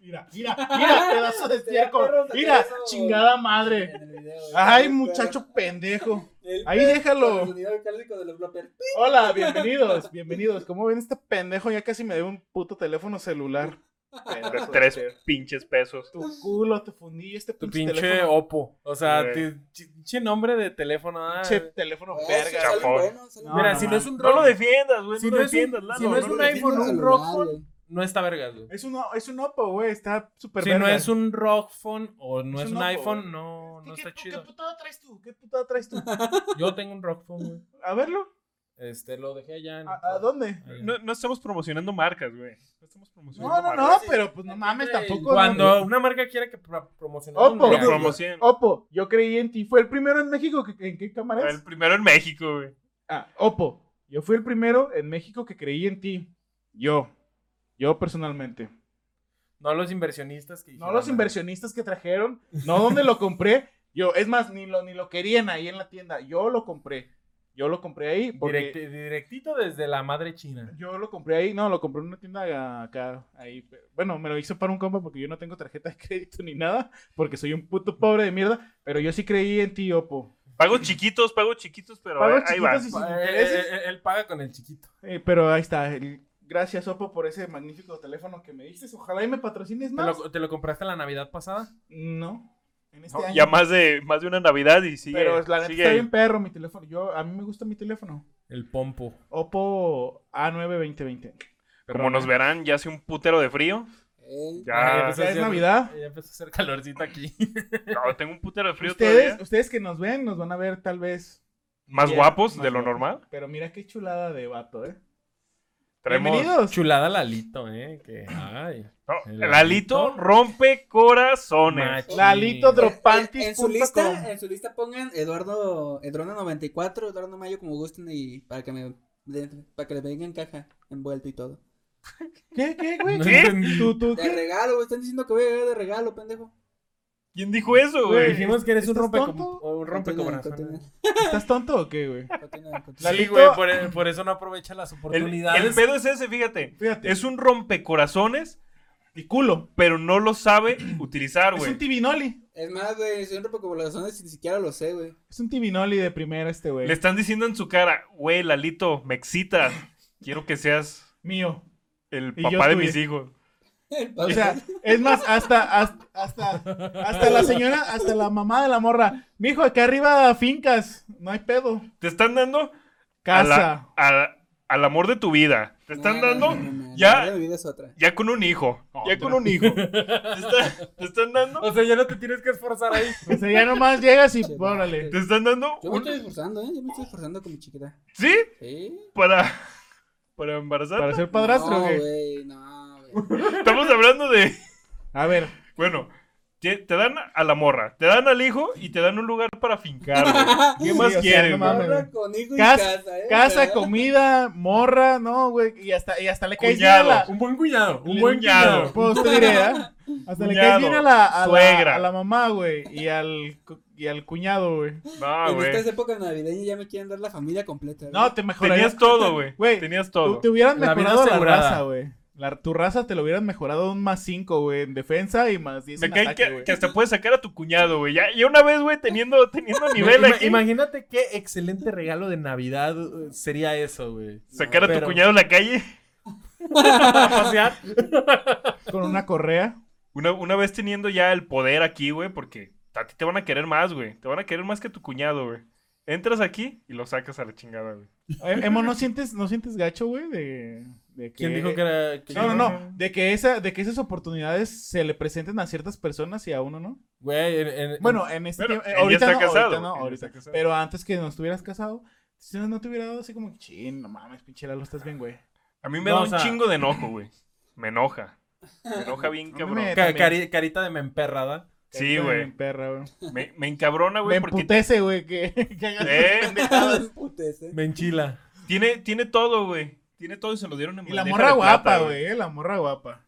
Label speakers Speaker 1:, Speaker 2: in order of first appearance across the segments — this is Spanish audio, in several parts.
Speaker 1: Mira, mira, mira, pedazo de estiércol. Mira, chingada madre.
Speaker 2: En el video,
Speaker 1: Ay,
Speaker 2: el
Speaker 1: muchacho pendejo.
Speaker 2: perro. El
Speaker 1: Ahí
Speaker 2: perro
Speaker 1: déjalo.
Speaker 2: con el sonido alcaldico de los bloopers.
Speaker 1: Hola, bienvenidos, bienvenidos. ¿Cómo ven este pendejo? Ya casi me dio un puto teléfono celular. Pendejo de
Speaker 3: Tres
Speaker 1: ser.
Speaker 3: pinches pesos.
Speaker 1: Tu culo, te fundí este
Speaker 4: Tu
Speaker 1: pinche,
Speaker 4: pinche
Speaker 1: teléfono.
Speaker 4: Oppo. O sea,
Speaker 3: Eh.
Speaker 4: tu chi- pinche nombre de teléfono. ah.
Speaker 1: Pinche teléfono
Speaker 2: Ah,
Speaker 1: verga.
Speaker 2: salen
Speaker 3: chafón.
Speaker 2: buenos, salen
Speaker 1: No,
Speaker 4: Mira,
Speaker 2: buenos.
Speaker 4: si no es un
Speaker 3: No lo
Speaker 4: Rock,
Speaker 3: defiendas, güey.
Speaker 4: Si
Speaker 3: no
Speaker 4: no
Speaker 3: lo
Speaker 4: es un-
Speaker 3: defiendas, Lalo,
Speaker 4: si no es
Speaker 3: lo
Speaker 4: un
Speaker 3: defiendas.
Speaker 4: iPhone, un
Speaker 2: celular,
Speaker 4: Rockfon,
Speaker 2: güey.
Speaker 4: no está vergas, güey.
Speaker 1: Es un, es un Oppo, güey. Está súper
Speaker 4: Si
Speaker 1: verga.
Speaker 4: no es un rock phone o no
Speaker 1: Es
Speaker 4: es,
Speaker 1: un
Speaker 4: un,
Speaker 1: Oppo, güey.
Speaker 4: iPhone, no,
Speaker 1: ¿Qué,
Speaker 4: no
Speaker 1: qué-
Speaker 4: está
Speaker 1: qué
Speaker 4: chido.
Speaker 1: putada traes tú? ¿Qué putada traes tú?
Speaker 4: Yo tengo un rock phone, güey.
Speaker 1: A verlo.
Speaker 4: Este, lo dejé allá. en-
Speaker 1: ¿A, a dónde?
Speaker 4: Ahí.
Speaker 3: No, no estamos promocionando marcas, güey. No estamos
Speaker 1: No,
Speaker 3: promocionando
Speaker 1: no, no,
Speaker 3: marcas.
Speaker 1: pero pues no mames, tampoco.
Speaker 4: Cuando una marca quiera que pro- promocionemos
Speaker 1: Oppo.
Speaker 4: un
Speaker 3: Lo
Speaker 4: regalo,
Speaker 3: promocion-
Speaker 1: Oppo, yo creí en ti. Fue el primero en México. Que, ¿En qué cámara es?
Speaker 3: El primero en México, güey.
Speaker 1: Ah, Oppo, yo fui el primero en México que creí en ti. Yo. Yo personalmente.
Speaker 4: no los inversionistas que
Speaker 1: No
Speaker 4: dijeron,
Speaker 1: los
Speaker 4: "Ah,
Speaker 1: inversionistas que trajeron, no donde lo compré. Yo, es más, ni lo, ni lo querían ahí en la tienda. Yo lo compré. Yo lo compré ahí. Porque
Speaker 4: direct- directito desde la madre china.
Speaker 1: Yo lo compré ahí. No, lo compré en una tienda acá. Ahí. Bueno, me lo hice para un compa porque yo no tengo tarjeta de crédito ni nada. Porque soy un puto pobre de mierda. Pero yo sí creí en ti, Oppo.
Speaker 3: Pagos chiquitos, pagos chiquitos, pero
Speaker 1: Pagos
Speaker 3: ahí, ahí va.
Speaker 1: chiquitos y-
Speaker 4: Eh,
Speaker 1: ¿Sin
Speaker 4: eh,
Speaker 1: intereses?
Speaker 4: eh, él paga con el chiquito.
Speaker 1: Eh, pero ahí está. el- Gracias, Oppo, por ese magnífico teléfono que me diste. Ojalá y me patrocines
Speaker 4: ¿Te
Speaker 1: más.
Speaker 4: lo, te lo compraste la Navidad pasada?
Speaker 1: No. En este
Speaker 3: No,
Speaker 1: año.
Speaker 3: ya más de, más de una Navidad y sigue.
Speaker 1: pero la neta
Speaker 3: sigue
Speaker 1: está
Speaker 3: ahí.
Speaker 1: bien perro mi teléfono. Yo, a mí me gusta mi teléfono.
Speaker 4: El pompo.
Speaker 1: Oppo A9-2020.
Speaker 3: Como nos verán, ya hace un putero de frío.
Speaker 2: Ey,
Speaker 4: Ah,
Speaker 3: Ya,
Speaker 4: empezó a
Speaker 1: ya es
Speaker 4: hacer-
Speaker 1: Navidad.
Speaker 4: Ya empezó a hacer calorcito aquí.
Speaker 3: no, tengo un putero de frío
Speaker 1: Ustedes,
Speaker 3: todavía.
Speaker 1: ustedes que nos ven, nos van a ver tal vez.
Speaker 3: Más
Speaker 1: bien,
Speaker 3: guapos
Speaker 1: más
Speaker 3: de lo
Speaker 1: guapos.
Speaker 3: normal.
Speaker 1: Pero mira qué chulada de vato, ¿eh?
Speaker 3: Traemos.
Speaker 1: Bienvenidos.
Speaker 4: Chulada Lalito, eh. Que, ay.
Speaker 3: No,
Speaker 4: El
Speaker 3: Lalito
Speaker 4: Lalito.
Speaker 3: rompe corazones.
Speaker 4: Macho.
Speaker 1: Lalito Dropantis.
Speaker 2: Eh, En su lista, en su lista pongan Eduardo, Eduardo 94, Eduardo Mayo como gusten y para que me den- para que le venga en caja, envuelto y todo.
Speaker 1: ¿Qué, qué, güey?
Speaker 4: No
Speaker 3: ¿Qué?
Speaker 4: entendí.
Speaker 1: ¿Tú, tú,
Speaker 2: De
Speaker 1: qué?
Speaker 2: regalo, güey, están diciendo que voy a llegar de regalo, pendejo.
Speaker 3: ¿Quién dijo eso, güey?
Speaker 4: Dijimos que eres un,
Speaker 1: ¿Estás
Speaker 4: rompe
Speaker 1: tonto?
Speaker 2: Continúen,
Speaker 4: un rompecorazones.
Speaker 2: continúen,
Speaker 1: ¿Estás tonto o qué, güey?
Speaker 2: continúen, continúen.
Speaker 4: Sí,
Speaker 1: Lalito-
Speaker 4: güey, por, por eso no aprovecha las
Speaker 3: El,
Speaker 4: oportunidades.
Speaker 3: el pedo es ese, fíjate.
Speaker 1: Fíjate.
Speaker 3: Es un rompecorazones,
Speaker 1: y culo.
Speaker 3: pero no lo sabe utilizar,
Speaker 1: Es
Speaker 3: güey.
Speaker 1: un tibinoli.
Speaker 2: Es más, güey, soy un rompecorazones y ni siquiera lo sé, güey.
Speaker 1: Es un tibinoli de primera este, güey.
Speaker 3: Le están diciendo en su cara, güey, Lalito, me excitas. Quiero que seas
Speaker 1: Mío.
Speaker 3: el
Speaker 1: Y yo
Speaker 3: papá de
Speaker 1: tuyo.
Speaker 3: mis hijos.
Speaker 1: O sea, es más, hasta, hasta, hasta, hasta la señora, hasta la mamá de la morra. Mijo, acá arriba fincas, no hay pedo.
Speaker 3: Te están dando a
Speaker 1: Casa.
Speaker 3: la- a- al amor de tu vida. Te están
Speaker 2: No, no,
Speaker 3: dando
Speaker 2: no, no, no,
Speaker 3: ya-
Speaker 2: La vida de mi vida es otra.
Speaker 3: ya con un hijo. ya con un hijo. te, está- te están dando.
Speaker 4: O sea, ya no te tienes que esforzar ahí.
Speaker 1: O sea, ya nomás llegas y
Speaker 2: Sí,
Speaker 1: órale.
Speaker 3: Te están dando.
Speaker 2: Yo me
Speaker 3: un-
Speaker 2: estoy esforzando, ¿eh? Yo me estoy esforzando con mi chiquita.
Speaker 3: ¿Sí?
Speaker 2: ¿Sí?
Speaker 3: Para. Para embarazar.
Speaker 1: Para ser padrastro,
Speaker 2: No,
Speaker 1: güey.
Speaker 2: güey, no, güey.
Speaker 3: Estamos hablando de.
Speaker 1: A ver,
Speaker 3: Bueno, te, te dan a la morra, te dan al hijo y te dan un lugar para fincar. güey. ¿Qué
Speaker 1: Sí,
Speaker 3: más
Speaker 1: o sea,
Speaker 3: quieren?
Speaker 1: no
Speaker 3: güey?
Speaker 1: mames.
Speaker 2: Morra con hijo y
Speaker 1: Casa-
Speaker 2: casa, ¿eh? O
Speaker 1: casa,
Speaker 2: sea,
Speaker 1: comida, morra, no, güey. Y hasta, y hasta le caes bien a
Speaker 3: Cuñado.
Speaker 1: la.
Speaker 4: Un buen cuñado. Un
Speaker 3: Le-
Speaker 4: buen
Speaker 3: cuñado.
Speaker 4: cuñado.
Speaker 1: Pues te diré, ¿eh? Hasta le caes
Speaker 3: Cuñado,
Speaker 1: bien a la, a la-
Speaker 3: suegra.
Speaker 1: a la mamá, güey. Y al, cu- y al cuñado, güey.
Speaker 3: No,
Speaker 2: en
Speaker 3: güey.
Speaker 2: estas épocas navideñas ya me quieren dar la familia completa. güey.
Speaker 1: No, te mejorarías.
Speaker 3: Tenías todo, güey.
Speaker 1: Güey,
Speaker 3: Tenías
Speaker 1: Tú-
Speaker 3: todo.
Speaker 1: Te hubieran
Speaker 4: La vida
Speaker 1: mejorado la
Speaker 4: asegurada.
Speaker 1: raza, güey. La- tu raza te lo hubieran mejorado un más 5, güey, en defensa y más 10
Speaker 3: Me
Speaker 1: en
Speaker 3: cae
Speaker 1: ataque,
Speaker 3: que,
Speaker 1: güey.
Speaker 3: que hasta puedes sacar a tu cuñado, güey. Ya, ya una vez, güey, teniendo, teniendo nivel
Speaker 4: Ima-
Speaker 3: aquí.
Speaker 4: Imagínate qué excelente regalo de Navidad eh, sería eso, güey.
Speaker 3: Sacar a tu
Speaker 4: Pero-
Speaker 3: cuñado a la calle.
Speaker 4: Pasear.
Speaker 1: Con una correa.
Speaker 3: Una, una vez teniendo ya el poder aquí, güey, porque a ti te van a querer más, güey. Te van a querer más que tu cuñado, güey. Entras aquí y lo sacas a la chingada, güey.
Speaker 1: Eh, Emo, ¿no sientes, no sientes gacho, güey? De, de que...
Speaker 4: ¿Quién dijo que era.? que-
Speaker 1: No, no, no. De que, esa, de que esas oportunidades se le presenten a ciertas personas y a uno, ¿no?
Speaker 4: Güey, en- en-
Speaker 1: Bueno, en este
Speaker 3: Bueno,
Speaker 1: tiempo- eh,
Speaker 3: él ya
Speaker 1: ahorita,
Speaker 3: está
Speaker 1: no,
Speaker 3: casado,
Speaker 1: ahorita no,
Speaker 3: él ya
Speaker 1: ahorita.
Speaker 3: está casado.
Speaker 1: Pero antes que no estuvieras casado, si no, no te hubiera dado así como, chin, no mames, pinche Lalo, estás bien, güey.
Speaker 3: A mí me
Speaker 4: No,
Speaker 3: da
Speaker 4: o
Speaker 3: un
Speaker 4: sea-
Speaker 3: chingo de enojo, güey. Me enoja. Me enoja bien,
Speaker 1: A mí
Speaker 3: cabrón.
Speaker 1: me-
Speaker 4: ca-
Speaker 1: también.
Speaker 4: cari- carita de memperrada.
Speaker 3: Sí,
Speaker 1: Carita de
Speaker 3: güey.
Speaker 1: Perra, güey.
Speaker 3: Me, me
Speaker 1: Me
Speaker 3: encabrona, güey, porque
Speaker 1: emputece, güey, que, que hagas
Speaker 3: Eh.
Speaker 1: pendejadas.
Speaker 2: Me emputes, ¿eh?
Speaker 4: Me enchila.
Speaker 3: tiene, tiene todo, güey. Tiene todo y se lo dieron en
Speaker 1: Y la
Speaker 3: bandeja
Speaker 1: morra
Speaker 3: de plata,
Speaker 1: guapa, güey, eh, la morra guapa.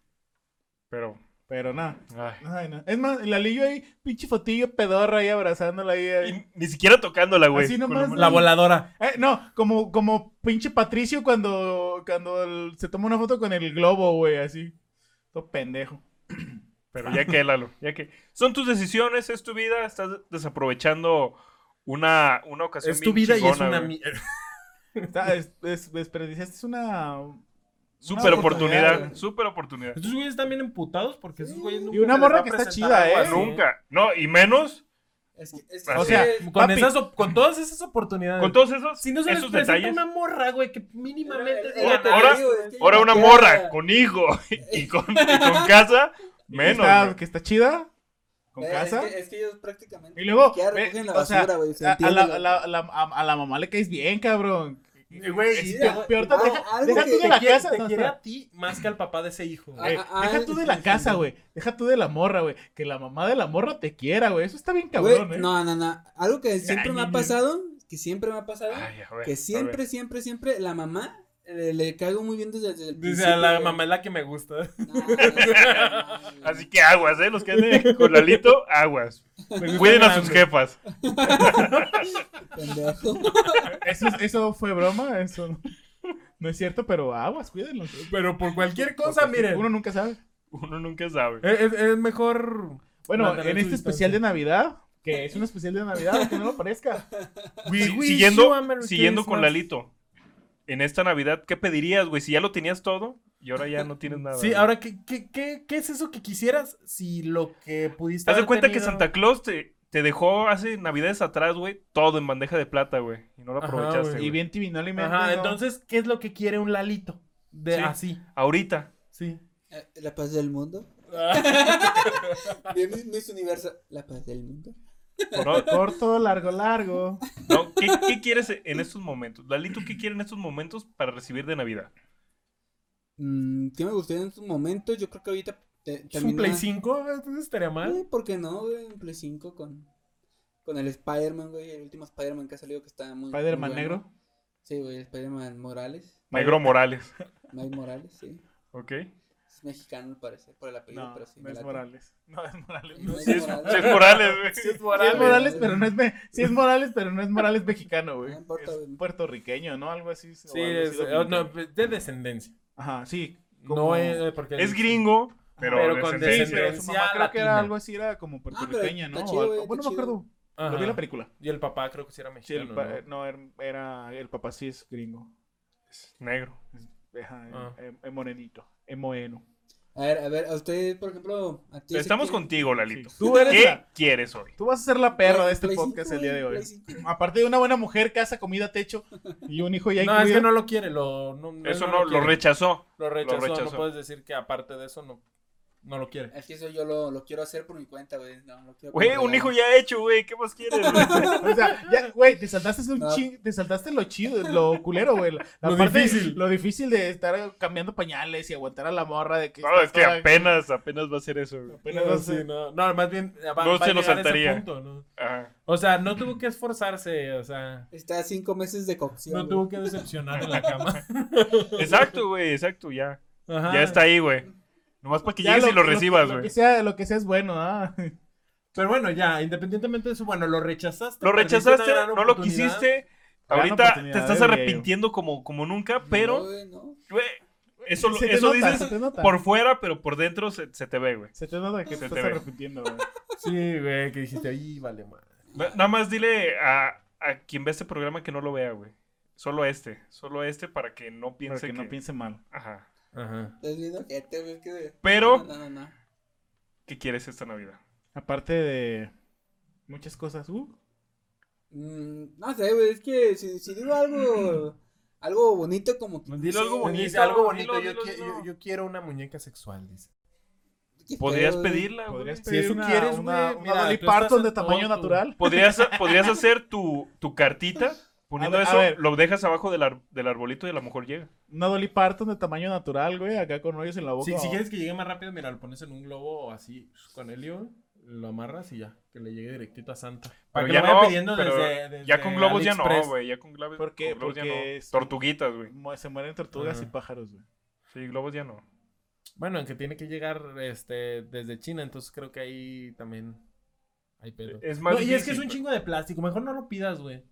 Speaker 3: Pero,
Speaker 1: Pero nada.
Speaker 3: ay.
Speaker 1: Ay, no. Es más, el alillo ahí, pinche fotillo pedorra ahí abrazándola ahí. ahí.
Speaker 3: Y ni siquiera tocándola, güey.
Speaker 1: Así
Speaker 3: con
Speaker 1: nomás,
Speaker 3: la-
Speaker 4: La voladora.
Speaker 1: Eh, no, como, como pinche Patricio cuando, cuando el- se toma una foto con el globo, güey, así. Todo pendejo.
Speaker 3: Pero ya que, Lalo, ya que. Son tus decisiones, es tu vida, estás desaprovechando una, una ocasión.
Speaker 4: Es tu
Speaker 3: bien
Speaker 4: vida y es
Speaker 3: chingona,
Speaker 4: una
Speaker 3: güey.
Speaker 4: mi-
Speaker 1: Está- es- es- desperdiciaste es una.
Speaker 3: Súper
Speaker 2: oportunidad,
Speaker 3: oportunidad,
Speaker 2: güey.
Speaker 3: súper oportunidad.
Speaker 4: Estos güeyes están bien emputados porque esos güeyes nunca
Speaker 1: Y una
Speaker 4: se les
Speaker 1: morra
Speaker 4: va a
Speaker 1: que está
Speaker 4: presentar
Speaker 1: chida,
Speaker 4: algo
Speaker 1: ¿eh?
Speaker 4: así.
Speaker 3: Nunca. No, y menos
Speaker 2: Es que, es
Speaker 3: O
Speaker 1: O sea,
Speaker 2: que-
Speaker 4: Con,
Speaker 1: papi,
Speaker 4: esas op- con todas esas oportunidades.
Speaker 3: con todos esos,
Speaker 4: si no se les
Speaker 3: esos
Speaker 4: presenta
Speaker 3: detalles.
Speaker 4: una morra, güey, que mínimamente
Speaker 2: Era-
Speaker 4: diga,
Speaker 3: era-
Speaker 4: "Ah,
Speaker 3: ahora-
Speaker 4: sí, güey".
Speaker 2: era-
Speaker 3: Ahora una
Speaker 2: Ya.
Speaker 3: morra con hijo y con, y con casa, menos.
Speaker 1: Está-
Speaker 3: güey.
Speaker 1: que está chida. Con
Speaker 2: eh, es
Speaker 1: casa.
Speaker 2: que- Es que ellos prácticamente.
Speaker 1: Y luego,
Speaker 2: Ya
Speaker 1: ve,
Speaker 2: recogen la
Speaker 1: o sea,
Speaker 2: basura, güey. se
Speaker 1: A, a la,
Speaker 2: entiende,
Speaker 1: a, la, a la- a- a la mamá le caes bien, cabrón.
Speaker 4: Eh, güey,
Speaker 1: Es
Speaker 4: y-
Speaker 1: peor, peor te
Speaker 2: ah,
Speaker 1: deja,
Speaker 2: algo
Speaker 1: deja
Speaker 2: que-
Speaker 1: tú de la
Speaker 4: te quiere-
Speaker 1: casa.
Speaker 4: te
Speaker 1: no,
Speaker 4: quiere
Speaker 1: espera.
Speaker 4: a ti más que al papá de ese hijo. güey.
Speaker 1: Eh,
Speaker 2: Ah, ah,
Speaker 1: deja
Speaker 2: ah,
Speaker 1: tú
Speaker 2: sí,
Speaker 1: de
Speaker 2: sí,
Speaker 1: la casa,
Speaker 2: sí.
Speaker 1: güey. Deja tú de la morra, güey. Que la mamá de la morra te quiera, güey. Eso está bien
Speaker 2: güey,
Speaker 1: cabrón, eh.
Speaker 2: No, no, no. Algo que siempre
Speaker 1: Ay,
Speaker 2: me ha
Speaker 1: ni-
Speaker 2: pasado, que siempre me ha pasado,
Speaker 3: Ay, a ver, a
Speaker 2: que siempre,
Speaker 3: ver.
Speaker 2: siempre, siempre la mamá eh, le cago muy bien desde, desde el
Speaker 4: Dice, a la
Speaker 2: principio,
Speaker 4: mamá es la que me gusta.
Speaker 2: güey. No, no, no, no, no, no.
Speaker 3: Así que aguas, ¿eh? Los que anden con Lalito, aguas. Cuiden a sus jefas.
Speaker 2: Pendejo.
Speaker 1: Eso, eso fue broma, eso no, no es cierto, pero aguas, cuídenlos.
Speaker 4: Pero por cualquier cosa,
Speaker 1: Porque
Speaker 4: miren.
Speaker 1: Uno nunca sabe.
Speaker 3: Uno nunca sabe.
Speaker 4: Es, es- es mejor.
Speaker 1: Bueno,
Speaker 4: Mantener
Speaker 1: en este
Speaker 4: su
Speaker 1: especial
Speaker 4: distancia.
Speaker 1: de Navidad, que es un especial de Navidad, aunque no lo parezca.
Speaker 4: We
Speaker 3: Si-
Speaker 4: wish you a
Speaker 3: siguiendo
Speaker 4: Merry
Speaker 3: siguiendo con
Speaker 4: Christmas.
Speaker 3: Lalito. En esta Navidad, ¿qué pedirías, güey? Si ya lo tenías todo y ahora ya no tienes nada.
Speaker 4: Sí,
Speaker 3: güey.
Speaker 4: ahora, ¿qué, qué, qué, qué es eso que quisieras si lo que pudiste.
Speaker 3: Haz de
Speaker 4: haber
Speaker 3: cuenta que
Speaker 4: tenido-
Speaker 3: Santa Claus te, te dejó hace Navidades atrás, güey, todo en bandeja de plata, güey. Y no lo
Speaker 4: Ajá,
Speaker 3: aprovechaste,
Speaker 4: güey.
Speaker 3: güey.
Speaker 1: Y bien tivinolamente.
Speaker 4: Ajá,
Speaker 1: ¿no?
Speaker 4: entonces, ¿qué es lo que quiere un Lalito? De
Speaker 3: Sí.
Speaker 4: así.
Speaker 3: Ahorita.
Speaker 4: Sí.
Speaker 2: Eh, La paz del mundo. Bien, Miss- Miss Universo. La paz del mundo.
Speaker 3: ¿no?
Speaker 1: Corto, largo, largo.
Speaker 3: No, ¿qué, qué quieres en estos momentos? Lalito, ¿qué quieres en estos momentos para recibir de Navidad?
Speaker 2: Mm, ¿Qué me gustaría en estos momentos? Yo creo que ahorita. te-
Speaker 4: ¿Es
Speaker 2: termina-
Speaker 4: un Play 5? Entonces estaría mal.
Speaker 2: Eh, ¿Por qué no, güey? Un Play 5 con, con el Spider-Man, güey. El último Spider-Man que ha salido que está muy. muy
Speaker 1: Spider-Man
Speaker 2: bueno.
Speaker 1: negro.
Speaker 2: Sí, güey. el Spider-Man Morales.
Speaker 3: Negro Morales,
Speaker 2: Mike Morales, sí.
Speaker 3: ¿ok?
Speaker 2: Es mexicano, al parecer, por el apellido,
Speaker 1: No,
Speaker 2: pero sí.
Speaker 1: no
Speaker 2: me
Speaker 1: es
Speaker 2: late.
Speaker 1: Morales. No es Morales.
Speaker 2: No
Speaker 1: Sí
Speaker 3: Sí es, sí es Morales, güey.
Speaker 4: Sí, es
Speaker 1: es
Speaker 4: Morales.
Speaker 1: Morales, pero no es, me- sí es Morales, pero no es Morales mexicano, güey.
Speaker 2: No importa,
Speaker 1: Es
Speaker 2: güey.
Speaker 1: puertorriqueño, ¿no? Algo así. o algo
Speaker 4: Sí, es,
Speaker 1: así
Speaker 4: oh, no,
Speaker 1: dominicano.
Speaker 4: de descendencia.
Speaker 1: Ajá, sí.
Speaker 4: No
Speaker 1: como-
Speaker 4: es eh, porque.
Speaker 3: Es gringo, pero,
Speaker 4: Pero con
Speaker 1: Sí,
Speaker 3: descendencia.
Speaker 1: pero su mamá
Speaker 4: Descendencia
Speaker 1: creo que era
Speaker 4: latina.
Speaker 1: algo así, era como puertorriqueña,
Speaker 2: Ah, está
Speaker 1: ¿no?
Speaker 2: chido,
Speaker 1: O algo-
Speaker 2: güey,
Speaker 1: bueno,
Speaker 2: está
Speaker 1: no me acuerdo.
Speaker 4: Ajá.
Speaker 1: Lo vi en la película.
Speaker 4: Y el papá creo que sí era
Speaker 1: Sí, el
Speaker 4: mexicano.
Speaker 1: pa-
Speaker 4: ¿no?
Speaker 1: eh, no, er- era el papá sí es gringo.
Speaker 3: Negro.
Speaker 1: Ajá, em-
Speaker 4: Ah.
Speaker 1: em- em morenito, em moreno.
Speaker 2: A ver, a ver, a usted, por ejemplo. A ti,
Speaker 3: Estamos
Speaker 2: Ezequiel,
Speaker 3: contigo, Lalito.
Speaker 1: Sí. Tú eres
Speaker 3: ¿Qué
Speaker 1: la-
Speaker 3: quieres hoy?
Speaker 1: tú vas a ser la perra de
Speaker 2: Play-
Speaker 1: este
Speaker 2: Play
Speaker 1: podcast
Speaker 2: 5,
Speaker 1: el día de
Speaker 2: güey,
Speaker 1: hoy.
Speaker 2: Play 5.
Speaker 1: Aparte de una buena mujer, casa, comida, techo y un hijo ya
Speaker 4: No, es
Speaker 1: incluido.
Speaker 4: que no lo quiere. Lo, no, no,
Speaker 3: Eso
Speaker 4: no
Speaker 3: no, lo
Speaker 4: quiere.
Speaker 3: rechazó.
Speaker 4: Lo rechazó,
Speaker 3: rechazó.
Speaker 4: No puedes decir que aparte de eso no, no lo quiere.
Speaker 2: Es que eso yo lo, lo quiero hacer por mi cuenta, güey. No, lo quiero.
Speaker 3: Güey,
Speaker 2: como
Speaker 3: un hijo
Speaker 2: regalo.
Speaker 3: ya hecho, güey. ¿Qué más quieres? güey?
Speaker 1: O sea, ya, güey, te saltaste un
Speaker 2: No.
Speaker 1: chi- te saltaste lo chido, lo culero, güey. La- la
Speaker 4: Lo difícil.
Speaker 1: Lo difícil de estar cambiando pañales y aguantar a la morra de que.
Speaker 3: No,
Speaker 1: estás
Speaker 3: es que
Speaker 1: toda-
Speaker 3: apenas, apenas va a ser eso, güey.
Speaker 1: apenas
Speaker 4: no,
Speaker 1: vas a-
Speaker 4: sí, no. No, más bien eh, va,
Speaker 3: No
Speaker 4: va
Speaker 3: se lo
Speaker 4: a llegar a ese
Speaker 3: saltaría.
Speaker 4: punto, ¿no?
Speaker 3: Ajá.
Speaker 4: O sea, no tuvo que esforzarse, o sea,
Speaker 2: Está a cinco meses de cocción.
Speaker 4: no
Speaker 2: güey.
Speaker 4: tuvo que decepcionar en la cama.
Speaker 3: Exacto, güey, exacto, ya.
Speaker 4: Ajá.
Speaker 3: Ya está ahí, güey. Nomás para que
Speaker 1: Ah. Ya
Speaker 3: llegues y lo
Speaker 1: que-
Speaker 3: recibas,
Speaker 1: Lo,
Speaker 3: güey.
Speaker 1: que sea, lo que sea es bueno, ¿ah?
Speaker 4: Pero bueno, ya, independientemente de eso, bueno, lo rechazaste.
Speaker 3: Lo
Speaker 4: perdiste
Speaker 3: rechazaste,
Speaker 4: una gran
Speaker 3: no lo
Speaker 4: oportunidad.
Speaker 3: quisiste.
Speaker 1: Gran
Speaker 3: Ahorita te
Speaker 1: oportunidad,
Speaker 3: estás
Speaker 1: diría yo.
Speaker 3: arrepintiendo como, como nunca,
Speaker 2: No,
Speaker 3: pero,
Speaker 2: güey, no.
Speaker 3: güey, eso, lo-
Speaker 1: Se te
Speaker 3: eso
Speaker 1: nota,
Speaker 3: dices
Speaker 1: se te nota.
Speaker 3: por fuera, pero por dentro se, se te ve, güey.
Speaker 1: Se te nota que
Speaker 3: Se
Speaker 1: te
Speaker 3: te
Speaker 1: estás
Speaker 3: ve.
Speaker 1: arrepintiendo, güey.
Speaker 4: Sí, güey, que dijiste, ahí vale madre.
Speaker 3: Na- Nada más dile a, a quien ve este programa que no lo vea, güey. Solo este, solo este para que no
Speaker 1: Para
Speaker 3: piense
Speaker 1: que
Speaker 3: que...
Speaker 1: no piense mal.
Speaker 3: Ajá.
Speaker 4: Ajá.
Speaker 2: Estás viendo que te ves que.
Speaker 3: Pero,
Speaker 2: No, no, no.
Speaker 3: ¿qué quieres esta Navidad?
Speaker 1: Aparte de muchas cosas, uh,
Speaker 2: Mm, no sé, güey, es que si, si digo algo. Algo bonito como. que-
Speaker 4: Dilo
Speaker 2: sí,
Speaker 4: algo
Speaker 2: güey,
Speaker 4: bonito,
Speaker 3: bonito,
Speaker 4: algo
Speaker 3: dilo,
Speaker 4: bonito.
Speaker 3: dilo,
Speaker 4: yo, qui-
Speaker 3: dilo.
Speaker 4: yo- yo quiero una muñeca sexual, dice.
Speaker 2: qué
Speaker 3: Podrías
Speaker 2: feo, güey.
Speaker 3: pedirla, güey.
Speaker 1: podrías
Speaker 4: Si
Speaker 1: pedir
Speaker 4: eso
Speaker 1: una,
Speaker 4: quieres,
Speaker 1: una, una
Speaker 4: güey, mira,
Speaker 1: Dolly
Speaker 4: tú estás
Speaker 1: Parton de
Speaker 4: en
Speaker 1: tamaño
Speaker 4: todo tu-
Speaker 1: natural.
Speaker 3: Podrías, podrías hacer tu, tu cartita poniendo
Speaker 1: ver, a
Speaker 3: eso,
Speaker 1: ver.
Speaker 3: lo dejas abajo del, ar- del arbolito y a lo mejor llega.
Speaker 1: Una Dolly Parton de tamaño natural, güey, acá con hoyos en la boca. Oh,
Speaker 4: Si, si quieres que llegue más rápido, mira, lo pones en un globo o así con helio, lo amarras y ya, que le llegue directito a Santa.
Speaker 3: Pero
Speaker 4: Para que
Speaker 3: ya
Speaker 4: lo vaya
Speaker 3: no,
Speaker 4: pidiendo
Speaker 3: pero
Speaker 4: desde, desde
Speaker 3: Ya con globos ya no,
Speaker 4: AliExpress.
Speaker 3: güey. Ya con globos,
Speaker 1: ¿Por qué?
Speaker 3: con globos ya
Speaker 1: Porque
Speaker 3: no.
Speaker 1: es-
Speaker 3: Tortuguitas, güey.
Speaker 1: Mu- Se mueren tortugas
Speaker 3: Ah.
Speaker 4: Ajá.
Speaker 1: y pájaros, güey.
Speaker 3: Sí, globos ya no.
Speaker 4: Bueno, aunque tiene que llegar este, desde China, entonces creo que ahí también hay pedo.
Speaker 3: Es más
Speaker 4: No, y es que es
Speaker 3: difícil,
Speaker 4: un chingo de plástico, mejor no lo pidas, güey.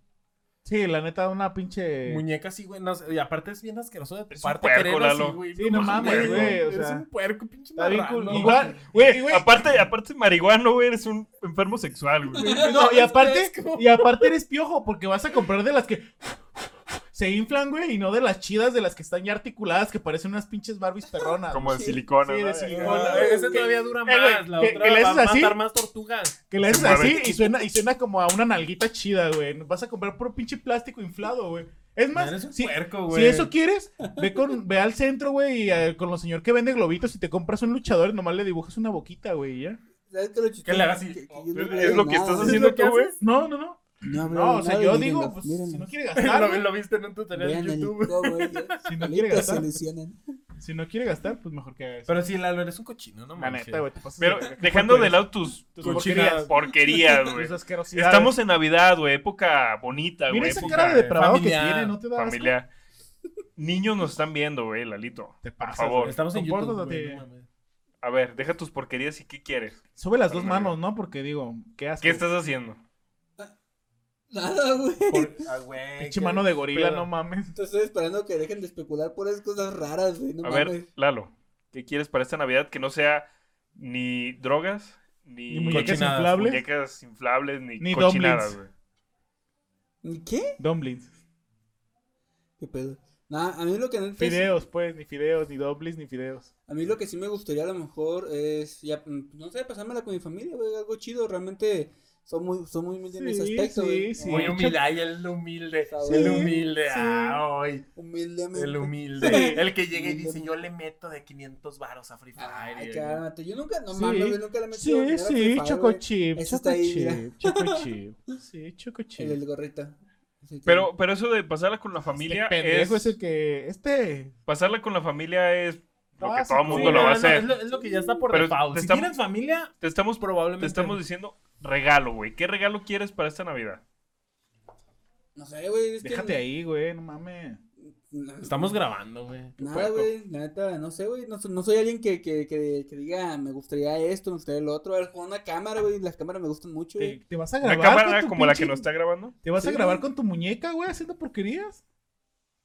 Speaker 1: Sí, la neta, una pinche.
Speaker 4: Muñeca sí, güey. no sé, y aparte es bien asqueroso de tu
Speaker 3: Es un
Speaker 4: parte
Speaker 3: puerco,
Speaker 4: querer
Speaker 3: Lalo.
Speaker 4: así, güey.
Speaker 1: Sí, no mames, güey, o
Speaker 4: Eres
Speaker 1: sea,
Speaker 4: un puerco, pinche
Speaker 1: Está bien cool.
Speaker 4: marrano, güey.
Speaker 1: Igual, güey, güey.
Speaker 3: Aparte, aparte marihuano, güey, eres un enfermo sexual, güey.
Speaker 1: No, y aparte,
Speaker 4: fresco.
Speaker 1: y aparte eres piojo, porque vas a comprar de las que se inflan, güey, y no de las chidas, de las que están ya articuladas, que parecen unas pinches Barbies perronas.
Speaker 3: Como de
Speaker 1: güey.
Speaker 3: silicona,
Speaker 1: Sí,
Speaker 3: ¿no?
Speaker 1: de
Speaker 4: Ah,
Speaker 1: silicona.
Speaker 2: güey,
Speaker 4: Ese
Speaker 2: que-
Speaker 4: todavía dura
Speaker 1: eh, güey,
Speaker 4: más. La
Speaker 1: que-
Speaker 4: otra
Speaker 1: que le
Speaker 4: va
Speaker 1: haces
Speaker 4: a
Speaker 1: así.
Speaker 4: matar más tortugas.
Speaker 1: Que la haces
Speaker 3: Se mueve.
Speaker 1: así y suena, y suena como a una nalguita chida, güey. Vas a comprar puro pinche plástico inflado, güey. Es más,
Speaker 4: Eres un
Speaker 1: si,
Speaker 4: puerco,
Speaker 1: si
Speaker 4: güey.
Speaker 1: eso quieres, ve con ve al centro, güey, y eh, con los señor que vende globitos y te compras un luchador, y nomás le dibujas una boquita, güey, y ya.
Speaker 2: ¿Sabes qué es lo chistoso?
Speaker 4: Que le haga así.
Speaker 2: Que- que yo
Speaker 4: Oh,
Speaker 2: no
Speaker 3: es
Speaker 2: hablaba de
Speaker 3: lo que estás
Speaker 2: nada.
Speaker 3: haciendo tú, güey.
Speaker 1: No, no, no.
Speaker 2: No, hablaba
Speaker 1: No,
Speaker 2: de
Speaker 1: o sea,
Speaker 2: nada,
Speaker 1: yo
Speaker 2: miren,
Speaker 1: digo,
Speaker 2: los-
Speaker 1: pues,
Speaker 2: miren,
Speaker 1: si no quiere gastar,
Speaker 4: lo,
Speaker 1: güey,
Speaker 4: lo viste en un tutorial
Speaker 2: vean
Speaker 4: en
Speaker 2: el
Speaker 4: YouTube.
Speaker 2: YouTube, güey.
Speaker 1: si no quiere
Speaker 2: Solitos se
Speaker 1: gastar,
Speaker 2: ilusionan.
Speaker 1: si no quiere gastar, pues mejor que haga eso.
Speaker 4: Pero sí, Lalo, eres un cochino, no
Speaker 1: La
Speaker 4: mames.
Speaker 1: neta, güey, te pasas
Speaker 3: Pero
Speaker 1: verga.
Speaker 3: dejando de
Speaker 1: Puerco
Speaker 3: Pues, lado tus,
Speaker 1: Pues, Tus
Speaker 3: tus
Speaker 1: porquerías.
Speaker 3: porquerías,
Speaker 1: eres.
Speaker 3: güey.
Speaker 1: Tus asquerosidades.
Speaker 3: Estamos en Navidad, güey, época bonita,
Speaker 1: Mira
Speaker 3: güey,
Speaker 1: esa
Speaker 3: época
Speaker 1: cara de depravado
Speaker 4: familiar,
Speaker 1: que tiene, no te da asco?
Speaker 3: familiar. Niños nos están viendo, güey, Lalito.
Speaker 1: Te pasas,
Speaker 3: favor.
Speaker 1: güey.
Speaker 4: Estamos en YouTube,
Speaker 1: Compórtate.
Speaker 4: güey, no mames.
Speaker 3: A ver, deja tus porquerías y qué quieres.
Speaker 1: Sube las dos
Speaker 3: Ay,
Speaker 1: manos, ¿no? Porque digo, ¿qué haces?
Speaker 3: ¿Qué estás haciendo?
Speaker 2: Nada, güey.
Speaker 4: Por- ah, güey,
Speaker 1: Pinche
Speaker 4: qué-
Speaker 1: mano de gorila,
Speaker 4: pedo.
Speaker 1: no mames.
Speaker 2: Te Estoy esperando que dejen de especular por esas cosas raras, güey. No
Speaker 3: A
Speaker 2: mames.
Speaker 3: ver, Lalo, ¿qué quieres para esta Navidad que no sea ni drogas, ni
Speaker 1: Ni muñecas
Speaker 4: cochinadas,
Speaker 1: inflables.
Speaker 3: muñecas inflables, ni,
Speaker 1: Ni
Speaker 3: cochinadas,
Speaker 1: dumplings.
Speaker 3: güey?
Speaker 2: ¿Y ¿Qué?
Speaker 1: Dumplings.
Speaker 2: ¿Qué pedo? Nah, a mí lo que no
Speaker 1: Fideos, pues. Ni fideos, ni dumplings, ni fideos.
Speaker 2: A mí lo que sí me gustaría a lo mejor es, ya, mm, no sé, pasármela con mi familia, güey, algo chido, realmente son muy, son muy humildes en ese
Speaker 1: Sí,
Speaker 2: aspecto,
Speaker 1: sí,
Speaker 2: güey.
Speaker 1: sí.
Speaker 4: Muy humilde, ay, el humilde.
Speaker 2: Sí,
Speaker 4: el humilde,
Speaker 1: sí.
Speaker 4: ay.
Speaker 2: Humildemente.
Speaker 4: El humilde. El que llega y dice,
Speaker 2: Humilde.
Speaker 4: yo le meto de 500 varos a Free Fire.
Speaker 2: Ay,
Speaker 4: y-
Speaker 2: cálmate, yo nunca, no
Speaker 1: Sí.
Speaker 2: mames, güey, nunca le he metido
Speaker 1: Sí,
Speaker 2: dinero a
Speaker 1: sí,
Speaker 2: Free Fire,
Speaker 1: choco
Speaker 2: güey.
Speaker 1: chip,
Speaker 2: Ese
Speaker 1: choco
Speaker 2: está ahí,
Speaker 1: chip, choco chip. Sí, choco
Speaker 2: El, el
Speaker 1: chip.
Speaker 2: gorrito. Ese
Speaker 3: Pero, pero eso de pasarla con la familia
Speaker 1: Este pendejo
Speaker 3: es...
Speaker 1: es el que. Este.
Speaker 3: Pasarla con la familia es lo que
Speaker 1: Básico.
Speaker 3: todo el mundo
Speaker 1: Sí,
Speaker 3: lo
Speaker 4: no,
Speaker 3: va a
Speaker 4: no,
Speaker 3: hacer.
Speaker 4: Es lo, es lo que ya está por
Speaker 3: Pero
Speaker 4: default.
Speaker 3: te
Speaker 4: Si
Speaker 3: estamos-
Speaker 4: tienes familia,
Speaker 3: Te estamos, te
Speaker 4: probablemente.
Speaker 3: estamos diciendo regalo, güey. ¿Qué regalo quieres para esta Navidad?
Speaker 2: tiene- No sé, güey, es que-
Speaker 1: Déjate ahí, güey, no mames.
Speaker 2: No,
Speaker 4: Estamos grabando, güey.
Speaker 2: Nada, güey, la neta, no sé, güey, no, so- no soy alguien que, que, que, que diga, me gustaría esto, me gustaría lo otro, a ver, con una cámara, güey, las cámaras me gustan mucho,
Speaker 1: ¿Te,
Speaker 2: güey.
Speaker 1: te vas a grabar.
Speaker 3: Una cámara
Speaker 1: con tu
Speaker 3: como la que
Speaker 1: pinche-
Speaker 3: nos está grabando.
Speaker 1: ¿Te vas a
Speaker 2: Sí,
Speaker 1: grabar
Speaker 2: güey.
Speaker 1: con tu muñeca, güey, haciendo porquerías?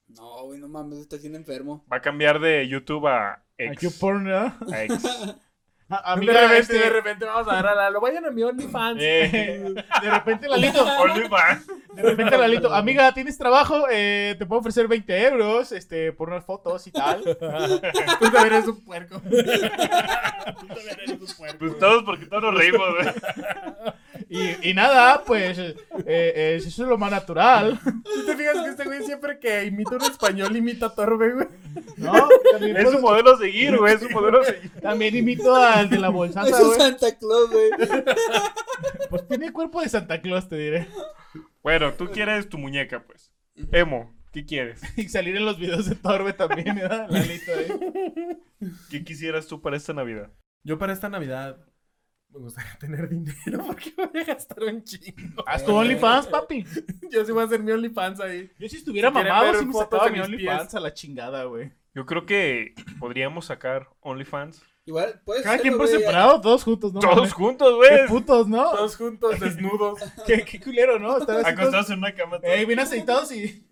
Speaker 2: No, güey, no mames, está siendo enfermo.
Speaker 3: Va a cambiar de YouTube a
Speaker 1: A
Speaker 3: X.
Speaker 1: YouPorn, ¿verdad?
Speaker 3: A X.
Speaker 1: A, a mí
Speaker 4: De repente,
Speaker 1: este-
Speaker 4: de repente vamos a ver a Lalo. Vayan a mi OnlyFans.
Speaker 3: Eh,
Speaker 1: De repente Lalito,
Speaker 3: OnlyFans.
Speaker 1: de repente Lalito, amiga, ¿tienes trabajo? Eh, te puedo ofrecer 20 euros este, por unas fotos y tal.
Speaker 4: Tú también eres un puerco.
Speaker 3: Pues todos porque todos nos reímos, güey.
Speaker 1: Y, y nada, pues eh, eh, eso es lo más natural,
Speaker 4: ¿Tú te fijas que este güey siempre que imita un español imita a Torbe, güey?
Speaker 1: ¿no? También,
Speaker 3: Es un
Speaker 1: puedo-
Speaker 3: modelo a seguir, güey. Es un modelo a seguir.
Speaker 1: también imito al de la bolsaza,
Speaker 2: Eso es
Speaker 1: güey.
Speaker 2: Santa Claus, güey.
Speaker 1: Pues tiene cuerpo de Santa Claus, te diré.
Speaker 3: Bueno, tú quieres tu muñeca, pues. Emo, ¿qué quieres?
Speaker 1: Y salir en los videos de Torbe también, ¿verdad? Lalito, eh.
Speaker 3: ¿Qué quisieras tú para esta Navidad?
Speaker 4: Yo para esta Navidad me gustaría tener dinero porque voy a gastar un chingo.
Speaker 1: Haz tu OnlyFans, papi.
Speaker 4: Yo sí voy a hacer mi OnlyFans ahí.
Speaker 1: Yo si estuviera
Speaker 4: Si quieren
Speaker 1: mamado,
Speaker 4: ver
Speaker 1: si me
Speaker 4: fotos
Speaker 1: sacaba
Speaker 4: de
Speaker 1: mi
Speaker 4: mis pies.
Speaker 1: OnlyFans a la chingada, güey.
Speaker 3: Yo creo que podríamos sacar OnlyFans.
Speaker 2: Igual, puedes
Speaker 1: Cada
Speaker 2: hacerlo,
Speaker 1: quien por
Speaker 2: güey,
Speaker 1: separado, todos juntos, ¿no?
Speaker 3: Todos
Speaker 1: Mames.
Speaker 3: juntos,
Speaker 1: Qué
Speaker 3: güey.
Speaker 1: putos, ¿no?
Speaker 4: Todos juntos, desnudos.
Speaker 1: Qué, qué culero, ¿no? Estar así todos-
Speaker 3: Acostados en una cama. todos.
Speaker 1: Eh, bien aceitados y.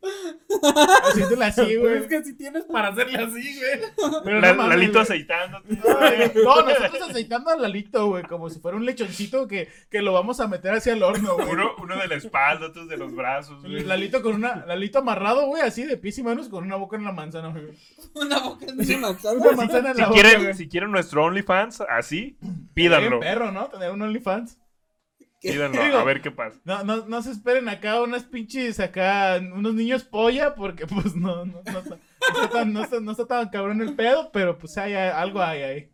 Speaker 1: Haciéndola así,
Speaker 4: Pero
Speaker 1: güey.
Speaker 4: es que si tienes para hacerle así, güey.
Speaker 1: Pero
Speaker 3: La-
Speaker 1: no mames,
Speaker 3: Lalito
Speaker 1: güey.
Speaker 3: aceitándote.
Speaker 1: Ay, No, nosotros aceitando al Lalito, güey, como si fuera un lechoncito que, que lo vamos a meter hacia el horno, güey.
Speaker 3: Uno, uno de la espalda, otro de los brazos, güey.
Speaker 1: Lalito con una, Lalito amarrado, güey, así de pies y manos con una boca en la manzana, güey.
Speaker 2: Una boca en una manzana.
Speaker 1: Una manzana en
Speaker 3: Si
Speaker 1: la boca.
Speaker 3: quieren,
Speaker 1: güey.
Speaker 3: si quieren nuestro OnlyFans, así,
Speaker 1: Bien
Speaker 3: pídanlo.
Speaker 1: perro, ¿no? Tener un OnlyFans.
Speaker 3: Pídanlo, a ver qué pasa.
Speaker 1: No, no, no se esperen acá unas pinches acá, unos niños polla, porque pues no, no, no, está, no está tan, no, está, no está tan cabrón el pedo, pero pues hay, hay- algo hay ahí.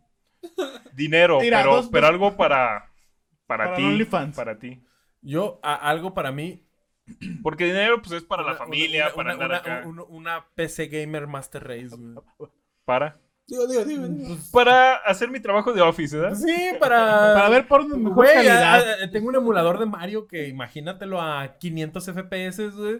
Speaker 3: Dinero,
Speaker 1: Mira,
Speaker 3: pero,
Speaker 1: dos-
Speaker 3: pero algo para, para,
Speaker 1: Para
Speaker 3: ti.
Speaker 1: OnlyFans.
Speaker 3: Para ti.
Speaker 4: Yo, a- algo para mí.
Speaker 3: Porque dinero, pues es para la
Speaker 4: una-
Speaker 3: familia,
Speaker 4: una-
Speaker 3: para
Speaker 4: una-
Speaker 3: andar
Speaker 4: una-
Speaker 3: acá.
Speaker 4: un- una PC Gamer Master Race, güey.
Speaker 3: Para.
Speaker 2: Digo, digo, digo. digo.
Speaker 1: Pues,
Speaker 3: Para hacer mi trabajo de office, ¿verdad?
Speaker 4: Sí, para.
Speaker 1: Para ver porno de mejor
Speaker 4: Güey,
Speaker 1: calidad.
Speaker 4: ah, ah, tengo un emulador de Mario que imagínatelo a 500 FPS, güey.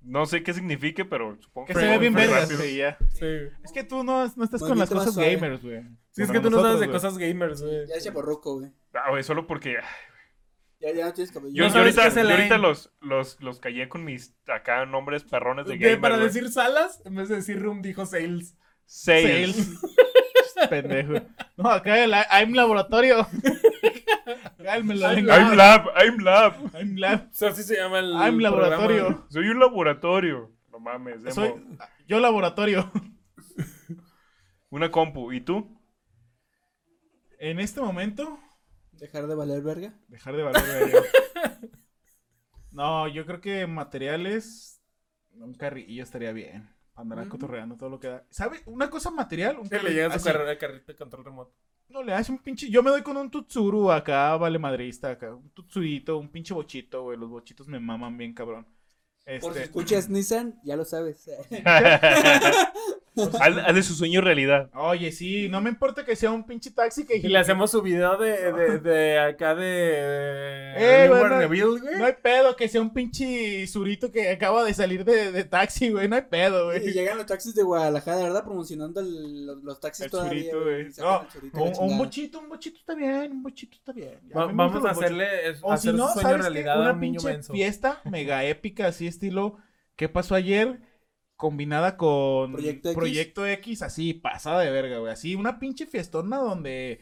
Speaker 3: No sé qué signifique, pero supongo
Speaker 1: Que
Speaker 3: que
Speaker 1: se ve bien
Speaker 3: muy
Speaker 1: vergas,
Speaker 3: rápido.
Speaker 1: sí, ya.
Speaker 4: Sí.
Speaker 1: Es que tú no, no estás con
Speaker 2: Maldito
Speaker 1: las cosas
Speaker 2: más suave.
Speaker 1: gamers, güey.
Speaker 4: Sí, es
Speaker 1: Como
Speaker 4: que tú no
Speaker 1: nosotros,
Speaker 4: sabes de
Speaker 1: güey.
Speaker 4: cosas gamers, güey.
Speaker 2: Ya es chaporroco, güey.
Speaker 3: Ah, güey, solo porque. ay, güey.
Speaker 2: Ya, ya no tienes cabello.
Speaker 3: Yo,
Speaker 4: No
Speaker 3: yo
Speaker 4: sabes
Speaker 3: ahorita,
Speaker 4: qué es el
Speaker 3: yo ahorita
Speaker 4: AIM.
Speaker 3: los, los, los callé con mis acá nombres perrones de
Speaker 4: De-
Speaker 3: gamer.
Speaker 4: para
Speaker 3: güey.
Speaker 4: decir salas, en vez de decir room, dijo sales.
Speaker 3: Sales.
Speaker 1: Pendejo. No, acá el I'm Laboratorio. Cálmelo.
Speaker 4: I'm
Speaker 3: I'm lab, I'm lab.
Speaker 1: I'm Lab.
Speaker 4: O sea, así se llama Ah, el.
Speaker 1: I'm Laboratorio.
Speaker 3: Soy un laboratorio. No mames, Demo.
Speaker 1: Soy yo Laboratorio.
Speaker 3: Una compu. ¿Y tú?
Speaker 1: En este momento,
Speaker 2: Dejar de valer verga.
Speaker 1: dejar de valer. verga. No, yo creo que materiales. Un carrillo estaría bien. Para andar
Speaker 2: Ujú.
Speaker 1: cotorreando todo lo que da. ¿Sabe? Una cosa material. Un
Speaker 4: Que le
Speaker 1: carrillo,
Speaker 4: llega su
Speaker 1: así.
Speaker 4: carrera de carrito de control remoto.
Speaker 1: No le hace un pinche. Yo me doy con un tutsuru acá, vale madrista acá. Un tutsurito, un pinche bochito, güey. Los bochitos me maman bien, cabrón.
Speaker 2: Por si
Speaker 1: Este,
Speaker 2: escuchas Nissan, ya lo sabes.
Speaker 3: Haz haz de su sueño realidad.
Speaker 1: Oye, sí, no me importa que sea un pinche taxi que
Speaker 4: Y le hacemos su video de, de, de acá de.
Speaker 1: Eh,
Speaker 4: de
Speaker 1: bueno,
Speaker 4: Reveal, güey.
Speaker 1: "Eh, No hay pedo que sea un pinche surito que acaba de salir de, de taxi, güey. No hay pedo,
Speaker 2: Y
Speaker 1: güey.
Speaker 2: llegan los taxis de Guadalajara, ¿verdad? Promocionando el- los, los taxis
Speaker 1: El
Speaker 2: todavía.
Speaker 1: churito,
Speaker 2: güey,
Speaker 1: güey.
Speaker 2: y sacan
Speaker 1: No,
Speaker 2: el
Speaker 1: O,
Speaker 2: churito, la
Speaker 1: o un
Speaker 2: chingada.
Speaker 1: bochito, un bochito está bien, un bochito está bien. Ya,
Speaker 4: Va-
Speaker 1: a mí me
Speaker 4: vamos
Speaker 1: gustan
Speaker 4: a
Speaker 1: los bochitos.
Speaker 4: hacerle.
Speaker 1: O si
Speaker 4: hacer
Speaker 1: no,
Speaker 4: su sueño
Speaker 1: ¿sabes qué?
Speaker 4: realidad a
Speaker 1: Una
Speaker 4: un niño
Speaker 1: pinche
Speaker 4: menso.
Speaker 1: fiesta mega épica, así estilo ¿Qué pasó ayer? Combinada con
Speaker 2: Proyecto X.
Speaker 1: Proyecto X, así, pasada de verga, güey. Así, una pinche fiestona donde...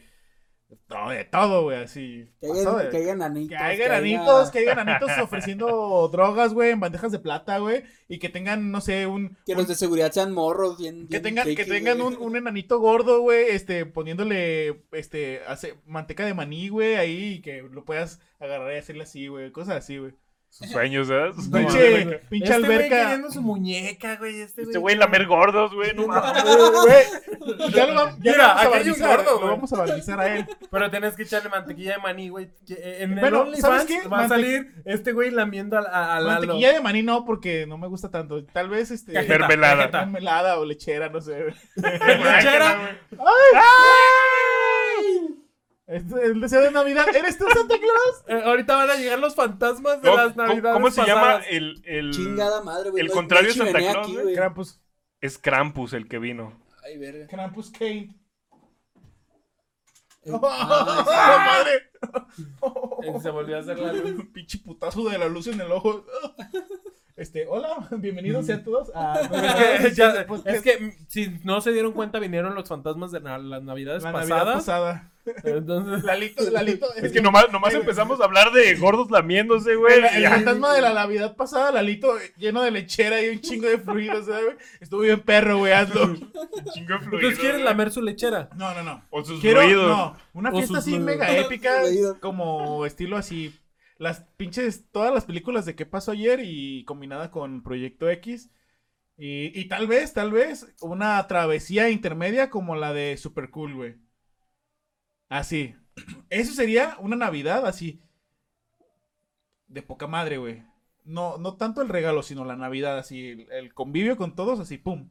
Speaker 1: No, de todo, güey, así.
Speaker 2: Que
Speaker 1: pasado
Speaker 2: hayan,
Speaker 1: de-
Speaker 2: que hayan anitos.
Speaker 1: Que hay
Speaker 2: que haya-
Speaker 1: granitos, que hay granitos ofreciendo drogas, güey, en bandejas de plata, güey. Y que tengan, no sé, un.
Speaker 2: Que los de seguridad sean morros. Bien,
Speaker 1: Que
Speaker 2: bien
Speaker 1: tengan, que
Speaker 2: frikis,
Speaker 1: tengan
Speaker 2: güey.
Speaker 1: un, un enanito gordo, güey, este, poniéndole, este, hace, manteca de maní, güey, ahí, y que lo puedas agarrar y hacerle así, güey, cosas así, güey.
Speaker 3: Sus sueños, ¿sabes?
Speaker 4: No mames,
Speaker 1: Pinche,
Speaker 4: güey.
Speaker 1: pinche
Speaker 4: Este güey
Speaker 1: alberca.
Speaker 4: queriendo su muñeca, güey. Este
Speaker 3: Este güey lamer gordos, güey. No mames.
Speaker 1: Güey, ya lo, va- ya
Speaker 4: Mira,
Speaker 1: lo vamos a
Speaker 4: aquí hay un
Speaker 1: balizar,
Speaker 4: gordo,
Speaker 1: lo
Speaker 4: güey.
Speaker 1: vamos a balizar a él.
Speaker 4: Pero tienes que echarle mantequilla de maní, güey. Que, eh, En el
Speaker 1: Bueno, ¿sabes
Speaker 4: OnlyFans
Speaker 1: qué?
Speaker 4: va a
Speaker 1: Mante-
Speaker 4: salir este güey lamiendo a, a, a Lalo.
Speaker 1: Mantequilla de maní no, porque no me gusta tanto. Tal vez, este,
Speaker 4: Cajeta,
Speaker 3: Mermelada.
Speaker 4: cajeta.
Speaker 1: mermelada o lechera, no sé, güey.
Speaker 4: Lechera.
Speaker 1: Este, El deseo de Navidad. ¿Eres tú, Santa Claus?
Speaker 4: Eh, ahorita van a llegar los fantasmas de
Speaker 3: No,
Speaker 4: las
Speaker 3: ¿cómo-
Speaker 4: navidades.
Speaker 3: ¿Cómo se llama Eh,
Speaker 4: pasadas.
Speaker 3: el, el
Speaker 2: Chingada madre, güey.
Speaker 3: El
Speaker 2: no hay-
Speaker 3: contrario
Speaker 2: no hay
Speaker 3: es Santa
Speaker 2: chimenea
Speaker 3: Claus,
Speaker 2: aquí,
Speaker 3: güey.
Speaker 2: güey.
Speaker 1: Krampus.
Speaker 3: es Krampus el que vino?
Speaker 2: Ay, verga.
Speaker 1: Krampus Kane.
Speaker 2: Eh,
Speaker 1: ¡Oh,
Speaker 2: ah,
Speaker 1: madre!
Speaker 4: Eh, Se volvió a hacer la luz.
Speaker 1: Un pinche putazo de la luz en el ojo. Este, hola, bienvenidos sean todos a...
Speaker 4: Es
Speaker 1: Pues
Speaker 4: que, ya-
Speaker 1: Podcast.
Speaker 4: es que mm, si no se dieron cuenta, vinieron los fantasmas de na- las navidades
Speaker 1: La Navidad
Speaker 4: pasadas.
Speaker 1: pasada.
Speaker 4: Entonces,
Speaker 1: Lalito, Lalito. eh,
Speaker 3: Es que nomás, nomás empezamos a hablar de gordos lamiéndose, güey.
Speaker 1: El, el
Speaker 3: y ya.
Speaker 1: fantasma de la Navidad pasada, Lalito, lleno de lechera y un chingo de fluidos, ¿sabes? Estuvo bien perro, güey, hazlo.
Speaker 3: Chingo de fluido,
Speaker 4: ¿Ustedes quieren
Speaker 3: güey.
Speaker 4: lamer su lechera?
Speaker 1: No, no, no.
Speaker 3: O sus
Speaker 1: Quiero,
Speaker 3: ruidos.
Speaker 1: no, una
Speaker 4: O
Speaker 1: fiesta
Speaker 4: sus
Speaker 1: así
Speaker 4: ruidos.
Speaker 1: mega épica,
Speaker 2: Ruidos.
Speaker 1: como estilo así, las pinches, todas las películas de qué pasó ayer y combinada con Proyecto X. Y, y tal vez, tal vez, una travesía intermedia como la de Super Cool, güey. Así. Eso sería una Navidad así. De poca madre, güey. No, no tanto el regalo, sino la Navidad, así. El, el convivio con todos, así, pum.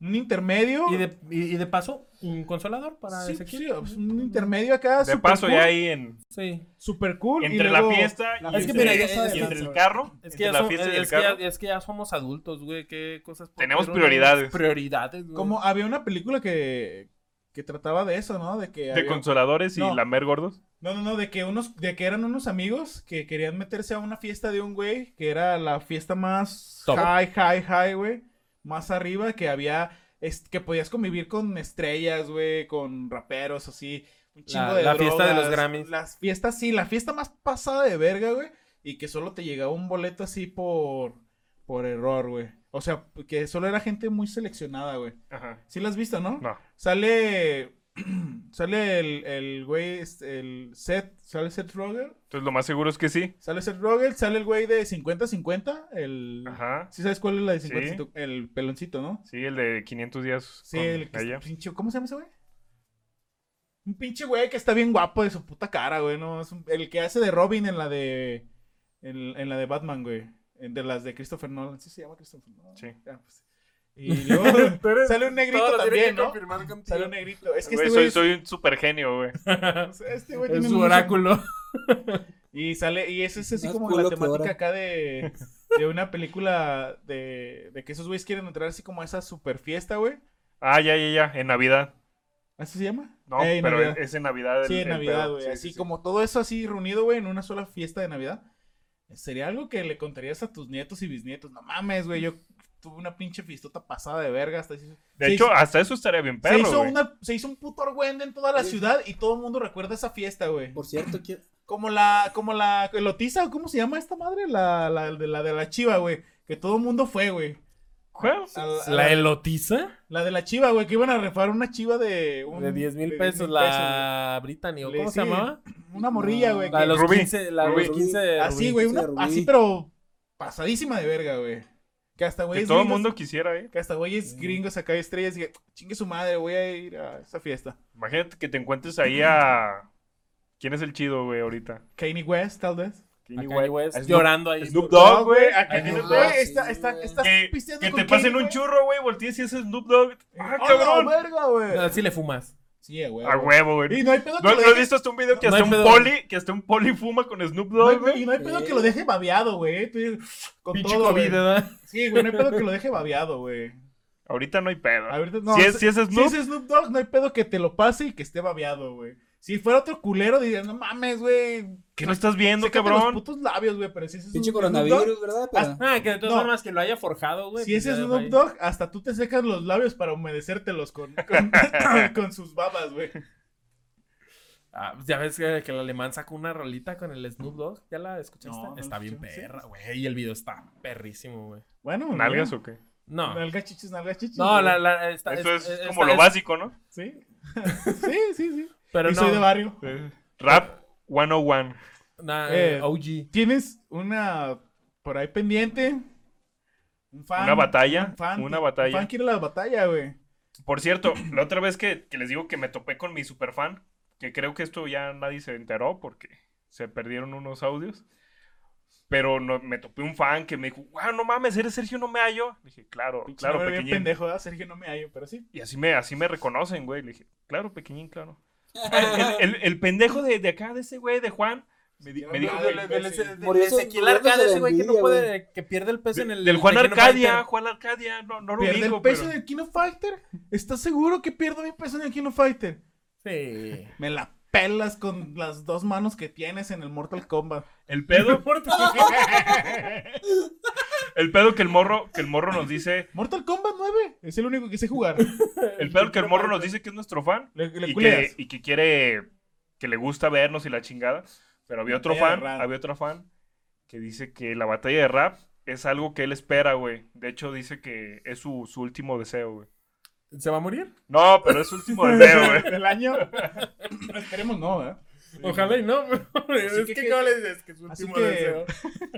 Speaker 1: Un intermedio.
Speaker 4: Y de, y, y de paso, un consolador para
Speaker 1: Sí,
Speaker 4: Ezequiel.
Speaker 1: sí, pues, un intermedio acá.
Speaker 3: De
Speaker 1: super
Speaker 3: paso,
Speaker 1: cool,
Speaker 3: ya ahí en.
Speaker 4: Sí.
Speaker 1: Super cool. y
Speaker 3: Entre
Speaker 1: luego
Speaker 3: la fiesta
Speaker 1: la
Speaker 3: y, entre,
Speaker 4: fiesta. Es que mira, ya-
Speaker 3: y
Speaker 4: ya-
Speaker 3: entre el carro.
Speaker 4: Es
Speaker 3: entre
Speaker 4: que, ya
Speaker 3: la
Speaker 4: som-
Speaker 3: fiesta y el
Speaker 4: es, que
Speaker 3: carro.
Speaker 4: ya, es que ya somos adultos, güey. ¿Qué cosas? por-
Speaker 3: Tenemos
Speaker 4: pero
Speaker 3: prioridades.
Speaker 4: Prioridades, güey.
Speaker 1: Como había una película que, que trataba de eso, ¿no? De que
Speaker 3: De
Speaker 1: había-
Speaker 3: consoladores y
Speaker 1: No.
Speaker 3: lamer gordos.
Speaker 1: No, no, no, de que unos, de que eran unos amigos que querían meterse a una fiesta de un güey, que era la fiesta más
Speaker 4: Top.
Speaker 1: high, high, high, güey. Más arriba, que había, es- que podías convivir con estrellas, güey, con raperos, así. Un chingo
Speaker 4: La-
Speaker 1: de
Speaker 4: la fiesta de los
Speaker 1: drogas,
Speaker 4: Grammys.
Speaker 1: Las fiestas, sí, la fiesta más pasada de verga, güey. Y que solo te llegaba un boleto así por, por error, güey. O sea, que solo era gente muy seleccionada, güey.
Speaker 3: Ajá.
Speaker 1: Sí la has visto, ¿no?
Speaker 3: No.
Speaker 1: Sale. sale el, el güey, este, el Seth. Sale Seth Roger.
Speaker 3: Entonces lo más seguro es que sí.
Speaker 1: Sale Seth Roger. Sale el güey de 50-50. El.
Speaker 3: Ajá.
Speaker 1: ¿Sí sabes cuál es la de
Speaker 3: Sí.
Speaker 1: 50? El peloncito, ¿no?
Speaker 3: Sí, el de 500 días.
Speaker 1: Sí,
Speaker 3: con
Speaker 1: el que
Speaker 3: ella.
Speaker 1: está pinche- ¿Cómo se llama ese güey? Un pinche güey que está bien guapo de su puta cara, güey. No, es un- el que hace de Robin en la de. En, en la de Batman, güey. En- de las de Christopher Nolan. Sí se llama Christopher Nolan.
Speaker 3: Sí.
Speaker 1: Ah, pues. Y luego
Speaker 4: Tú eres-
Speaker 1: sale un
Speaker 4: Todo
Speaker 1: negrito
Speaker 4: lo tiene que
Speaker 1: también, ¿no?
Speaker 4: confirmar contigo.
Speaker 1: Sale un negrito. Es que
Speaker 3: Güey,
Speaker 1: este güey.
Speaker 3: soy,
Speaker 1: es-
Speaker 3: soy un super genio, güey.
Speaker 1: O sea, Este güey
Speaker 4: Es
Speaker 1: tiene
Speaker 4: su
Speaker 1: mucho-
Speaker 4: oráculo.
Speaker 1: Y sale, y ese es así
Speaker 2: Más
Speaker 1: como la
Speaker 2: culo que
Speaker 1: temática
Speaker 2: ora.
Speaker 1: acá de, de una película de, de que esos güeyes quieren entrar así como a esa super fiesta, güey.
Speaker 3: Ah, ya, ya, ya. En Navidad.
Speaker 1: ¿Así se llama?
Speaker 3: No,
Speaker 1: Eh,
Speaker 3: pero
Speaker 1: Navidad.
Speaker 3: es en Navidad. el-
Speaker 1: Sí, en
Speaker 3: el
Speaker 1: Navidad,
Speaker 3: pedo.
Speaker 1: güey.
Speaker 3: Sí, sí,
Speaker 1: así
Speaker 3: sí.
Speaker 1: como todo eso así reunido, güey, en una sola fiesta de Navidad. Sería algo que le contarías a tus nietos y bisnietos. No mames, güey. Yo tuve una pinche fiestota pasada de verga. Hasta se,
Speaker 3: De
Speaker 1: se
Speaker 3: hecho,
Speaker 1: hizo-
Speaker 3: hasta eso estaría bien
Speaker 1: se,
Speaker 3: perro,
Speaker 1: hizo
Speaker 3: güey.
Speaker 1: una, se hizo un puto argüende en toda la
Speaker 2: Sí.
Speaker 1: ciudad y todo el mundo recuerda esa fiesta, güey.
Speaker 2: Por cierto, quiero-
Speaker 1: Como la, como la elotiza, o ¿cómo se llama esta madre? La, la, de, la de la chiva, güey. Que todo el mundo fue, güey.
Speaker 3: Bueno,
Speaker 1: A la- a
Speaker 4: ¿La
Speaker 1: la-
Speaker 4: elotiza?
Speaker 1: la de la chiva, güey, que iban a refar una chiva de... un-
Speaker 4: De 10 mil
Speaker 1: de
Speaker 4: pesos,
Speaker 1: 10,000
Speaker 4: la Brittany, ¿o
Speaker 1: Le-
Speaker 4: ¿cómo se
Speaker 1: sí.
Speaker 4: llamaba?
Speaker 1: güey. Una morrilla, güey.
Speaker 4: La
Speaker 1: que-
Speaker 4: de los
Speaker 3: Rubí.
Speaker 4: 15, la de los
Speaker 2: Rubí.
Speaker 4: 15 de
Speaker 1: Así,
Speaker 4: Rubí.
Speaker 1: Ah, güey, una,
Speaker 2: sí, Rubí.
Speaker 1: así, pero pasadísima de verga, güey. Que hasta
Speaker 3: que
Speaker 1: güeyes
Speaker 3: todo el
Speaker 1: gringos-
Speaker 3: mundo quisiera, ¿eh?
Speaker 1: Que hasta güeyes
Speaker 4: Sí.
Speaker 1: gringos acá de estrellas y que chingue su madre, voy a ir a esa fiesta.
Speaker 3: Imagínate que te encuentres ahí a. ¿Quién es el chido, güey, ahorita?
Speaker 1: Kanye West, tal vez.
Speaker 4: A
Speaker 3: Kanye
Speaker 4: Kanye
Speaker 3: West.
Speaker 4: West,
Speaker 3: a Snoop-
Speaker 4: llorando ahí.
Speaker 3: Snoop Dogg, güey. a
Speaker 1: acá
Speaker 3: Kanye
Speaker 2: Snoop
Speaker 3: West.
Speaker 2: Dogg.
Speaker 1: está,
Speaker 2: sí,
Speaker 1: está,
Speaker 2: güey.
Speaker 1: estás
Speaker 3: Que-
Speaker 1: pisteando
Speaker 3: Que
Speaker 1: con
Speaker 3: te pasen
Speaker 1: Kanye,
Speaker 3: un
Speaker 1: güey.
Speaker 3: churro, güey, voltees y ese Snoop Dogg. ¡Ah,
Speaker 1: ¡Hola,
Speaker 3: cabrón!
Speaker 1: verga, güey!
Speaker 4: Así le fumas.
Speaker 1: Sí, güey.
Speaker 3: A huevo, güey.
Speaker 1: Y no hay pedo que
Speaker 3: ¿No,
Speaker 1: lo
Speaker 3: no has
Speaker 1: deje-
Speaker 3: visto hasta un video que
Speaker 4: No
Speaker 3: hasta
Speaker 4: hay
Speaker 3: un
Speaker 4: pedo.
Speaker 3: poli, que hasta un poli fuma con Snoop
Speaker 1: no hay-
Speaker 3: Dogg, güey?
Speaker 1: y no hay pedo que lo deje babeado, güey. Tú dices, Con
Speaker 4: Pinche
Speaker 1: todo,
Speaker 4: COVID,
Speaker 1: güey.
Speaker 4: ¿verdad?
Speaker 1: Sí, güey, no hay pedo que lo deje babeado, güey.
Speaker 3: Ahorita no hay pedo.
Speaker 1: Ahorita no.
Speaker 3: si, es, si es
Speaker 1: Si
Speaker 3: Snoop,
Speaker 1: es Snoop Dogg, no hay pedo que te lo pase y que esté babeado, güey. Si fuera otro culero, dirías, no mames, güey.
Speaker 3: que no estás viendo,
Speaker 1: Sécate los
Speaker 3: cabrón.
Speaker 1: putos labios, güey, pero si es
Speaker 2: Pinche
Speaker 1: Snoop Dogg,
Speaker 2: coronavirus, ¿verdad? Pero...
Speaker 4: Ah, que de todas
Speaker 1: No.
Speaker 4: formas que lo haya forjado, güey.
Speaker 1: si
Speaker 4: pues
Speaker 1: ese es
Speaker 4: ya
Speaker 1: Snoop
Speaker 4: ahí.
Speaker 1: Dogg, hasta tú te secas los labios para humedecértelos con, con, con sus babas, güey.
Speaker 4: Ah, pues ya ves que, que el alemán sacó una rolita con el Snoop Dogg. ¿Ya la escuchaste?
Speaker 1: No, no
Speaker 4: está bien
Speaker 1: escuché, sí.
Speaker 4: perra, güey. Y el video está perrísimo, güey.
Speaker 1: Bueno,
Speaker 3: ¿Nalgas
Speaker 1: mira.
Speaker 3: o qué?
Speaker 4: No.
Speaker 1: Nalgas chichis, nalgas chichis.
Speaker 4: No,
Speaker 1: güey.
Speaker 4: la, la, está,
Speaker 3: Eso es
Speaker 4: es-
Speaker 3: como
Speaker 4: está-
Speaker 3: lo
Speaker 4: es-
Speaker 3: básico, ¿no?
Speaker 1: Sí. sí, sí, sí.
Speaker 4: Pero
Speaker 1: y
Speaker 4: no.
Speaker 1: soy de barrio.
Speaker 3: Rap 101.
Speaker 4: Nah,
Speaker 1: Eh,
Speaker 4: eh, OG.
Speaker 1: ¿Tienes una por ahí pendiente? Un fan.
Speaker 3: Una batalla,
Speaker 1: un fan,
Speaker 3: una
Speaker 1: un
Speaker 3: batalla.
Speaker 1: fan quiere la batalla, güey.
Speaker 3: Por cierto, la otra vez que, que les digo que me topé con mi superfan, que creo que esto ya nadie se enteró porque se perdieron unos audios. Pero no- me topé un fan que me dijo, wow, no mames, eres Sergio No Me Hallo. Dije, claro, claro,
Speaker 1: Pinche nombre bien
Speaker 3: pequeñín.
Speaker 1: pendejo, ¿verdad? Sergio no me hallo, pero sí.
Speaker 3: Y así me, así me reconocen, güey. Le dije, claro, pequeñín, claro. El, el- el pendejo de, de acá, de ese güey, de Juan, me, di- me dijo,
Speaker 1: Ah,
Speaker 4: Del- del-
Speaker 1: imbécil.
Speaker 4: del- del
Speaker 2: Muriéndose-
Speaker 4: Ezequiel
Speaker 2: muriéndose
Speaker 4: Arcadia,
Speaker 2: de
Speaker 4: ese güey que no
Speaker 2: envidia,
Speaker 4: puede, que pierde el peso en el.
Speaker 3: del Juan
Speaker 4: de Kino
Speaker 3: Arcadia,
Speaker 4: Fighter.
Speaker 3: Juan Arcadia, no, no lo
Speaker 1: ¿Pierde
Speaker 3: ubico,
Speaker 1: el peso
Speaker 3: pero-
Speaker 1: del Kino Fighter? ¿Estás seguro que pierdo mi peso en el Kino Fighter?
Speaker 4: Sí.
Speaker 1: Me la pelas con las dos manos que tienes en el Mortal Kombat.
Speaker 3: El pedo, el pedo que el morro, que el morro nos dice,
Speaker 1: Mortal Kombat 9 es el único que sé jugar.
Speaker 3: el pedo que el morro nos dice que es nuestro fan
Speaker 1: Le, le
Speaker 3: y que,
Speaker 1: culeas.
Speaker 3: y que quiere, que le gusta vernos y la chingada. Pero había otro
Speaker 1: Batalla de
Speaker 3: fan,
Speaker 1: rap.
Speaker 3: había otro fan que dice que la batalla de rap es algo que él espera, güey. De hecho, dice que es su, su último deseo, güey.
Speaker 4: ¿Se va a morir?
Speaker 3: No, pero es su último deseo, güey.
Speaker 1: El año. Esperemos no, ¿verdad?
Speaker 4: Ojalá y no. pero
Speaker 1: Así
Speaker 4: es
Speaker 1: que-
Speaker 4: que, ¿cómo le dices? Que es su
Speaker 1: así
Speaker 4: último
Speaker 1: que-
Speaker 4: deseo.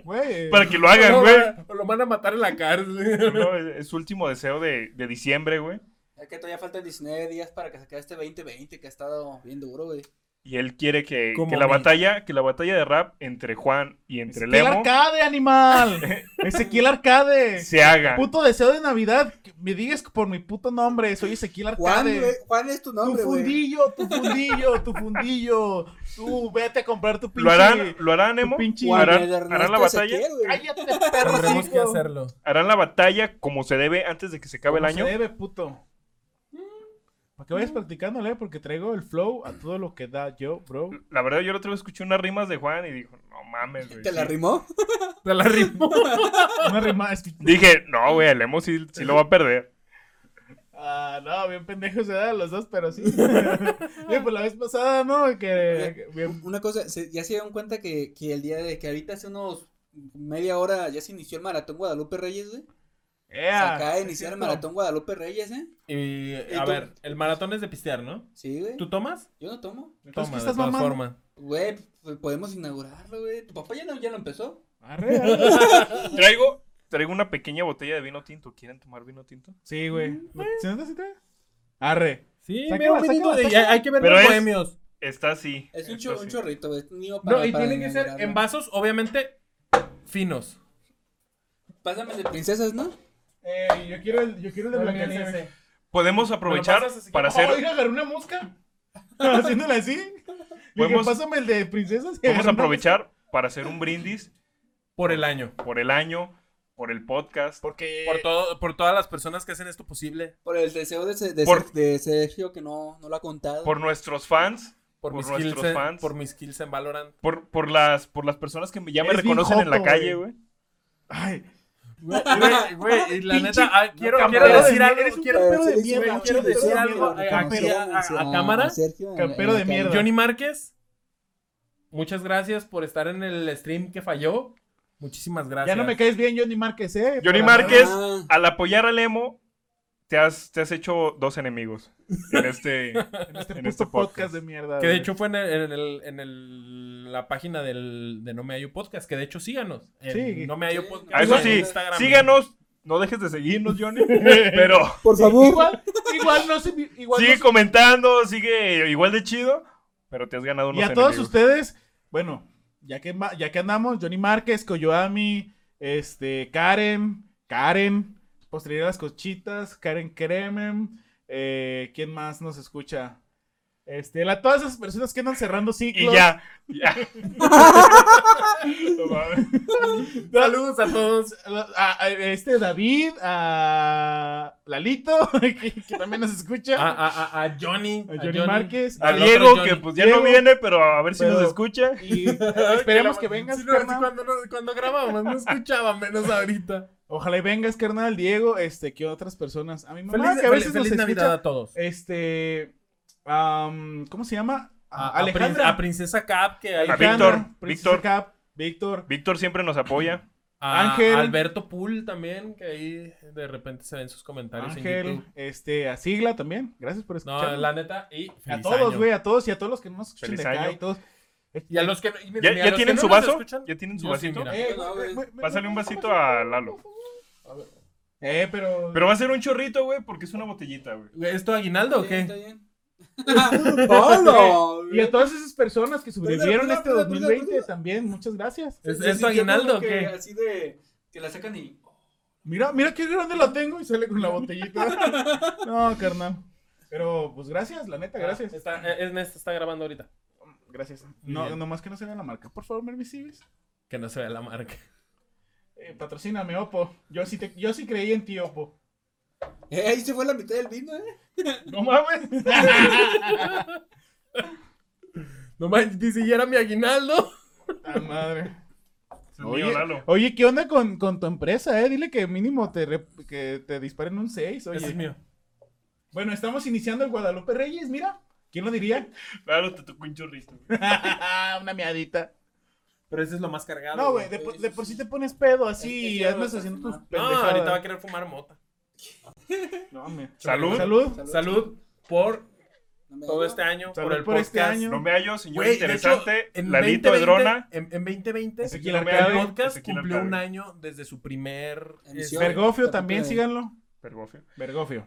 Speaker 1: Güey.
Speaker 3: Para que lo
Speaker 4: No,
Speaker 3: hagan, güey.
Speaker 4: o Lo van a matar en la cárcel.
Speaker 3: No, es es su último deseo de, de diciembre, güey.
Speaker 2: Es que todavía faltan 19 días para que se acabe este 2020 que ha estado bien duro, güey.
Speaker 3: Y él quiere que,
Speaker 4: Como
Speaker 3: que la
Speaker 4: mi-
Speaker 3: batalla, que la batalla de rap entre Juan y entre
Speaker 1: Ezequiel
Speaker 3: Lemo
Speaker 1: Arcade, animal. Ezequiel Arcade.
Speaker 3: se haga.
Speaker 1: Puto deseo de Navidad. que me digas por mi puto nombre. Soy Ezequiel
Speaker 2: Juan, güey,
Speaker 1: Arcade.
Speaker 2: Juan es tu
Speaker 1: Tu
Speaker 2: nombre, güey.
Speaker 1: fundillo, tu fundillo, tu fundillo. Tú vete a comprar tu pinche.
Speaker 3: ¿Lo harán, lo harán, Emo?
Speaker 1: pinche-
Speaker 3: ¿Harán,
Speaker 2: el Ernesto
Speaker 3: harán la batalla?
Speaker 2: Ezequiel, güey.
Speaker 1: Cállate,
Speaker 4: Tendremos que
Speaker 1: perro.
Speaker 4: hacerlo.
Speaker 3: ¿Harán la batalla como se debe antes de que se acabe el
Speaker 1: ¿Cómo
Speaker 3: año?
Speaker 1: Se debe, puto. Para que vayas practicándole, porque traigo el flow a todo lo que da yo, bro.
Speaker 3: La verdad, yo la otra vez escuché unas rimas de Juan y dijo, no mames, güey.
Speaker 2: ¿Te la
Speaker 3: Sí.
Speaker 2: rimó?
Speaker 4: Te la rimó.
Speaker 1: Una rima. es-
Speaker 3: Dije, no, güey, el Emo sí, sí lo va a perder.
Speaker 1: Ah, no, bien pendejos se dan los dos, pero sí. Oye, pues la vez pasada, ¿no? Que. que bien-
Speaker 2: Una cosa, se- ya se dieron cuenta que, que el día de que ahorita hace unos media hora ya se inició el maratón Guadalupe Reyes, güey. Se
Speaker 4: Ah,
Speaker 1: Ea,
Speaker 2: acaba de
Speaker 1: es
Speaker 2: iniciar el
Speaker 1: cierto.
Speaker 2: maratón Guadalupe Reyes, ¿eh?
Speaker 4: Y, a
Speaker 2: tú?
Speaker 4: ver, el maratón es de pistear, ¿no?
Speaker 2: Sí, güey.
Speaker 4: ¿Tú tomas?
Speaker 2: Yo no tomo.
Speaker 1: Entonces,
Speaker 4: Toma,
Speaker 1: ¿qué
Speaker 4: de
Speaker 1: estás
Speaker 4: todas
Speaker 1: mamando?
Speaker 4: formas.
Speaker 2: Güey, pues podemos inaugurarlo, güey. Tu papá ya, no, ya lo empezó.
Speaker 1: Arre, arre.
Speaker 3: Traigo, traigo una pequeña botella de vino tinto. ¿Quieren tomar vino tinto?
Speaker 1: Sí, güey.
Speaker 2: Mm, pues.
Speaker 1: ¿Se nota si te- Arre.
Speaker 4: Sí,
Speaker 1: Sácala,
Speaker 4: mira, un vinito
Speaker 1: sácala,
Speaker 4: de-
Speaker 1: sácala.
Speaker 4: hay que ver
Speaker 3: Pero
Speaker 4: los
Speaker 3: es-
Speaker 4: bohemios.
Speaker 3: Está así.
Speaker 2: Es un,
Speaker 3: está
Speaker 2: cho-
Speaker 3: así.
Speaker 2: un chorrito, güey. es un niño
Speaker 4: No,
Speaker 2: para-
Speaker 4: y
Speaker 2: para
Speaker 4: tienen que ser en
Speaker 2: inaugurarlo.
Speaker 4: vasos, obviamente, finos.
Speaker 2: Pásame el de princesas, ¿no?
Speaker 1: Eh, yo quiero el, yo quiero el de Blancanieves.
Speaker 3: Podemos aprovechar
Speaker 4: ¿Me lo pasas así?
Speaker 3: para hacer...
Speaker 1: Oiga, agarré una mosca. Haciéndola así. Dije,
Speaker 3: Podemos-
Speaker 1: pásame el de princesas. y
Speaker 3: Vamos
Speaker 1: agarré
Speaker 3: a
Speaker 1: una mosca.
Speaker 3: aprovechar para hacer un brindis
Speaker 4: Por el año.
Speaker 3: por el año, por el podcast.
Speaker 1: Porque.
Speaker 3: Eh,
Speaker 4: Por, todo, por todas las personas que hacen esto posible.
Speaker 2: Por el deseo de, Se- de
Speaker 3: Por-
Speaker 2: Ser- de Sergio que no, no lo ha contado.
Speaker 3: Por nuestros fans.
Speaker 4: Por,
Speaker 3: Por
Speaker 4: mis
Speaker 3: nuestros
Speaker 4: kills en,
Speaker 3: fans.
Speaker 4: Por mis kills en Valorant.
Speaker 3: Por, por las, por las personas que me- ya me
Speaker 1: Eres bien
Speaker 3: reconocen en la
Speaker 1: joto,
Speaker 3: calle, güey.
Speaker 1: Ay,
Speaker 4: Güey, güey, güey, y la
Speaker 1: Pinche
Speaker 4: neta, ah, quiero,
Speaker 1: campero
Speaker 4: quiero
Speaker 1: de
Speaker 4: decir
Speaker 1: mierda,
Speaker 4: algo.
Speaker 1: eres un
Speaker 4: quiero-
Speaker 1: campero de
Speaker 2: Sí,
Speaker 1: mierda,
Speaker 2: sí,
Speaker 4: quiero
Speaker 2: sí,
Speaker 4: decir
Speaker 2: sí,
Speaker 4: algo
Speaker 2: sí,
Speaker 4: a-
Speaker 2: sí,
Speaker 4: a
Speaker 2: sí,
Speaker 4: cámara,
Speaker 2: sí,
Speaker 4: a- a
Speaker 2: sí,
Speaker 4: cámara.
Speaker 2: Sergio en-
Speaker 1: Campero
Speaker 2: en
Speaker 1: de
Speaker 2: la calle.
Speaker 1: mierda.
Speaker 4: Johnny Márquez, muchas gracias por estar en el stream que falló. Muchísimas gracias.
Speaker 1: ya no me caes bien, Johnny Márquez, ¿eh?
Speaker 3: Johnny
Speaker 1: Para
Speaker 3: Márquez.
Speaker 1: nada.
Speaker 2: Ah,
Speaker 3: Al apoyar al emo, te has, te has hecho dos enemigos en este,
Speaker 1: En este,
Speaker 3: en
Speaker 1: puto
Speaker 3: este
Speaker 1: podcast.
Speaker 3: podcast.
Speaker 1: de mierda.
Speaker 4: Que de
Speaker 1: güey.
Speaker 4: hecho fue en, el- en el- en el- la página del, de No Me Hallo Podcast. Que de hecho síganos. en
Speaker 1: Sí.
Speaker 4: No Me Hallo
Speaker 2: Sí.
Speaker 4: Podcast.
Speaker 3: A eso
Speaker 4: en
Speaker 3: sí,
Speaker 4: Instagram.
Speaker 3: síganos. No dejes de seguirnos, Johnny. Pero
Speaker 2: por favor.
Speaker 1: Igual, igual no se. Igual no
Speaker 3: sigue
Speaker 1: se-
Speaker 3: comentando, sigue igual de chido. Pero te has ganado unos
Speaker 1: Y a todos
Speaker 3: enemigos.
Speaker 1: ustedes, bueno, ya que, ma- ya que andamos, Johnny Márquez, Coyoami, este, Karen, Karen, Postería de las Cochitas, Karen Kremen, eh, ¿quién más nos escucha? Este, la, todas esas personas que andan cerrando
Speaker 3: Y
Speaker 1: ciclos.
Speaker 3: ya. ya. No mames.
Speaker 4: Saludos a todos.
Speaker 1: A, a- este, David, a Lalito, que, que también nos
Speaker 4: A,
Speaker 1: escucha.
Speaker 4: a- a- a Johnny.
Speaker 1: A Johnny Márquez.
Speaker 3: A
Speaker 4: al otro
Speaker 3: Diego,
Speaker 4: Johnny.
Speaker 3: que pues ya
Speaker 1: Diego.
Speaker 3: no viene, pero a ver si
Speaker 1: Pero-
Speaker 3: nos escucha.
Speaker 1: Y esperemos que vengas,
Speaker 4: Sí, no, sí,
Speaker 1: carnal.
Speaker 4: cuando, nos- cuando grabábamos no escuchaba, menos ahorita.
Speaker 1: Ojalá y vengas, carnal, Diego, este, que otras personas. A mi mamá,
Speaker 4: Feliz,
Speaker 1: que a veces
Speaker 4: fel- feliz
Speaker 1: nos
Speaker 4: Navidad
Speaker 1: escucha.
Speaker 4: a todos.
Speaker 1: Este. am, ¿Cómo se llama? Ah,
Speaker 4: A, a prin-
Speaker 1: Alejandra.
Speaker 4: a Princesa Cap, que hay.
Speaker 3: A
Speaker 1: Alejandra,
Speaker 3: Víctor,
Speaker 1: Princesa
Speaker 3: Víctor.
Speaker 1: Cap, Víctor.
Speaker 3: Víctor siempre nos apoya.
Speaker 4: A
Speaker 1: Ángel.
Speaker 4: Alberto Pool también, que ahí de repente se ven sus comentarios en
Speaker 1: Ángel.
Speaker 4: YouTube.
Speaker 1: Este, a Sigla también. Gracias por
Speaker 4: No,
Speaker 1: escuchar.
Speaker 4: la neta, y
Speaker 1: a
Speaker 4: feliz
Speaker 1: todos,
Speaker 4: año.
Speaker 1: güey, a todos y a todos los que no nos escuchan
Speaker 3: Feliz
Speaker 1: de acá
Speaker 3: año.
Speaker 1: y todos.
Speaker 4: Y a los que no- y
Speaker 3: ¿Ya,
Speaker 4: mira, y a
Speaker 3: ya
Speaker 4: los
Speaker 3: tienen
Speaker 4: que
Speaker 3: su
Speaker 4: no nos
Speaker 3: vaso?
Speaker 4: escuchan,
Speaker 3: ¿Ya tienen su
Speaker 4: Yo sí,
Speaker 3: vasito?
Speaker 4: mira.
Speaker 1: Eh,
Speaker 2: no,
Speaker 1: güey,
Speaker 2: güey.
Speaker 1: güey,
Speaker 3: Pásale un
Speaker 1: güey,
Speaker 3: vasito a Lalo.
Speaker 1: Eh, pero.
Speaker 3: Pero va a ser un chorrito, güey, porque es una botellita, güey.
Speaker 4: Güey, ¿Esto aguinaldo o
Speaker 2: Sí, está
Speaker 4: qué?
Speaker 2: bien. ¡Hola!
Speaker 1: Y a todas esas personas que sobrevivieron
Speaker 2: Perdón,
Speaker 1: este
Speaker 2: perdón, perdón,
Speaker 1: 2020
Speaker 2: perdón.
Speaker 1: también, muchas gracias.
Speaker 4: ¿Es,
Speaker 2: Sí,
Speaker 4: es
Speaker 2: sí,
Speaker 4: tu aguinaldo o
Speaker 2: que
Speaker 4: qué?
Speaker 2: Así de que la sacan y.
Speaker 1: Mira, mira qué grande la tengo y sale con la botellita. No, carnal. Pero, pues gracias, la neta, gracias.
Speaker 4: Ah, está, eh, es Nesta, está grabando ahorita.
Speaker 1: Gracias.
Speaker 4: Muy
Speaker 1: No,
Speaker 4: bien.
Speaker 1: nomás que no se vea la marca. Por favor, Mermisivis.
Speaker 4: Que no se vea la marca.
Speaker 1: Eh, patrocíname, Oppo. Yo sí, te, yo sí creí en ti, Oppo.
Speaker 2: Eh, ahí se fue la mitad del vino, ¿eh?
Speaker 1: No mames.
Speaker 4: No manches, dice, ¿y era mi aguinaldo?
Speaker 1: La madre.
Speaker 3: Es mío, Lalo.
Speaker 1: oye, ¿qué onda con, con tu empresa, eh? Dile que mínimo te, re- que te disparen un 6, oye.
Speaker 4: Ese es mío.
Speaker 1: Bueno, estamos iniciando el Guadalupe Reyes, mira. ¿Quién lo diría?
Speaker 3: Lalo te tocó un chorrito. güey.
Speaker 1: Una miadita.
Speaker 4: Pero ese es lo más cargado.
Speaker 1: No, güey, de, por- de por si te pones pedo
Speaker 2: Es que
Speaker 1: así y
Speaker 2: ya
Speaker 1: andas
Speaker 2: vas a
Speaker 1: haciendo tus
Speaker 2: fumar.
Speaker 4: No, ahorita va a
Speaker 1: pendejadas.
Speaker 4: querer fumar mota.
Speaker 1: No, me-
Speaker 3: Salud.
Speaker 1: Salud.
Speaker 4: Salud por
Speaker 2: No me
Speaker 4: todo
Speaker 2: digas.
Speaker 4: este año,
Speaker 1: Salud
Speaker 4: por el
Speaker 1: por
Speaker 4: podcast.
Speaker 1: este año.
Speaker 3: No me hallo, señor
Speaker 4: Güey, de
Speaker 3: interesante.
Speaker 4: hecho, en
Speaker 3: Lalito
Speaker 4: 2020,
Speaker 3: Edrona.
Speaker 4: En, en 2020,
Speaker 1: Ezequiel
Speaker 4: el
Speaker 1: Arcade.
Speaker 4: podcast
Speaker 3: Ezequiel
Speaker 4: cumplió un
Speaker 3: Arcade.
Speaker 4: año desde su primer...
Speaker 2: Emisión.
Speaker 4: este,
Speaker 1: Vergofio también,
Speaker 2: Capítulo.
Speaker 1: síganlo.
Speaker 3: Pergofio.
Speaker 1: Vergofio.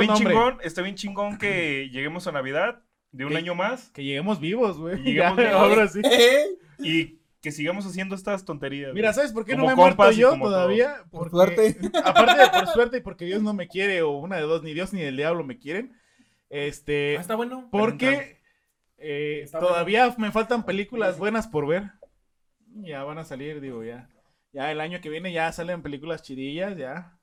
Speaker 1: Mejor
Speaker 3: bien
Speaker 1: nombre.
Speaker 3: chingón, está bien chingón que lleguemos a Navidad de un
Speaker 1: Sí.
Speaker 3: año más
Speaker 1: Que lleguemos vivos, güey.
Speaker 3: Que lleguemos
Speaker 1: Ya,
Speaker 3: vivos.
Speaker 1: Ahora sí.
Speaker 2: ¡Eh!
Speaker 3: y que sigamos haciendo estas tonterías.
Speaker 1: Mira,
Speaker 3: güey.
Speaker 1: ¿sabes por qué no
Speaker 3: Como
Speaker 1: me he muerto
Speaker 3: compas y
Speaker 1: yo
Speaker 3: como
Speaker 1: todavía?
Speaker 2: Por
Speaker 1: Porque-
Speaker 2: suerte.
Speaker 1: Aparte de por suerte y porque Dios no me quiere, o una de dos, ni Dios ni el diablo me quieren. Este,
Speaker 4: ah, está bueno.
Speaker 1: porque eh,
Speaker 4: Está bueno.
Speaker 1: todavía me faltan películas buenas por ver. Ya van a salir, digo, ya. Ya el año que viene ya salen películas chidillas, ya.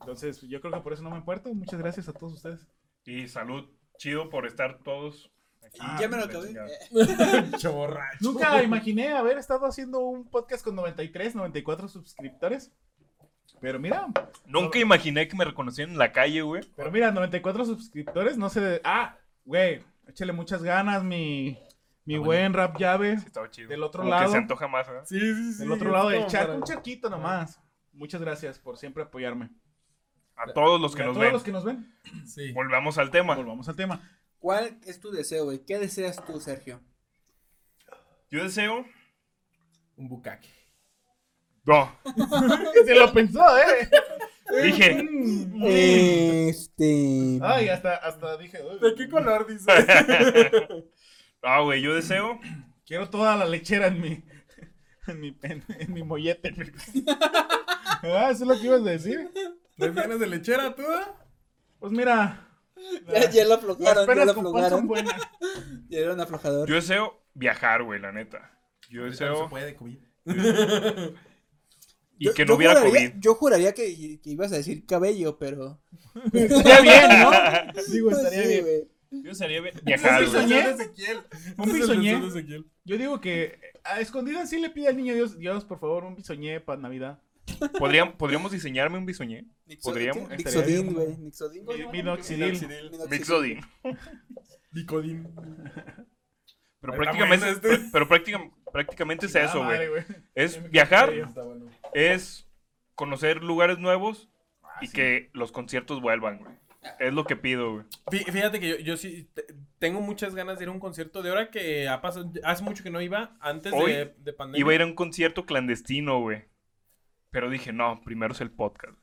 Speaker 1: Entonces, yo creo que por eso no me he muerto. Muchas gracias a todos ustedes.
Speaker 3: Y salud, chido por estar todos aquí.
Speaker 1: Ah,
Speaker 2: ya me lo
Speaker 3: La
Speaker 2: acabé.
Speaker 3: chingada.
Speaker 2: Eh,
Speaker 4: Pinche borracho.
Speaker 1: Nunca imaginé haber estado haciendo un podcast con 93, 94 suscriptores. Pero mira,
Speaker 3: Nunca imaginé que me reconocían en la calle, güey.
Speaker 1: Pero mira, 94 suscriptores, no sé. Ah, güey, échale muchas ganas, mi, mi
Speaker 3: Ah,
Speaker 1: buen rap llave.
Speaker 3: Sí, estaba chido.
Speaker 1: Del otro
Speaker 3: Como
Speaker 1: lado.
Speaker 3: Que se antoja más, ¿eh? ¿verdad?
Speaker 4: Sí, sí, sí.
Speaker 1: Del otro lado
Speaker 4: es
Speaker 1: del
Speaker 4: como
Speaker 1: chat,
Speaker 4: para-
Speaker 1: un charquito nomás. Muchas gracias por siempre apoyarme.
Speaker 3: A todos los
Speaker 1: Y
Speaker 3: que
Speaker 1: a
Speaker 3: nos
Speaker 1: todos
Speaker 3: ven.
Speaker 1: los que nos ven,
Speaker 4: Sí.
Speaker 3: Volvamos al tema.
Speaker 1: volvamos al tema.
Speaker 2: ¿Cuál es tu deseo, güey? ¿Qué deseas tú, Sergio?
Speaker 3: Yo deseo.
Speaker 4: Un bucaque.
Speaker 3: No.
Speaker 1: Se lo pensó, ¿eh?
Speaker 3: Dije. eh.
Speaker 1: Mm.
Speaker 2: Este.
Speaker 1: Ay, hasta, hasta dije, uy,
Speaker 4: ¿De qué color dice?
Speaker 3: Ah, güey, yo deseo.
Speaker 1: quiero toda la lechera en mi, en mi, en, en mi mollete. ah, eso es lo que ibas a decir.
Speaker 4: ¿Te vienes de lechera tú?
Speaker 1: Pues mira,
Speaker 2: Ya, ya lo
Speaker 1: las
Speaker 2: aflojaron, ya lo
Speaker 1: penas con pan son
Speaker 2: aflojaron.
Speaker 1: buenas.
Speaker 2: Ya era un aflojador.
Speaker 3: Yo deseo viajar, güey, la neta. Yo
Speaker 4: No se
Speaker 3: deseo.
Speaker 4: puede, COVID.
Speaker 3: y que no hubiera
Speaker 2: juraría,
Speaker 3: COVID.
Speaker 2: Yo juraría que, que ibas a decir cabello, pero. pues,
Speaker 1: Estaría bien, ¿no? Digo, estaría
Speaker 2: Sí,
Speaker 1: bien.
Speaker 2: güey.
Speaker 3: Yo sería viajar,
Speaker 1: Sí,
Speaker 3: güey.
Speaker 1: soñé. Un
Speaker 4: Un
Speaker 1: bisoñé.
Speaker 4: bisoñé. Ezequiel.
Speaker 1: Yo digo que a escondidas sí le pide al niño Dios, Dios, por favor, un bisoñé para Navidad.
Speaker 3: ¿Podrían- podríamos diseñarme un bisoñé. Podríamos,
Speaker 2: ¿qué?
Speaker 3: estaría
Speaker 2: Nixodin,
Speaker 1: bien.
Speaker 2: güey. Nixodin, güey.
Speaker 1: Mi- Minoxidil.
Speaker 3: Ah,
Speaker 2: Minoxidil.
Speaker 3: Mixodin.
Speaker 4: Bicodín.
Speaker 3: Pero
Speaker 4: Está
Speaker 3: prácticamente,
Speaker 4: bueno este.
Speaker 3: pero práctica- prácticamente es eso,
Speaker 1: Ah,
Speaker 3: güey.
Speaker 1: madre,
Speaker 3: Es viajar,
Speaker 1: creo.
Speaker 4: Está bueno.
Speaker 3: es conocer lugares nuevos y que los conciertos vuelvan, güey. Es lo que pido, güey.
Speaker 4: Fí- Fíjate que yo, yo sí te- tengo muchas ganas de ir a un concierto. De ahora que ha pasado, hace mucho que no iba, antes
Speaker 3: Hoy
Speaker 4: de, de pandemia.
Speaker 3: Iba a ir a un concierto clandestino, güey. Pero dije, no, primero es el podcast.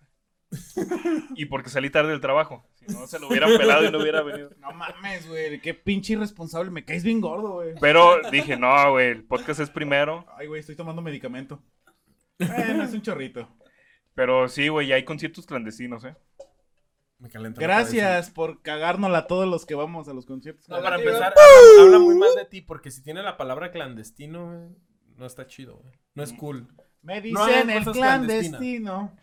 Speaker 3: güey. y porque salí tarde del trabajo. Si no, se lo hubieran pelado y no hubiera venido.
Speaker 1: No mames, güey, qué pinche irresponsable, me caes bien gordo, güey.
Speaker 3: Pero dije, no, güey, el podcast es primero.
Speaker 1: Ay, güey, estoy tomando medicamento. Bueno, es un chorrito.
Speaker 3: Pero sí, güey, ya hay conciertos clandestinos, ¿eh?
Speaker 4: Me calenta la cabeza.
Speaker 1: Gracias por cagárnosla a todos los que vamos a los conciertos.
Speaker 4: No, para
Speaker 2: Digo,
Speaker 4: empezar, habla, habla muy mal de ti porque si tiene la palabra clandestino, güey, no está chido, güey. No es cool.
Speaker 1: Me
Speaker 4: No hagan
Speaker 1: dicen el
Speaker 4: cosas
Speaker 1: clandestino.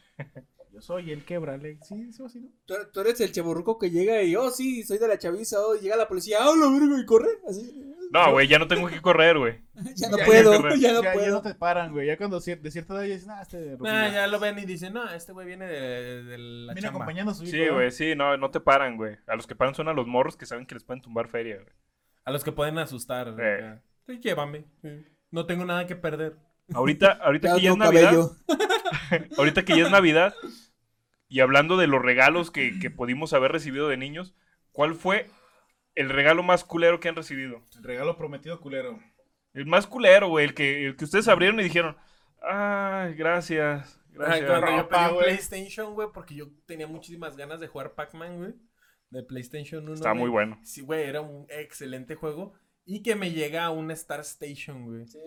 Speaker 1: Yo soy el quebrale. Sí, eso sí, ¿no?
Speaker 2: Tú, tú eres el chaburruco que llega y, oh, sí, soy de la chaviza. Oh, y llega la policía, oh, lo vergo y corre. Así.
Speaker 3: No, güey, ya no tengo que correr, güey.
Speaker 2: Ya no
Speaker 1: Ya, ya,
Speaker 2: puedo,
Speaker 3: corre.
Speaker 2: ya no
Speaker 1: ya, ya no
Speaker 2: puedo.
Speaker 1: te paran, güey. Ya cuando cier- de cierta edad ya dices, nah, este de
Speaker 4: Nah,
Speaker 1: rutina".
Speaker 4: ya lo ven y dicen, no, este güey viene de, de la
Speaker 1: Viene
Speaker 4: chamba.
Speaker 1: acompañando a su hijo.
Speaker 3: Sí,
Speaker 1: ¿no?
Speaker 3: güey, sí, no, no te paran, güey. A los que paran son a los morros que saben que les pueden tumbar feria, güey.
Speaker 4: A los que pueden asustar.
Speaker 3: Eh.
Speaker 4: acá. Sí, llévame. No tengo nada que perder.
Speaker 3: Ahorita, ahorita
Speaker 2: Ya
Speaker 3: que ya es
Speaker 2: otro
Speaker 3: Navidad,
Speaker 2: cabello.
Speaker 3: ahorita que ya es Navidad, y hablando de los regalos que, que pudimos haber recibido de niños, ¿cuál fue el regalo más culero que han recibido?
Speaker 1: El regalo prometido culero.
Speaker 3: El más culero, güey, el que, el que ustedes abrieron y dijeron, ay, gracias,
Speaker 4: Ay,
Speaker 3: gracias.
Speaker 4: cuando yo
Speaker 1: ropa,
Speaker 4: pedí un
Speaker 1: güey.
Speaker 4: PlayStation, güey, porque yo tenía muchísimas ganas de jugar Pac-Man, güey. De PlayStation 1.
Speaker 3: Está
Speaker 4: güey.
Speaker 3: muy bueno.
Speaker 4: Sí, güey, era un excelente juego. Y que me llega a una Star Station, güey.
Speaker 2: Sí,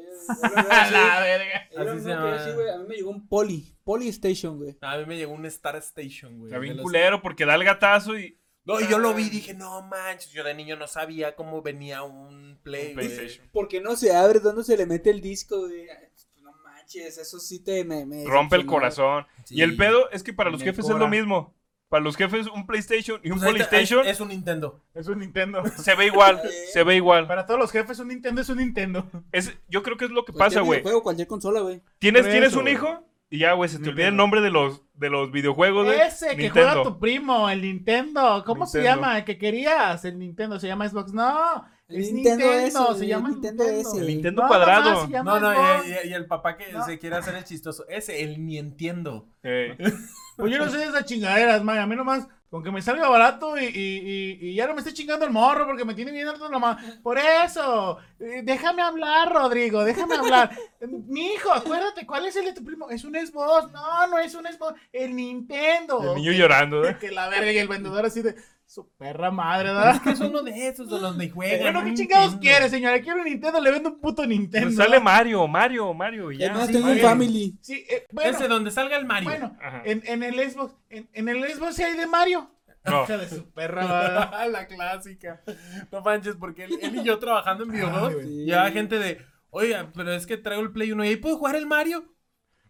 Speaker 2: la verdad,
Speaker 1: verga.
Speaker 2: sí. Era
Speaker 4: Así se
Speaker 2: uno que
Speaker 4: llama.
Speaker 2: sí, güey, A mí me llegó un poli, poli station, güey.
Speaker 4: A mí me llegó un Star Station, güey.
Speaker 3: Está bien
Speaker 4: de los-
Speaker 3: culero porque da el gatazo y
Speaker 4: No, y yo lo vi y dije, no manches, yo de niño no sabía cómo venía un Play,
Speaker 3: un
Speaker 4: güey.
Speaker 3: PlayStation.
Speaker 2: Porque no se abre, ¿dónde se le mete el disco, güey? Ay, pues, No manches, eso sí te me, me
Speaker 3: Rompe el
Speaker 2: decepcionó.
Speaker 3: corazón. Y el
Speaker 4: Sí.
Speaker 3: pedo es que para los
Speaker 1: En el
Speaker 3: jefes es
Speaker 1: Cora.
Speaker 3: lo mismo. Para los jefes, un PlayStation y un
Speaker 4: Pues ahí está-
Speaker 3: PlayStation
Speaker 4: Es, es un Nintendo.
Speaker 1: Es un Nintendo.
Speaker 3: se ve igual.
Speaker 2: Eh.
Speaker 3: se ve igual.
Speaker 1: Para todos los jefes, un Nintendo es un Nintendo.
Speaker 3: Es, yo creo que es lo que
Speaker 2: Cualquier
Speaker 3: pasa, güey.
Speaker 2: videojuego, cualquier consola, pues, güey.
Speaker 3: Tienes,
Speaker 1: Por
Speaker 3: tienes
Speaker 1: eso,
Speaker 3: un
Speaker 1: güey.
Speaker 3: hijo y ya, güey, se te
Speaker 1: Muy
Speaker 3: olvida el
Speaker 1: bien.
Speaker 3: nombre de los, de los videojuegos, güey.
Speaker 1: Ese que
Speaker 3: Nintendo.
Speaker 1: juega tu primo, el Nintendo. ¿Cómo se
Speaker 3: Nintendo.
Speaker 1: llama? ¿El que querías? El Nintendo. ¿Se llama Xbox? No.
Speaker 2: El
Speaker 1: Es
Speaker 2: Nintendo
Speaker 1: Nintendo.
Speaker 2: ese,
Speaker 1: se
Speaker 2: el
Speaker 1: llama
Speaker 2: Nintendo
Speaker 1: Nintendo.
Speaker 2: ese. El
Speaker 3: Nintendo
Speaker 1: No, mamá,
Speaker 3: cuadrado.
Speaker 1: se llama
Speaker 4: No, eh, no,
Speaker 1: Xbox.
Speaker 4: y, y- y el papá que
Speaker 1: No.
Speaker 4: se quiere hacer el chistoso. Ese, el Nintendo.
Speaker 3: Eh,
Speaker 1: Pues yo no sé de esas chingaderas, man. A mí nomás, con que me salga barato y, y- y- y ya no me esté chingando el morro porque me tiene bien harto nomás. Por eso, eh, déjame hablar, Rodrigo, déjame hablar. Mi hijo, acuérdate, ¿cuál es el de tu primo? Es un Xbox. No, no es un Xbox. El Nintendo.
Speaker 3: el niño llorando,
Speaker 1: Que-
Speaker 3: ¿eh?
Speaker 1: Que la verga y el vendedor así de su perra madre, ¿verdad? Eh,
Speaker 4: Es uno de esos de los de juego.
Speaker 1: Bueno, ¿qué chingados quiere, señora? Quiero un Nintendo, le vendo un puto Nintendo.
Speaker 3: Pues sale Mario, Mario, Mario, y
Speaker 2: Ya,
Speaker 3: ya.
Speaker 2: no,
Speaker 4: sí,
Speaker 2: tengo un
Speaker 1: güey.
Speaker 2: family.
Speaker 1: Sí, eh,
Speaker 4: Ese
Speaker 1: bueno,
Speaker 4: donde salga el Mario.
Speaker 1: bueno,
Speaker 3: Ajá.
Speaker 1: en, en el Xbox, en, en el Xbox sí hay de Mario.
Speaker 3: No.
Speaker 1: Hija de su perra madre.
Speaker 4: la clásica. No manches, porque él, él y yo trabajando en videojuegos,
Speaker 1: Ay, güey.
Speaker 2: Sí.
Speaker 4: llevaba gente de, oiga, pero es que traigo el Play 1 y ahí puedo jugar el Mario.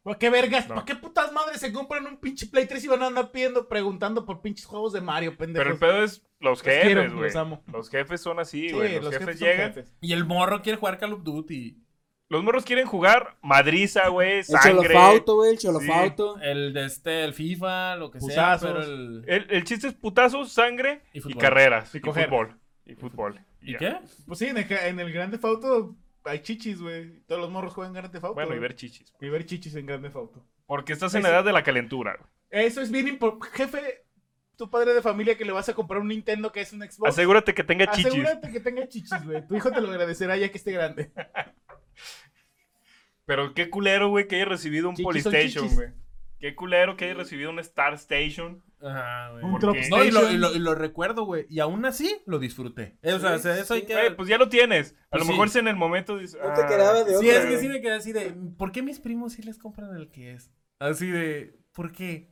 Speaker 1: ¿Por Pues, qué vergas?
Speaker 3: No.
Speaker 1: ¿Por qué putas madres se compran un pinche Play 3 y van a andar pidiendo, preguntando por pinches juegos de Mario,
Speaker 3: Pero el
Speaker 1: pendejos?
Speaker 3: pedo es los
Speaker 1: Los quiero,
Speaker 3: jefes, güey.
Speaker 1: los amo.
Speaker 3: Los jefes son así,
Speaker 1: Sí,
Speaker 3: güey. los, jefes,
Speaker 1: son
Speaker 3: llegan.
Speaker 1: jefes.
Speaker 4: Y el morro quiere jugar Call of Duty.
Speaker 3: Los morros quieren jugar madriza, güey,
Speaker 2: El
Speaker 3: sangre.
Speaker 2: cholofauto, güey, el cholofauto.
Speaker 4: El de este, el FIFA, lo que
Speaker 1: Putazos.
Speaker 4: sea, pero el...
Speaker 3: El, el chiste es putazos, sangre
Speaker 4: Y
Speaker 3: y,
Speaker 4: fútbol.
Speaker 3: carreras.
Speaker 1: Y
Speaker 3: Y,
Speaker 1: coger.
Speaker 3: fútbol. Y fútbol.
Speaker 4: ¿Y
Speaker 3: ya.
Speaker 4: qué?
Speaker 1: Pues sí, en el, en el Grande Fauto hay chichis, güey. Todos los morros juegan Grande Fauto.
Speaker 2: Pues,
Speaker 3: Bueno, y ver chichis.
Speaker 1: y ver chichis en Grande Fauto.
Speaker 3: Porque estás en
Speaker 1: Ahí
Speaker 3: la
Speaker 1: sí.
Speaker 3: edad de la calentura, güey.
Speaker 1: Eso es bien importante. Jefe, tu padre de familia que le vas a comprar un Nintendo que es un Xbox.
Speaker 3: Asegúrate que tenga chichis.
Speaker 1: Asegúrate que tenga chichis, güey. Tu hijo te lo agradecerá ya que esté grande.
Speaker 3: Pero qué culero, güey, que haya recibido un
Speaker 1: Chichis son
Speaker 3: Polystation,
Speaker 1: chichis.
Speaker 3: güey. Qué culero que haya recibido un Star Station.
Speaker 4: Ajá, güey.
Speaker 1: Un
Speaker 3: Porque-
Speaker 1: Drop
Speaker 4: No, y lo, y
Speaker 1: Station.
Speaker 4: lo- y lo recuerdo, güey. Y aún así lo disfruté. Eh, o sea,
Speaker 2: Sí,
Speaker 4: eso hay
Speaker 2: sí.
Speaker 4: que.
Speaker 3: Güey, pues ya lo tienes. A
Speaker 4: Pues
Speaker 3: lo
Speaker 4: sí.
Speaker 3: mejor si en el momento dices. "Ah,
Speaker 2: No te quedaba de
Speaker 4: sí,
Speaker 2: otra,
Speaker 4: es que
Speaker 2: güey.
Speaker 4: sí me quedé así de. ¿Por qué mis primos sí les compran el que es? Así de. ¿Por qué?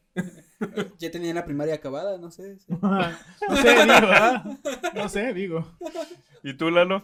Speaker 2: Ya tenía la primaria acabada, no sé. sí.
Speaker 1: no sé, digo, ¿ah? ¿verdad? No sé, digo.
Speaker 3: ¿Y tú, Lalo?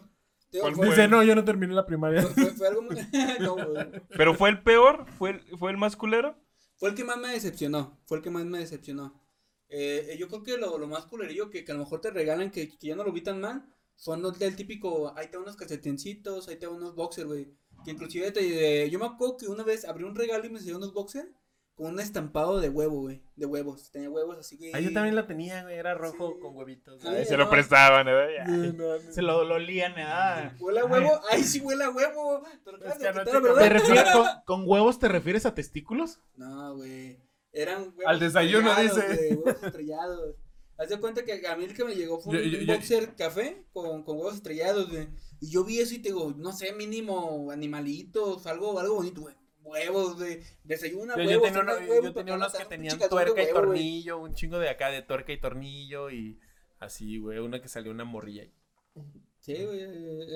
Speaker 2: Digo,
Speaker 3: ¿Cuál
Speaker 2: fue-
Speaker 4: Dice, no, yo no terminé la primaria.
Speaker 2: fue- fue algo muy- no, güey.
Speaker 3: ¿Pero fue el peor? ¿Fue el, fue el más culero?
Speaker 2: Fue el que más me decepcionó. Fue el que más me decepcionó. Eh, eh, yo creo que lo, lo más culerillo que, que a lo mejor te regalan, que, que ya no lo vi tan mal, son los del típico, ahí te van unos calcetincitos, ahí te van unos boxers, güey. Que inclusive te, eh, yo me acuerdo que una vez abrí un regalo y me enseñó unos boxers con un estampado de huevo, güey. De huevos. Tenía huevos así que...
Speaker 4: Ah, yo también la tenía, güey. Era rojo
Speaker 2: Sí.
Speaker 4: con huevitos.
Speaker 2: Ay,
Speaker 4: güey.
Speaker 3: Se lo
Speaker 2: no.
Speaker 3: prestaban, ¿eh? Ya.
Speaker 4: No, no, no.
Speaker 1: Se lo, lo olían, ¿verdad?
Speaker 2: Huele a huevo, ay sí huele a huevo. Te lo acabas de
Speaker 4: Es que
Speaker 2: quitar,
Speaker 4: anoche
Speaker 1: ¿Te
Speaker 2: ¿verdad?
Speaker 1: refieres con, con huevos te refieres a testículos?
Speaker 2: No, güey. Eran huevos
Speaker 4: Al desayuno,
Speaker 2: estrellados,
Speaker 4: dice.
Speaker 2: güey, huevos estrellados. Haz de cuenta que a mí el que me llegó fue un,
Speaker 4: Yo- yo-
Speaker 2: un
Speaker 4: yo-
Speaker 2: boxer café con, con huevos estrellados, güey. Y yo vi eso y te digo, no sé, mínimo animalitos, algo, algo bonito, güey. Huevos, güey. Desayuna,
Speaker 4: Yo,
Speaker 2: huevos.
Speaker 4: yo tenía,
Speaker 2: cena,
Speaker 4: uno-
Speaker 2: huevo,
Speaker 4: yo
Speaker 2: papá,
Speaker 4: tenía unos que
Speaker 2: mata, un
Speaker 4: tenían
Speaker 2: pinche calzón de
Speaker 4: tuerca y
Speaker 2: huevo, güey.
Speaker 4: tornillo, un chingo de acá de tuerca y tornillo y así, güey, una que salió una morrilla. ahí.
Speaker 2: Sí, güey.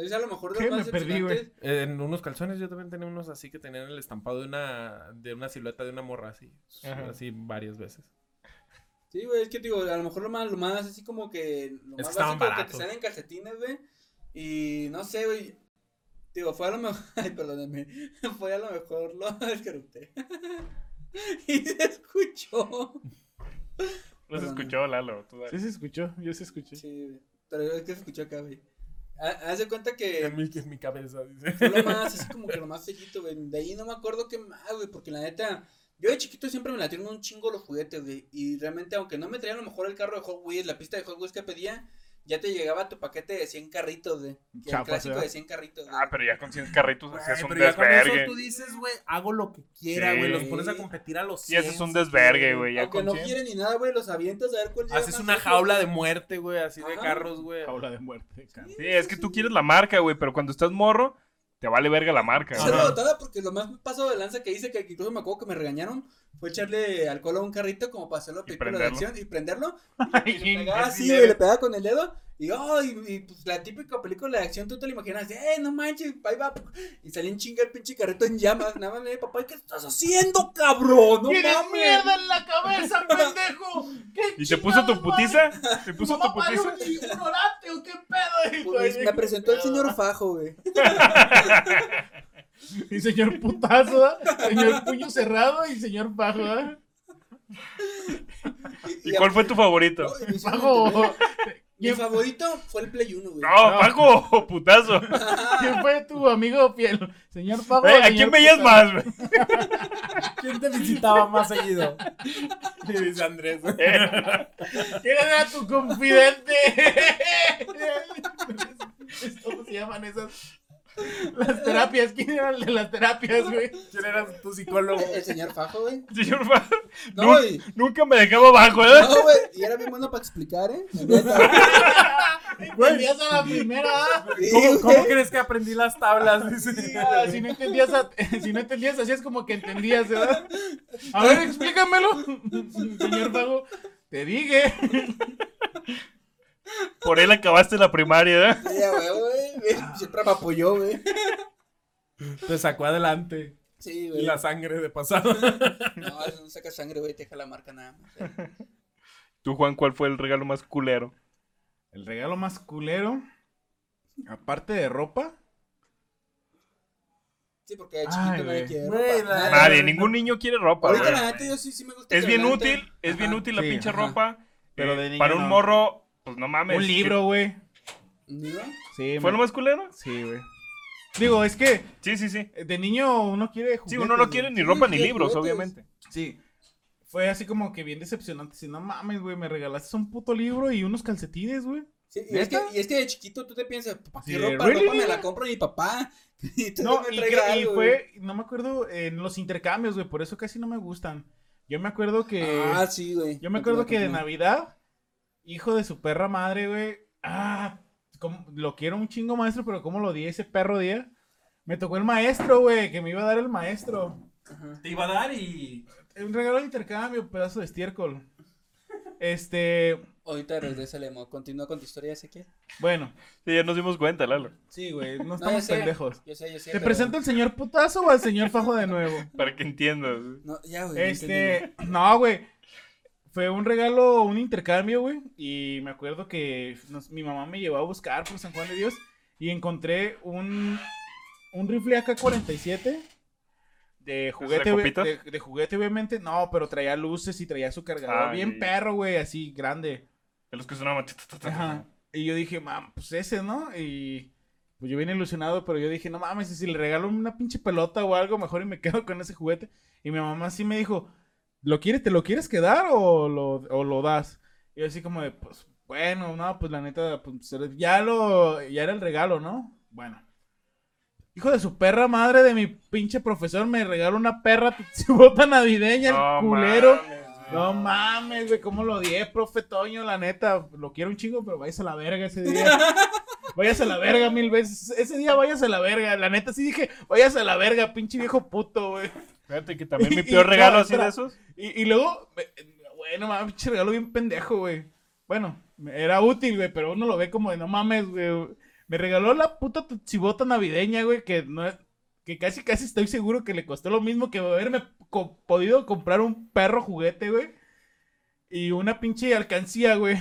Speaker 2: Es a lo mejor de
Speaker 1: ¿Qué?
Speaker 2: los más
Speaker 1: Me perdí, güey.
Speaker 2: decepcionantes.
Speaker 4: Eh, En unos calzones yo también tenía unos así que tenían el estampado de una de una silueta de una morra así,
Speaker 3: Ajá.
Speaker 4: así varias veces.
Speaker 2: Sí, güey, es que te digo, a lo mejor lo más, lo más así como que. Lo
Speaker 4: que
Speaker 2: más básico
Speaker 4: estaban
Speaker 2: que te
Speaker 4: baratos.
Speaker 2: salen calcetines, güey. Y no sé, güey. Digo, fue a lo mejor. Ay, perdóname. Fue a lo mejor lo descarupté. y se escuchó.
Speaker 3: Los
Speaker 2: Perdón.
Speaker 3: escuchó, Lalo. tú dale.
Speaker 1: Sí, se escuchó, yo se escuché.
Speaker 2: Sí, güey. Pero es que se escuchó acá, güey. Ha- Haz de cuenta que.
Speaker 4: En mi, en mi cabeza, dice.
Speaker 2: Fue lo más, así como que lo más fellito, güey. De ahí no me acuerdo qué más, güey, porque la neta, yo de chiquito siempre me latieron un chingo los juguetes, güey. Y realmente, aunque no me traían a lo mejor el carro de Hot Wheels, la pista de Hot Wheels que pedía, ya te llegaba tu paquete de 100 carritos, güey. Que era El
Speaker 1: Chapas,
Speaker 2: clásico
Speaker 1: ¿verdad?
Speaker 2: de 100 carritos, güey.
Speaker 3: Ah, pero ya con 100 carritos
Speaker 4: Güey,
Speaker 3: hacías Pues un
Speaker 4: pero ya con eso
Speaker 3: desvergue.
Speaker 4: tú dices, güey, hago lo que quiera,
Speaker 3: Sí.
Speaker 4: güey, los pones a competir a los
Speaker 3: Y ese es
Speaker 4: 100,
Speaker 3: un desvergue,
Speaker 4: güey.
Speaker 3: güey. Ya
Speaker 2: aunque
Speaker 3: con
Speaker 2: no
Speaker 3: 100.
Speaker 2: quieren ni nada, güey, los avientas a ver cuál llega
Speaker 4: Haces
Speaker 2: más
Speaker 4: una
Speaker 2: lejos.
Speaker 4: jaula de muerte, güey, así de
Speaker 2: Ajá.
Speaker 4: carros, güey.
Speaker 1: Jaula de muerte. cara.
Speaker 3: Sí, es que tú quieres la marca, güey, pero cuando estás morro, te vale verga la marca.
Speaker 2: Esa
Speaker 4: Ajá.
Speaker 2: rebotada, porque lo más paso de lanza que hice, que incluso me acuerdo que me regañaron, fue echarle alcohol a un carrito como para hacerlo
Speaker 3: Y
Speaker 2: película de
Speaker 3: prenderlo.
Speaker 2: acción y prenderlo. Y
Speaker 1: Ay,
Speaker 2: le pegaba así,
Speaker 1: imbécil
Speaker 2: güey, le
Speaker 1: eres.
Speaker 2: pegaba con el dedo. Y, oh, y, y, pues, la típica película de acción, tú te la imaginas, eh, no manches, ahí va. Y salía en chinga el pinche carrito en llamas. Nada más me papá, ¿qué estás haciendo, cabrón? No
Speaker 1: ¡Tienes
Speaker 2: mames.
Speaker 1: mierda en la cabeza, pendejo! ¿Qué
Speaker 3: ¿Y te puso tu
Speaker 1: chingados,
Speaker 3: putiza? ¿Te
Speaker 1: madre?
Speaker 3: puso
Speaker 1: ¿Tu
Speaker 3: tu
Speaker 1: mamá era
Speaker 3: putiza?
Speaker 1: un ignorante o qué pedo? hijo
Speaker 2: Pues,
Speaker 1: de-
Speaker 2: me presentó el señor Fajo, güey.
Speaker 1: Y señor putazo, ¿ah? señor puño cerrado y señor bajo, ¿ah?
Speaker 2: Y,
Speaker 3: ¿Y cuál fue tu favorito?
Speaker 2: no, y me hizo
Speaker 1: Bajo.
Speaker 2: entender. Mi
Speaker 1: ¿Quién,
Speaker 2: favorito fue el Play 1, güey.
Speaker 3: No, Paco, o putazo.
Speaker 1: quién fue tu amigo fiel? Señor Pago.
Speaker 3: Eh, ¿A quién veías más, güey?
Speaker 4: ¿Quién te visitaba más seguido? Le dice Andrés, güey.
Speaker 1: ¿Quién era tu confidente? ¿Cómo se llaman esas? Las terapias. ¿Quién era el de las terapias, güey?
Speaker 4: ¿Quién era tu psicólogo?
Speaker 2: El, el señor Fajo, güey.
Speaker 3: Señor Fa-
Speaker 2: No,
Speaker 3: Nun-
Speaker 2: güey.
Speaker 3: Nunca me dejaba abajo, ¿eh?
Speaker 2: No, güey. Y era bien bueno para explicar, ¿eh? La neta.
Speaker 1: ¿Te Entendías a la primera. ¿ah?
Speaker 2: Sí,
Speaker 4: ¿Cómo,
Speaker 2: güey.
Speaker 4: cómo crees que aprendí las tablas? Dice.
Speaker 1: Ah, Si no entendías, a- si no entendías, hacías como que entendías, ¿verdad? A ver, explícamelo, señor Pago. Te dije.
Speaker 3: Por él acabaste la primaria, ¿eh?
Speaker 2: Sí, a huevo, güey, güey. Siempre me apoyó, güey.
Speaker 4: Te sacó adelante.
Speaker 2: Sí,
Speaker 4: Y
Speaker 2: güey.
Speaker 4: la sangre de pasado.
Speaker 2: No, eso no saca sangre, güey. Te deja la marca nada más. eh. güey.
Speaker 3: Tú, Juan, ¿cuál fue el regalo más culero?
Speaker 1: El regalo más culero, aparte de ropa,
Speaker 2: Sí, porque de
Speaker 1: Ay,
Speaker 2: chiquito nadie
Speaker 1: güey.
Speaker 2: quiere
Speaker 4: Güey,
Speaker 2: ropa.
Speaker 4: la-
Speaker 2: Nada.
Speaker 3: Nadie, ningún niño quiere ropa,
Speaker 2: Ahorita
Speaker 3: güey.
Speaker 2: la neta yo sí, sí me gusta.
Speaker 3: Es
Speaker 2: que
Speaker 3: bien
Speaker 2: la neta-
Speaker 3: útil, es bien
Speaker 2: Ajá.
Speaker 3: útil la
Speaker 1: Sí,
Speaker 3: pinche
Speaker 2: ajá.
Speaker 3: ropa.
Speaker 1: Pero
Speaker 3: eh,
Speaker 1: de niño
Speaker 3: para un
Speaker 1: no.
Speaker 3: morro, pues no mames.
Speaker 1: un libro, güey.
Speaker 2: ¿No?
Speaker 1: Sí,
Speaker 3: ¿Qué- ¿Fue lo más culero?
Speaker 1: Sí, güey. Digo, es que
Speaker 3: Sí, sí, sí.
Speaker 1: eh, de niño uno quiere jugar.
Speaker 3: Sí, uno no quiere ni ropa ni
Speaker 2: Sí,
Speaker 3: libros,
Speaker 2: juguetes.
Speaker 3: obviamente.
Speaker 1: Sí. Fue así como que bien decepcionante. Si no mames, güey, me regalaste un puto libro y unos calcetines, güey.
Speaker 2: Sí, y, es que,
Speaker 1: ¿Neta?
Speaker 2: y es que de chiquito tú te piensas, ¿para qué
Speaker 1: Sí,
Speaker 2: ropa?
Speaker 1: ¿really?
Speaker 2: ropa me la compra mi papá. Y tú
Speaker 1: No,
Speaker 2: no me
Speaker 1: y,
Speaker 2: traigas
Speaker 1: que- y
Speaker 2: algo, güey.
Speaker 1: fue, no me acuerdo, en los intercambios, güey, por eso casi no me gustan. Yo me acuerdo que.
Speaker 2: Ah, sí, güey.
Speaker 1: Yo me acuerdo que de
Speaker 2: Navidad.
Speaker 1: Navidad, hijo de su perra madre, güey. Ah, cómo- lo quiero un chingo maestro, pero ¿cómo lo di ese perro día? Me tocó el maestro, güey, que me iba a dar el maestro.
Speaker 4: Te iba a dar y.
Speaker 1: Un regalo de intercambio, pedazo de estiércol. Este,
Speaker 2: Ahorita regresa el emo. Continúa con tu historia, Ezequiel.
Speaker 1: bueno,
Speaker 3: Sí, ya nos dimos cuenta, Lalo.
Speaker 1: sí, güey, no
Speaker 2: No, ya
Speaker 1: estamos
Speaker 2: sé.
Speaker 1: pendejos.
Speaker 2: Yo sé, yo sé.
Speaker 1: ¿Te
Speaker 2: pero-
Speaker 1: presento al señor putazo o al señor fajo de nuevo?
Speaker 3: Para que entiendas. güey.
Speaker 2: No, ya, güey. entendí, güey.
Speaker 1: Este, no, güey. Fue un regalo, un intercambio, güey. Y me acuerdo que nos- mi mamá me llevó a buscar por San Juan de Dios. Y encontré un, un rifle AK-47 de juguete,
Speaker 3: de
Speaker 1: obvi-
Speaker 3: copitas?
Speaker 1: de, de juguete, obviamente, no, pero traía luces y traía su cargador
Speaker 3: Ah,
Speaker 1: bien
Speaker 3: ya, ya.
Speaker 1: perro, güey, así grande.
Speaker 3: De los que sonaban. ta, ta, ta, ta, ta.
Speaker 1: Ajá. Y yo dije, mam, pues ese, ¿no? Y pues yo vine ilusionado, pero yo dije, no mames, y si le regalo una pinche pelota o algo, mejor y me quedo con ese juguete. Y mi mamá sí me dijo, ¿lo quieres, te lo quieres quedar o lo, o lo das? Y yo así como de, pues, bueno, no, pues la neta, pues ya lo, ya era el regalo, ¿no? Bueno. Hijo de su perra madre de mi pinche profesor, me regaló una perra bota navideña,
Speaker 3: No
Speaker 1: el culero.
Speaker 3: mames, güey.
Speaker 1: No mames, güey, cómo lo odié, profe Toño, la neta. Lo quiero un chingo, pero váyase a la verga ese día. Váyase a la verga mil veces. Ese día váyase a la verga. La neta sí dije, váyase a la verga, pinche viejo puto, güey.
Speaker 3: Fíjate que también mi
Speaker 1: Y-
Speaker 3: peor
Speaker 1: y-
Speaker 3: regalo
Speaker 1: no,
Speaker 3: así de
Speaker 1: espera.
Speaker 3: esos.
Speaker 1: Y, y luego, me- bueno, mames, pinche regalo bien pendejo, güey. Bueno, me- era útil, güey, pero uno lo ve como de no mames, güey. Me regaló la puta chibota navideña, güey, que no es- que casi casi estoy seguro que le costó lo mismo que haberme co- podido comprar un perro juguete, güey. Y una pinche alcancía, güey,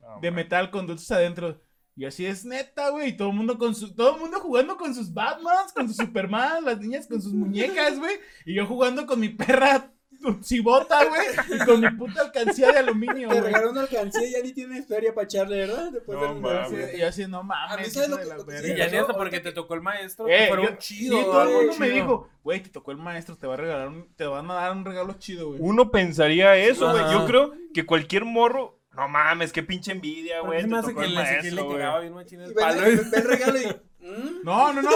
Speaker 3: No,
Speaker 1: de
Speaker 3: mames.
Speaker 1: metal con dulces adentro. Y así es neta, güey. Y todo el mundo con su, todo el mundo jugando con sus Batmans, con sus Superman, las niñas con sus muñecas, güey. Y yo jugando con mi perra Tutsibota, güey. Y con mi puta alcancía de aluminio,
Speaker 2: Te
Speaker 1: güey.
Speaker 2: regaló una alcancía y ya ni tienes feria para echarle, ¿verdad? Después
Speaker 3: No
Speaker 2: del-
Speaker 3: mames.
Speaker 1: Y yo así, no mames.
Speaker 2: A mí,
Speaker 1: hijo
Speaker 2: ¿sabes lo
Speaker 1: de
Speaker 2: que-
Speaker 1: la
Speaker 2: lo que sí
Speaker 1: verga.
Speaker 4: Y ya ni hasta
Speaker 2: Yo-
Speaker 4: porque te tocó el maestro.
Speaker 1: Eh,
Speaker 4: que fueron
Speaker 1: yo-
Speaker 4: chido.
Speaker 1: Sí, todo el
Speaker 2: güey,
Speaker 1: mundo me
Speaker 4: chido.
Speaker 1: dijo, güey, te tocó el maestro, te va a regalar, un- te van a dar un regalo chido, güey.
Speaker 3: Uno pensaría eso, güey. Yo
Speaker 4: Ajá.
Speaker 3: creo que cualquier morro. No mames, qué pinche envidia,
Speaker 4: Pero
Speaker 3: güey.
Speaker 4: se
Speaker 3: Te
Speaker 4: me hace
Speaker 3: tocó
Speaker 4: que
Speaker 3: el
Speaker 4: le- que le
Speaker 3: maestro, güey.
Speaker 4: cagaba bien machín
Speaker 2: Y
Speaker 4: el
Speaker 2: ve
Speaker 4: palo.
Speaker 2: el- ve el regalo y. ¿Mm?
Speaker 1: No, no, no.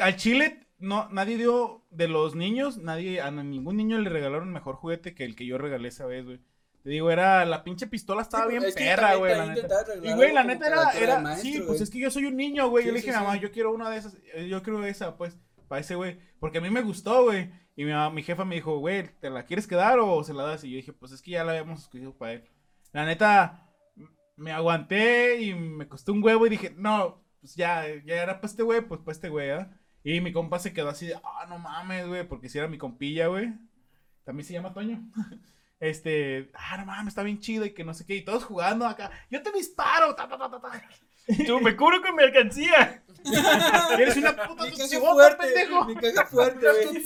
Speaker 1: Al Chile, no, nadie dio, de los niños, nadie, a ningún niño le regalaron mejor juguete que el que yo regalé esa vez, güey. Te digo, era, la pinche pistola estaba
Speaker 2: Sí, pues,
Speaker 1: bien
Speaker 2: es que
Speaker 1: perra,
Speaker 2: también
Speaker 1: güey,
Speaker 2: te
Speaker 1: la
Speaker 2: intentas
Speaker 1: neta.
Speaker 2: arreglar
Speaker 1: Y, güey,
Speaker 2: algo
Speaker 1: la
Speaker 2: como
Speaker 1: neta
Speaker 2: que
Speaker 1: era,
Speaker 2: altura del
Speaker 1: era,
Speaker 2: maestro,
Speaker 1: sí, pues
Speaker 2: güey.
Speaker 1: es que yo soy un niño, güey.
Speaker 2: Sí,
Speaker 1: yo le
Speaker 2: sí,
Speaker 1: dije a mi
Speaker 2: sí.
Speaker 1: mamá, yo quiero una de esas, eh, yo quiero esa, pues, para ese güey. Porque a mí me gustó, güey. Y mi, mamá- mi jefa me dijo, güey, ¿te la quieres quedar o se la das? Y yo dije, pues es que ya la habíamos escogido para él. La neta, m- me aguanté y me costó un huevo y dije, no, pues ya, ya era para este güey, pues para este güey, ¿ah? Y mi compa se quedó así de, ah, no mames, güey, porque si era mi compilla, güey. También se llama Toño. Este, ah, no mames, está bien chido y que no sé qué. Y todos jugando acá, yo te disparo, ta, ta, ta, ta, ta.
Speaker 3: Tú me cubro con mi alcancía.
Speaker 1: Eres una puta
Speaker 2: Mi caja
Speaker 1: tutsibota,
Speaker 2: fuerte,
Speaker 1: pendejo.
Speaker 2: mi caja fuerte, güey.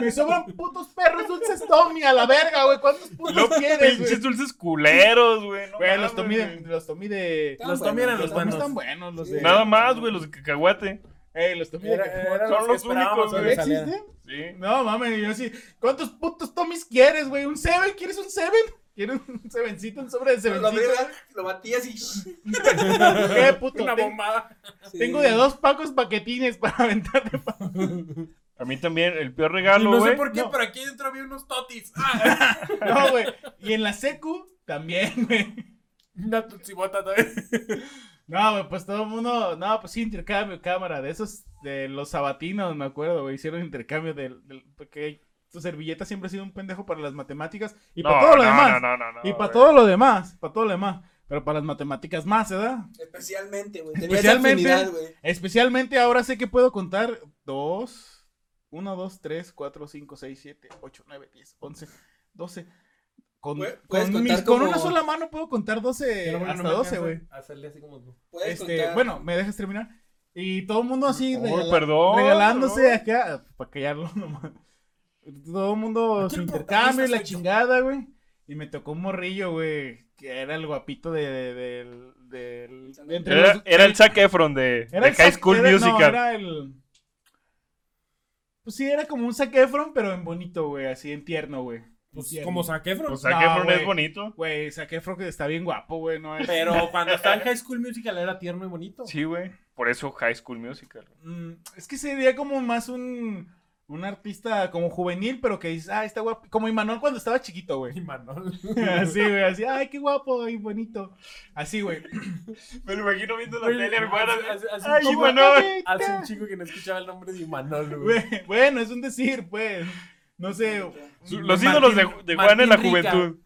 Speaker 1: Me sobran putos perros dulces Tommy a la verga, güey. ¿Cuántos putos
Speaker 3: Los
Speaker 1: quieres, güey?
Speaker 3: pinches dulces culeros, güey. no
Speaker 1: Güey, los
Speaker 3: mames,
Speaker 1: Tommy de.
Speaker 3: güey.
Speaker 1: Los Tommy de.
Speaker 2: Estaban
Speaker 4: Los Tommy
Speaker 2: buenos,
Speaker 4: eran los
Speaker 1: Tommy
Speaker 4: buenos.
Speaker 1: están buenos, los de.
Speaker 2: Sí.
Speaker 3: Nada más, güey, los de cacahuate.
Speaker 1: Ey, los Tommy de.
Speaker 4: Era- eran
Speaker 3: Son los
Speaker 4: que esperábamos
Speaker 3: únicos,
Speaker 4: que
Speaker 3: güey.
Speaker 4: salieran.
Speaker 1: ¿Existen?
Speaker 3: Sí.
Speaker 1: No, mames, yo así. ¿Cuántos putos Tommys quieres, güey? ¿Un Seven? ¿Quieres un Seven? ¿Quieres un Sevencito? ¿Un sobre de
Speaker 2: Lo abrí,
Speaker 1: Sevencito?
Speaker 2: ¿verdad? Lo batí así. Sí.
Speaker 1: ¿Qué puto?
Speaker 4: Una
Speaker 1: Ten-
Speaker 4: bombada.
Speaker 1: Tengo de a dos pacos paquetines para aventarte. pa-
Speaker 3: A mí también, el peor
Speaker 4: Y
Speaker 3: regalo,
Speaker 4: no
Speaker 3: güey.
Speaker 4: sé por qué,
Speaker 1: no.
Speaker 4: pero aquí dentro había unos totis. Ah,
Speaker 1: No, güey. Y en la secu también, güey.
Speaker 4: una tutsibota también.
Speaker 1: No, güey, pues todo el mundo, no, pues sí, intercambio, cámara, de esos, de los sabatinos, me acuerdo, güey, hicieron intercambio del, del- porque tu servilleta siempre ha sido un pendejo para las matemáticas y para
Speaker 3: No,
Speaker 1: todo lo
Speaker 3: no,
Speaker 1: demás,
Speaker 3: no, no, no, no,
Speaker 1: y para
Speaker 3: güey.
Speaker 1: todo lo demás, para todo lo demás, pero para las matemáticas más, ¿verdad?
Speaker 2: Especialmente, güey.
Speaker 1: Especialmente.
Speaker 2: Especialmente. güey.
Speaker 1: Especialmente ahora sé que puedo contar dos, uno, dos, tres, cuatro, cinco, seis, siete, ocho, nueve, diez, once, doce, con,
Speaker 2: Pue- puedes
Speaker 1: con, mis-
Speaker 2: contar
Speaker 1: con
Speaker 2: como-
Speaker 1: una sola mano puedo contar doce, hasta doce, güey.
Speaker 4: Hacerle así como tú.
Speaker 2: Puedes
Speaker 1: Este,
Speaker 2: contar.
Speaker 1: bueno, me dejas terminar. Y todo el mundo así
Speaker 3: Oh,
Speaker 1: regala-
Speaker 3: perdón,
Speaker 1: regalándose
Speaker 3: perdón.
Speaker 1: acá para callarlo nomás. Todo el mundo
Speaker 4: Aquí
Speaker 1: su
Speaker 4: el
Speaker 1: intercambio y la
Speaker 4: protagonista soy yo.
Speaker 1: chingada, güey. Y me tocó un morrillo, güey, que era el guapito de, de- del- del- de entre
Speaker 3: Era,
Speaker 1: los-
Speaker 3: era el Zac Efron de,
Speaker 1: era
Speaker 3: de
Speaker 1: el
Speaker 3: High
Speaker 1: Zac-
Speaker 3: School
Speaker 1: era- no,
Speaker 3: Musical.
Speaker 1: era el- Pues sí, era como un Zac Efron, pero en bonito, güey, así en tierno, güey. En
Speaker 4: Pues
Speaker 1: tierno.
Speaker 4: como saquefro.
Speaker 3: O sea,
Speaker 1: No,
Speaker 3: Zac Efron
Speaker 1: Ah, güey.
Speaker 3: es bonito.
Speaker 1: Güey, Zac Efron que está bien guapo, güey, no es...
Speaker 4: Pero cuando estaba en High School Musical era tierno y bonito.
Speaker 3: Sí, güey. Por eso High School Musical.
Speaker 1: Mm, es que sería como más un, un artista como juvenil, pero que dices, ah, está guapo. Como Imanol cuando estaba chiquito,
Speaker 4: Y
Speaker 1: güey.
Speaker 4: Manol.
Speaker 1: Así, güey, así, ay, qué guapo y bonito. Así, güey.
Speaker 3: Me lo imagino viendo
Speaker 4: la tele, mi hermano, así- así
Speaker 3: ¡Ay,
Speaker 4: como-
Speaker 3: Imanol! Ah,
Speaker 4: Hace un chico que no escuchaba el nombre de Imanol, güey.
Speaker 1: "Ah, Güey, Bueno, es un decir, pues. No sé.
Speaker 3: Su- Los
Speaker 4: Martín-
Speaker 3: ídolos de, de Juan en la
Speaker 4: Martín Rica.
Speaker 3: juventud.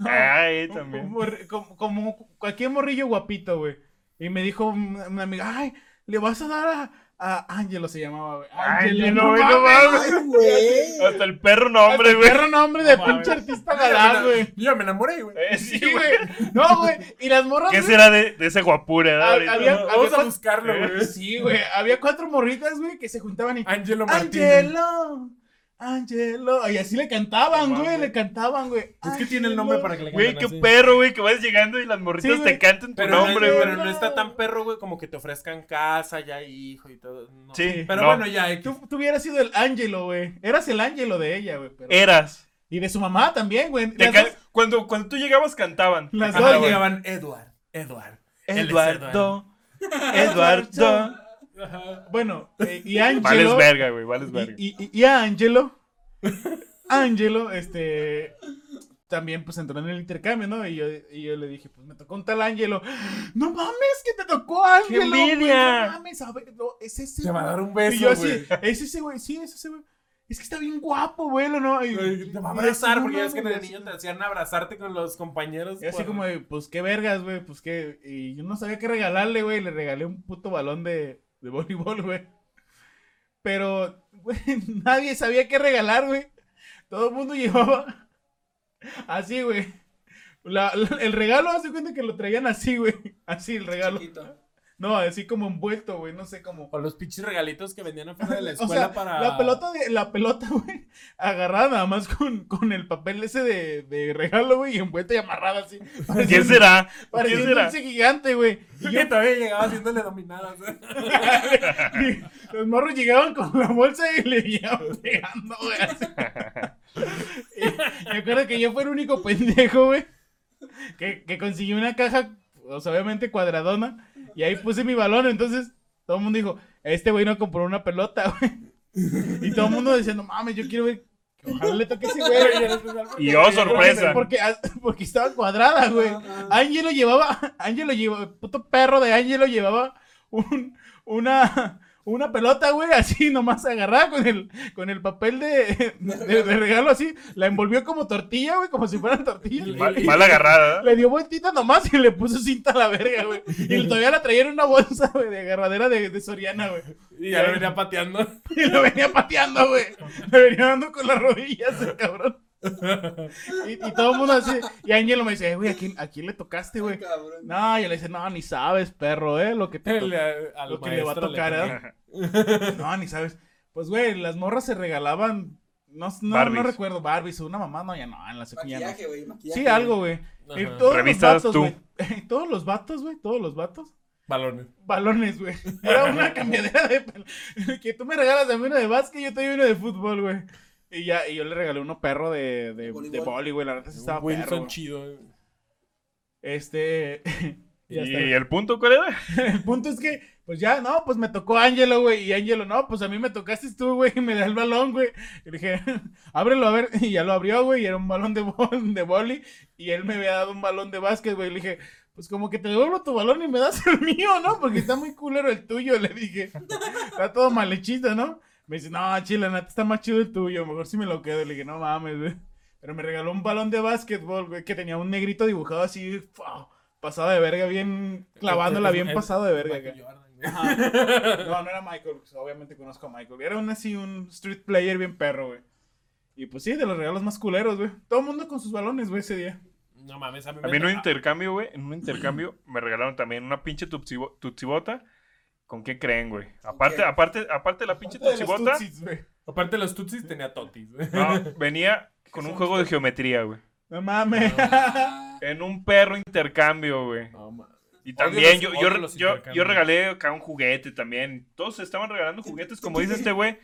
Speaker 3: Ay,
Speaker 1: un- un
Speaker 3: también.
Speaker 1: morri- Como, como cualquier morrillo guapito, güey. Y me dijo un- una amiga, ay, le vas a dar a Ah, Ángelo se llamaba, güey.
Speaker 3: Ángelo, güey, no
Speaker 2: Ay, güey.
Speaker 3: Hasta el perro nombre, güey.
Speaker 1: Perro nombre de
Speaker 4: No
Speaker 1: pinche
Speaker 4: mames.
Speaker 1: artista galán, güey.
Speaker 4: Yo me enamoré, güey.
Speaker 3: Eh,
Speaker 1: Sí,
Speaker 3: sí, güey.
Speaker 1: güey. No, güey. Y las morras.
Speaker 3: ¿Qué
Speaker 1: güey,
Speaker 3: será de, de ese guapura? eh,
Speaker 1: Ah,
Speaker 3: ahorita?
Speaker 1: había-
Speaker 3: No.
Speaker 4: Vamos a
Speaker 1: cuatro-
Speaker 4: buscarlo, güey.
Speaker 1: Sí, güey. Había cuatro morritas, güey, que se juntaban y.
Speaker 4: Angelo Martínez.
Speaker 1: ¡Angelo! ¡Angelo! Y así le cantaban,
Speaker 3: No mames.
Speaker 1: güey. Le cantaban, güey.
Speaker 4: Es que tiene el nombre para que le
Speaker 3: Güey,
Speaker 4: canten
Speaker 3: qué
Speaker 4: así.
Speaker 3: perro, güey, que vas llegando y las morritas
Speaker 1: Sí, güey.
Speaker 3: te cantan tu
Speaker 4: Pero,
Speaker 3: nombre,
Speaker 4: no,
Speaker 3: güey.
Speaker 4: pero no está tan perro, güey, como que te ofrezcan casa, ya hijo y todo. no.
Speaker 3: Sí,
Speaker 4: Pero
Speaker 3: no.
Speaker 4: bueno, ya. X.
Speaker 1: Tú, tú hubieras sido el Ángelo, güey. Eras el Ángelo de ella, güey. pero-
Speaker 3: Eras.
Speaker 1: Y de su mamá también, güey.
Speaker 3: Eh. Te
Speaker 1: Las
Speaker 3: can-
Speaker 1: dos-
Speaker 3: Cuando, cuando tú llegabas, cantaban.
Speaker 1: Las
Speaker 4: Ajá,
Speaker 1: dos, güey.
Speaker 4: llegaban Edward, Edward. Él es
Speaker 3: Eduardo. Eduardo.
Speaker 1: Bueno, eh, y Ángelo.
Speaker 3: Vales verga, güey, vales verga.
Speaker 1: y, y, y a Angelo. Angelo, este. También pues entró en el intercambio, ¿no? Y yo, y yo le dije, pues me tocó un tal Angelo. ¡No mames! ¡Que te tocó Angelo! güey!
Speaker 3: envidia!
Speaker 1: ¡No mames! A ver, no, es ese.
Speaker 4: Te va a
Speaker 1: güey".
Speaker 4: dar un
Speaker 1: y yo así,
Speaker 4: beso, güey.
Speaker 1: es ese güey, sí, es ese güey. Es que está bien guapo, güey, ¿o ¿no? Y,
Speaker 4: Güey, Te va a
Speaker 1: y
Speaker 4: abrazar,
Speaker 1: así,
Speaker 4: porque
Speaker 1: "No
Speaker 4: ya ves que
Speaker 1: mames,
Speaker 4: de niño te hacían abrazarte con los compañeros.
Speaker 1: Y así
Speaker 4: por-
Speaker 1: como, de, pues qué vergas, güey, pues qué. Y yo no sabía qué regalarle, güey. Le regalé un puto balón de, de voleibol, güey. Pero, güey, nadie sabía qué regalar, güey. Todo el mundo llevaba. Así, güey. La- la- el regalo, hace cuenta que lo traían así, güey. Así el regalo.
Speaker 2: Chiquito.
Speaker 1: No, así como envuelto, güey. No sé cómo.
Speaker 4: O los pinches regalitos que vendían afuera de la
Speaker 1: O
Speaker 4: escuela
Speaker 1: sea,
Speaker 4: para.
Speaker 1: la pelota, de, la pelota, güey, agarrada nada más con, con el papel ese de, de regalo, güey, y envuelta y amarrada así.
Speaker 3: ¿Quién será? ¿Quién
Speaker 1: Parecía un
Speaker 3: será?
Speaker 1: dulce gigante, güey.
Speaker 4: Yo que todavía llegaba haciéndole dominadas. ¿eh?
Speaker 1: Y Los morros llegaban con la bolsa y le llegaban pegando, güey. así. Y me acuerdo que yo fui el único pendejo, güey, que, que consiguió una caja, o sea, obviamente cuadradona, y ahí puse mi balón. Entonces, todo el mundo dijo, este güey no compró una pelota, güey. Y todo el mundo diciendo, mames, yo quiero ver. que Ojalá le toque ese güey.
Speaker 3: Y oh, sorpresa.
Speaker 1: Porque, ah, porque estaba cuadrada, güey.
Speaker 2: Ah,
Speaker 1: Ángelo llevaba, Ángelo llevaba, el puto perro de Ángelo llevaba un, una, una pelota, güey, así nomás agarrada con el, con el papel de, de- de regalo así, la envolvió como tortilla, güey, como si fueran tortillas.
Speaker 3: Mal, mal agarrada. ¿eh?
Speaker 1: Le dio vueltita nomás y le puso cinta a la verga, güey. Y todavía la traía en una bolsa, güey, de agarradera de, de Soriana, güey.
Speaker 4: Y ya lo venía pateando.
Speaker 1: Y lo venía pateando, güey. Le venía dando con las rodillas, el cabrón. Y, y todo el mundo así. Y Ángelo me dice, "Eh, güey, ¿a quién, ¿a quién le tocaste, güey?
Speaker 2: cabrón.
Speaker 1: No, yo le dice, no, ni sabes, perro, eh, lo que te
Speaker 4: El,
Speaker 1: to-
Speaker 4: eh, al
Speaker 1: Lo que le va a
Speaker 4: maestro
Speaker 1: tocar,
Speaker 4: toca.
Speaker 1: ¿eh? No, ni sabes. Pues, güey, las morras se regalaban, no, no,
Speaker 3: Barbies.
Speaker 1: no recuerdo, Barbies o una mamá, no, ya no, en la secundaria.
Speaker 2: Maquillaje, güey.
Speaker 1: no.
Speaker 2: maquillaje,
Speaker 1: Sí,
Speaker 2: güey.
Speaker 1: algo, güey. Y
Speaker 4: Ajá.
Speaker 1: Todos los
Speaker 3: Revistas,
Speaker 1: vatos,
Speaker 3: tú.
Speaker 1: güey. Todos los vatos, güey, todos los vatos.
Speaker 4: Balones.
Speaker 1: Balones, güey. Era una cambiadera de... pel- Que tú me regalas a mí uno de básquet, yo te doy uno de fútbol, güey. Y ya, y yo le regalé uno perro de, de, de
Speaker 2: Voleibol.
Speaker 1: boli, güey. La verdad sí estaba
Speaker 4: Wilson
Speaker 1: perro.
Speaker 4: chido. ¿eh?
Speaker 1: Este... ya está.
Speaker 3: ¿Y el punto cuál era?
Speaker 1: El punto es que, pues ya, no, pues me tocó Ángelo, güey. Y Ángelo, no, pues a mí me tocaste tú, güey. Y me da el balón, güey. Y dije, ábrelo a ver. Y ya lo abrió, güey. Y era un balón de, bol, de boli. Y él me había dado un balón de básquet, güey. Y le dije, pues como que te devuelvo tu balón y me das el mío, ¿no? Porque está muy culero el tuyo, le dije. Está todo mal hechito, ¿no? Me dice, no, chile, neta, está más chido el tuyo. Mejor si me lo quedo. Le dije, no mames, güey. Pero me regaló un balón de básquetbol, güey, que tenía un negrito dibujado así, ¡fua! pasado de verga, bien clavándola, bien
Speaker 4: Es-
Speaker 1: pasado de verga.
Speaker 4: Michael
Speaker 1: acá.
Speaker 4: Jordan, güey.
Speaker 1: No, no era Michael, pues, obviamente conozco a Michael. Era un, así un street player bien perro, güey. Y pues sí, de los regalos más culeros, güey. Todo el mundo con sus balones, güey, ese día.
Speaker 4: No mames, a mí,
Speaker 3: A
Speaker 4: me
Speaker 3: mí en un
Speaker 4: toca-
Speaker 3: intercambio, güey, en un intercambio me regalaron también una pinche tutsibo- tutsibota. ¿Con qué creen, güey? Aparte,
Speaker 2: qué?
Speaker 3: aparte, aparte de la pinche
Speaker 1: De los
Speaker 3: tutsibota,
Speaker 1: Tutsis, güey.
Speaker 4: Aparte los tutsis tenía totis. güey.
Speaker 3: no, venía con un
Speaker 1: son
Speaker 3: juego de geometría, güey.
Speaker 1: No mames.
Speaker 2: Ah,
Speaker 3: En un perro intercambio, güey.
Speaker 4: No mames.
Speaker 3: Y
Speaker 4: Odio
Speaker 3: también
Speaker 4: los-
Speaker 3: yo,
Speaker 4: odio
Speaker 3: yo,
Speaker 4: los
Speaker 3: yo, yo
Speaker 4: intercambios.
Speaker 3: regalé acá un juguete también. Todos estaban regalando juguetes, como dice este güey.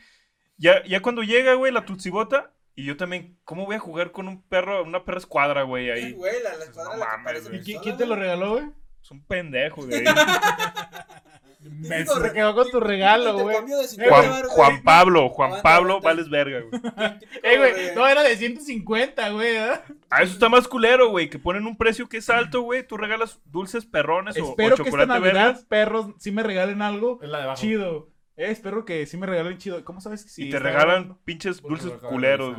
Speaker 3: Ya, ya cuando llega, güey, la tutsibota. Y yo también, ¿cómo voy a jugar con un perro, una perra escuadra, güey? Ahí.
Speaker 2: Güey, la, la escuadra
Speaker 3: No
Speaker 2: la que
Speaker 3: mames,
Speaker 2: parece
Speaker 3: güey.
Speaker 1: ¿Y qui-
Speaker 2: pistola,
Speaker 1: quién te lo
Speaker 2: güey.
Speaker 1: regaló, güey?
Speaker 3: Es un pendejo, güey. Juan,
Speaker 4: Imbécil.
Speaker 1: Se quedó con tu regalo, güey.
Speaker 2: Intercambio de
Speaker 1: Juan-
Speaker 2: 50 baros,
Speaker 3: Juan
Speaker 2: güey.
Speaker 3: Pablo, Juan
Speaker 2: Aguanta,
Speaker 3: Pablo,
Speaker 2: aguanta.
Speaker 3: vales verga, güey.
Speaker 2: Típico
Speaker 1: Eh, güey,
Speaker 2: de-
Speaker 1: no, era de 150, güey. ¿eh?
Speaker 3: Ah, eso está más culero, güey. Que ponen un precio que es alto, güey. Tú regalas dulces perrones o, o
Speaker 1: Espero que esta
Speaker 3: chocolate
Speaker 1: Navidad,
Speaker 3: verde.
Speaker 1: perros, sí me regalen algo
Speaker 4: Es la de abajo.
Speaker 1: chido. Eh, espero que sí me regalen chido. ¿Cómo sabes que sí?
Speaker 3: y te
Speaker 1: está
Speaker 3: regalan
Speaker 1: grabando?
Speaker 3: pinches
Speaker 4: Porque
Speaker 3: dulces
Speaker 4: lo acabo de
Speaker 3: culeros,
Speaker 4: revisar.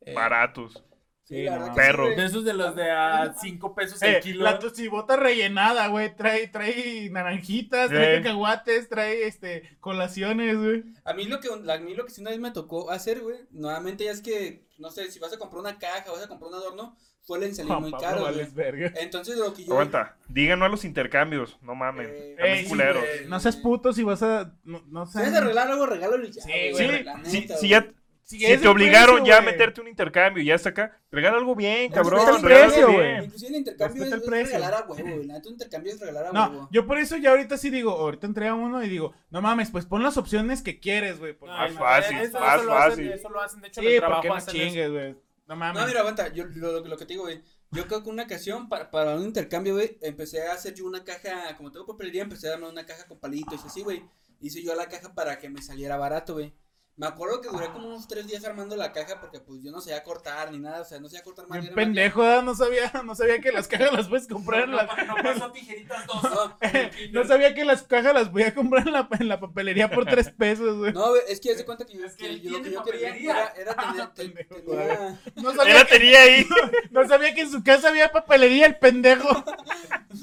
Speaker 3: güey.
Speaker 2: Eh,
Speaker 3: Baratos.
Speaker 2: Sí,
Speaker 4: Sí,
Speaker 2: la
Speaker 4: no
Speaker 2: verdad
Speaker 4: mames.
Speaker 2: que sí,
Speaker 3: Perro.
Speaker 2: güey.
Speaker 4: De esos de los de a 5 pesos
Speaker 1: Eh,
Speaker 4: el kilo.
Speaker 1: La tosibota rellenada, güey. Trae, trae naranjitas, trae
Speaker 3: Eh.
Speaker 1: cacahuates, trae este, colaciones, güey.
Speaker 2: A mí lo que un- a mí lo que sí una vez me tocó hacer, güey, nuevamente ya es que, no sé, si vas a comprar una caja, vas a comprar un adorno, suelen salir
Speaker 1: Juan
Speaker 2: muy
Speaker 1: Pablo
Speaker 2: caros, güey.
Speaker 1: vales verga.
Speaker 2: Entonces lo que yo...
Speaker 3: Aguanta, díganos a los intercambios, no mamen.
Speaker 2: Eh,
Speaker 3: también
Speaker 1: Ey, sí,
Speaker 3: culeros.
Speaker 4: güey.
Speaker 1: No seas puto si vas a. No, no
Speaker 2: Si vas
Speaker 1: seas.
Speaker 2: a arreglar algo, regálalo y ya.
Speaker 1: Sí,
Speaker 3: Sí,
Speaker 1: güey,
Speaker 2: la
Speaker 3: si,
Speaker 2: neta,
Speaker 3: si
Speaker 2: güey.
Speaker 3: ya,
Speaker 1: Si
Speaker 3: si
Speaker 1: es
Speaker 3: te
Speaker 1: el
Speaker 3: obligaron
Speaker 1: precio,
Speaker 3: ya a
Speaker 1: güey.
Speaker 3: meterte un intercambio y ya está acá, regala algo bien,
Speaker 2: Respeta
Speaker 3: cabrón.
Speaker 2: el
Speaker 3: regala
Speaker 1: precio,
Speaker 3: algo
Speaker 1: güey.
Speaker 3: bien.
Speaker 2: pues, Inclusive el intercambio es,
Speaker 1: Respeta el
Speaker 2: es
Speaker 1: precio.
Speaker 2: regalar a huevo, güey. La neta, un intercambio es regalar a
Speaker 1: No,
Speaker 2: Ah, huevo.
Speaker 1: yo por eso ya ahorita sí digo, ahorita entré a uno y digo, no mames, pues pon las opciones que quieres, güey. porque-
Speaker 3: Más
Speaker 4: no,
Speaker 3: Ah, fácil,
Speaker 4: eso- eso
Speaker 3: más
Speaker 4: lo hacen-
Speaker 3: fácil.
Speaker 4: Eso lo hacen, de hecho, en
Speaker 1: sí,
Speaker 4: el
Speaker 1: porque
Speaker 4: trabajo
Speaker 1: no
Speaker 4: hacen eso.
Speaker 1: chingues, güey. No mames.
Speaker 2: No, mira, aguanta, yo lo, lo que te digo, güey. Yo creo que una ocasión, para, para un intercambio, güey, empecé a hacer yo una caja, como tengo papelería, empecé a darme una caja con palitos y así, güey. Hice yo la caja para que me saliera barato, güey. Me acuerdo que duré como unos tres días armando la caja porque, pues, yo no sabía cortar ni nada, o sea, no sabía cortar
Speaker 1: Bien
Speaker 2: madera.
Speaker 1: pendejo, ¿eh? no sabía, no sabía que las cajas las puedes comprar en
Speaker 4: No,
Speaker 1: la-
Speaker 4: pa- no pasó tijeritas dos.
Speaker 2: No,
Speaker 1: No sabía que las cajas las voy a comprar en la, en la papelería por tres pesos, güey.
Speaker 2: no, güey, es que ya se cuenta que yo,
Speaker 4: Es que
Speaker 2: que
Speaker 4: él
Speaker 2: yo lo que
Speaker 4: tiene
Speaker 2: yo quería era,
Speaker 4: papelería.
Speaker 2: era tener- te-
Speaker 1: Pendejo,
Speaker 2: tenía-
Speaker 1: No
Speaker 3: Ya la
Speaker 1: sabía, que,
Speaker 3: tenía ahí.
Speaker 1: no sabía que en su casa había papelería, el pendejo.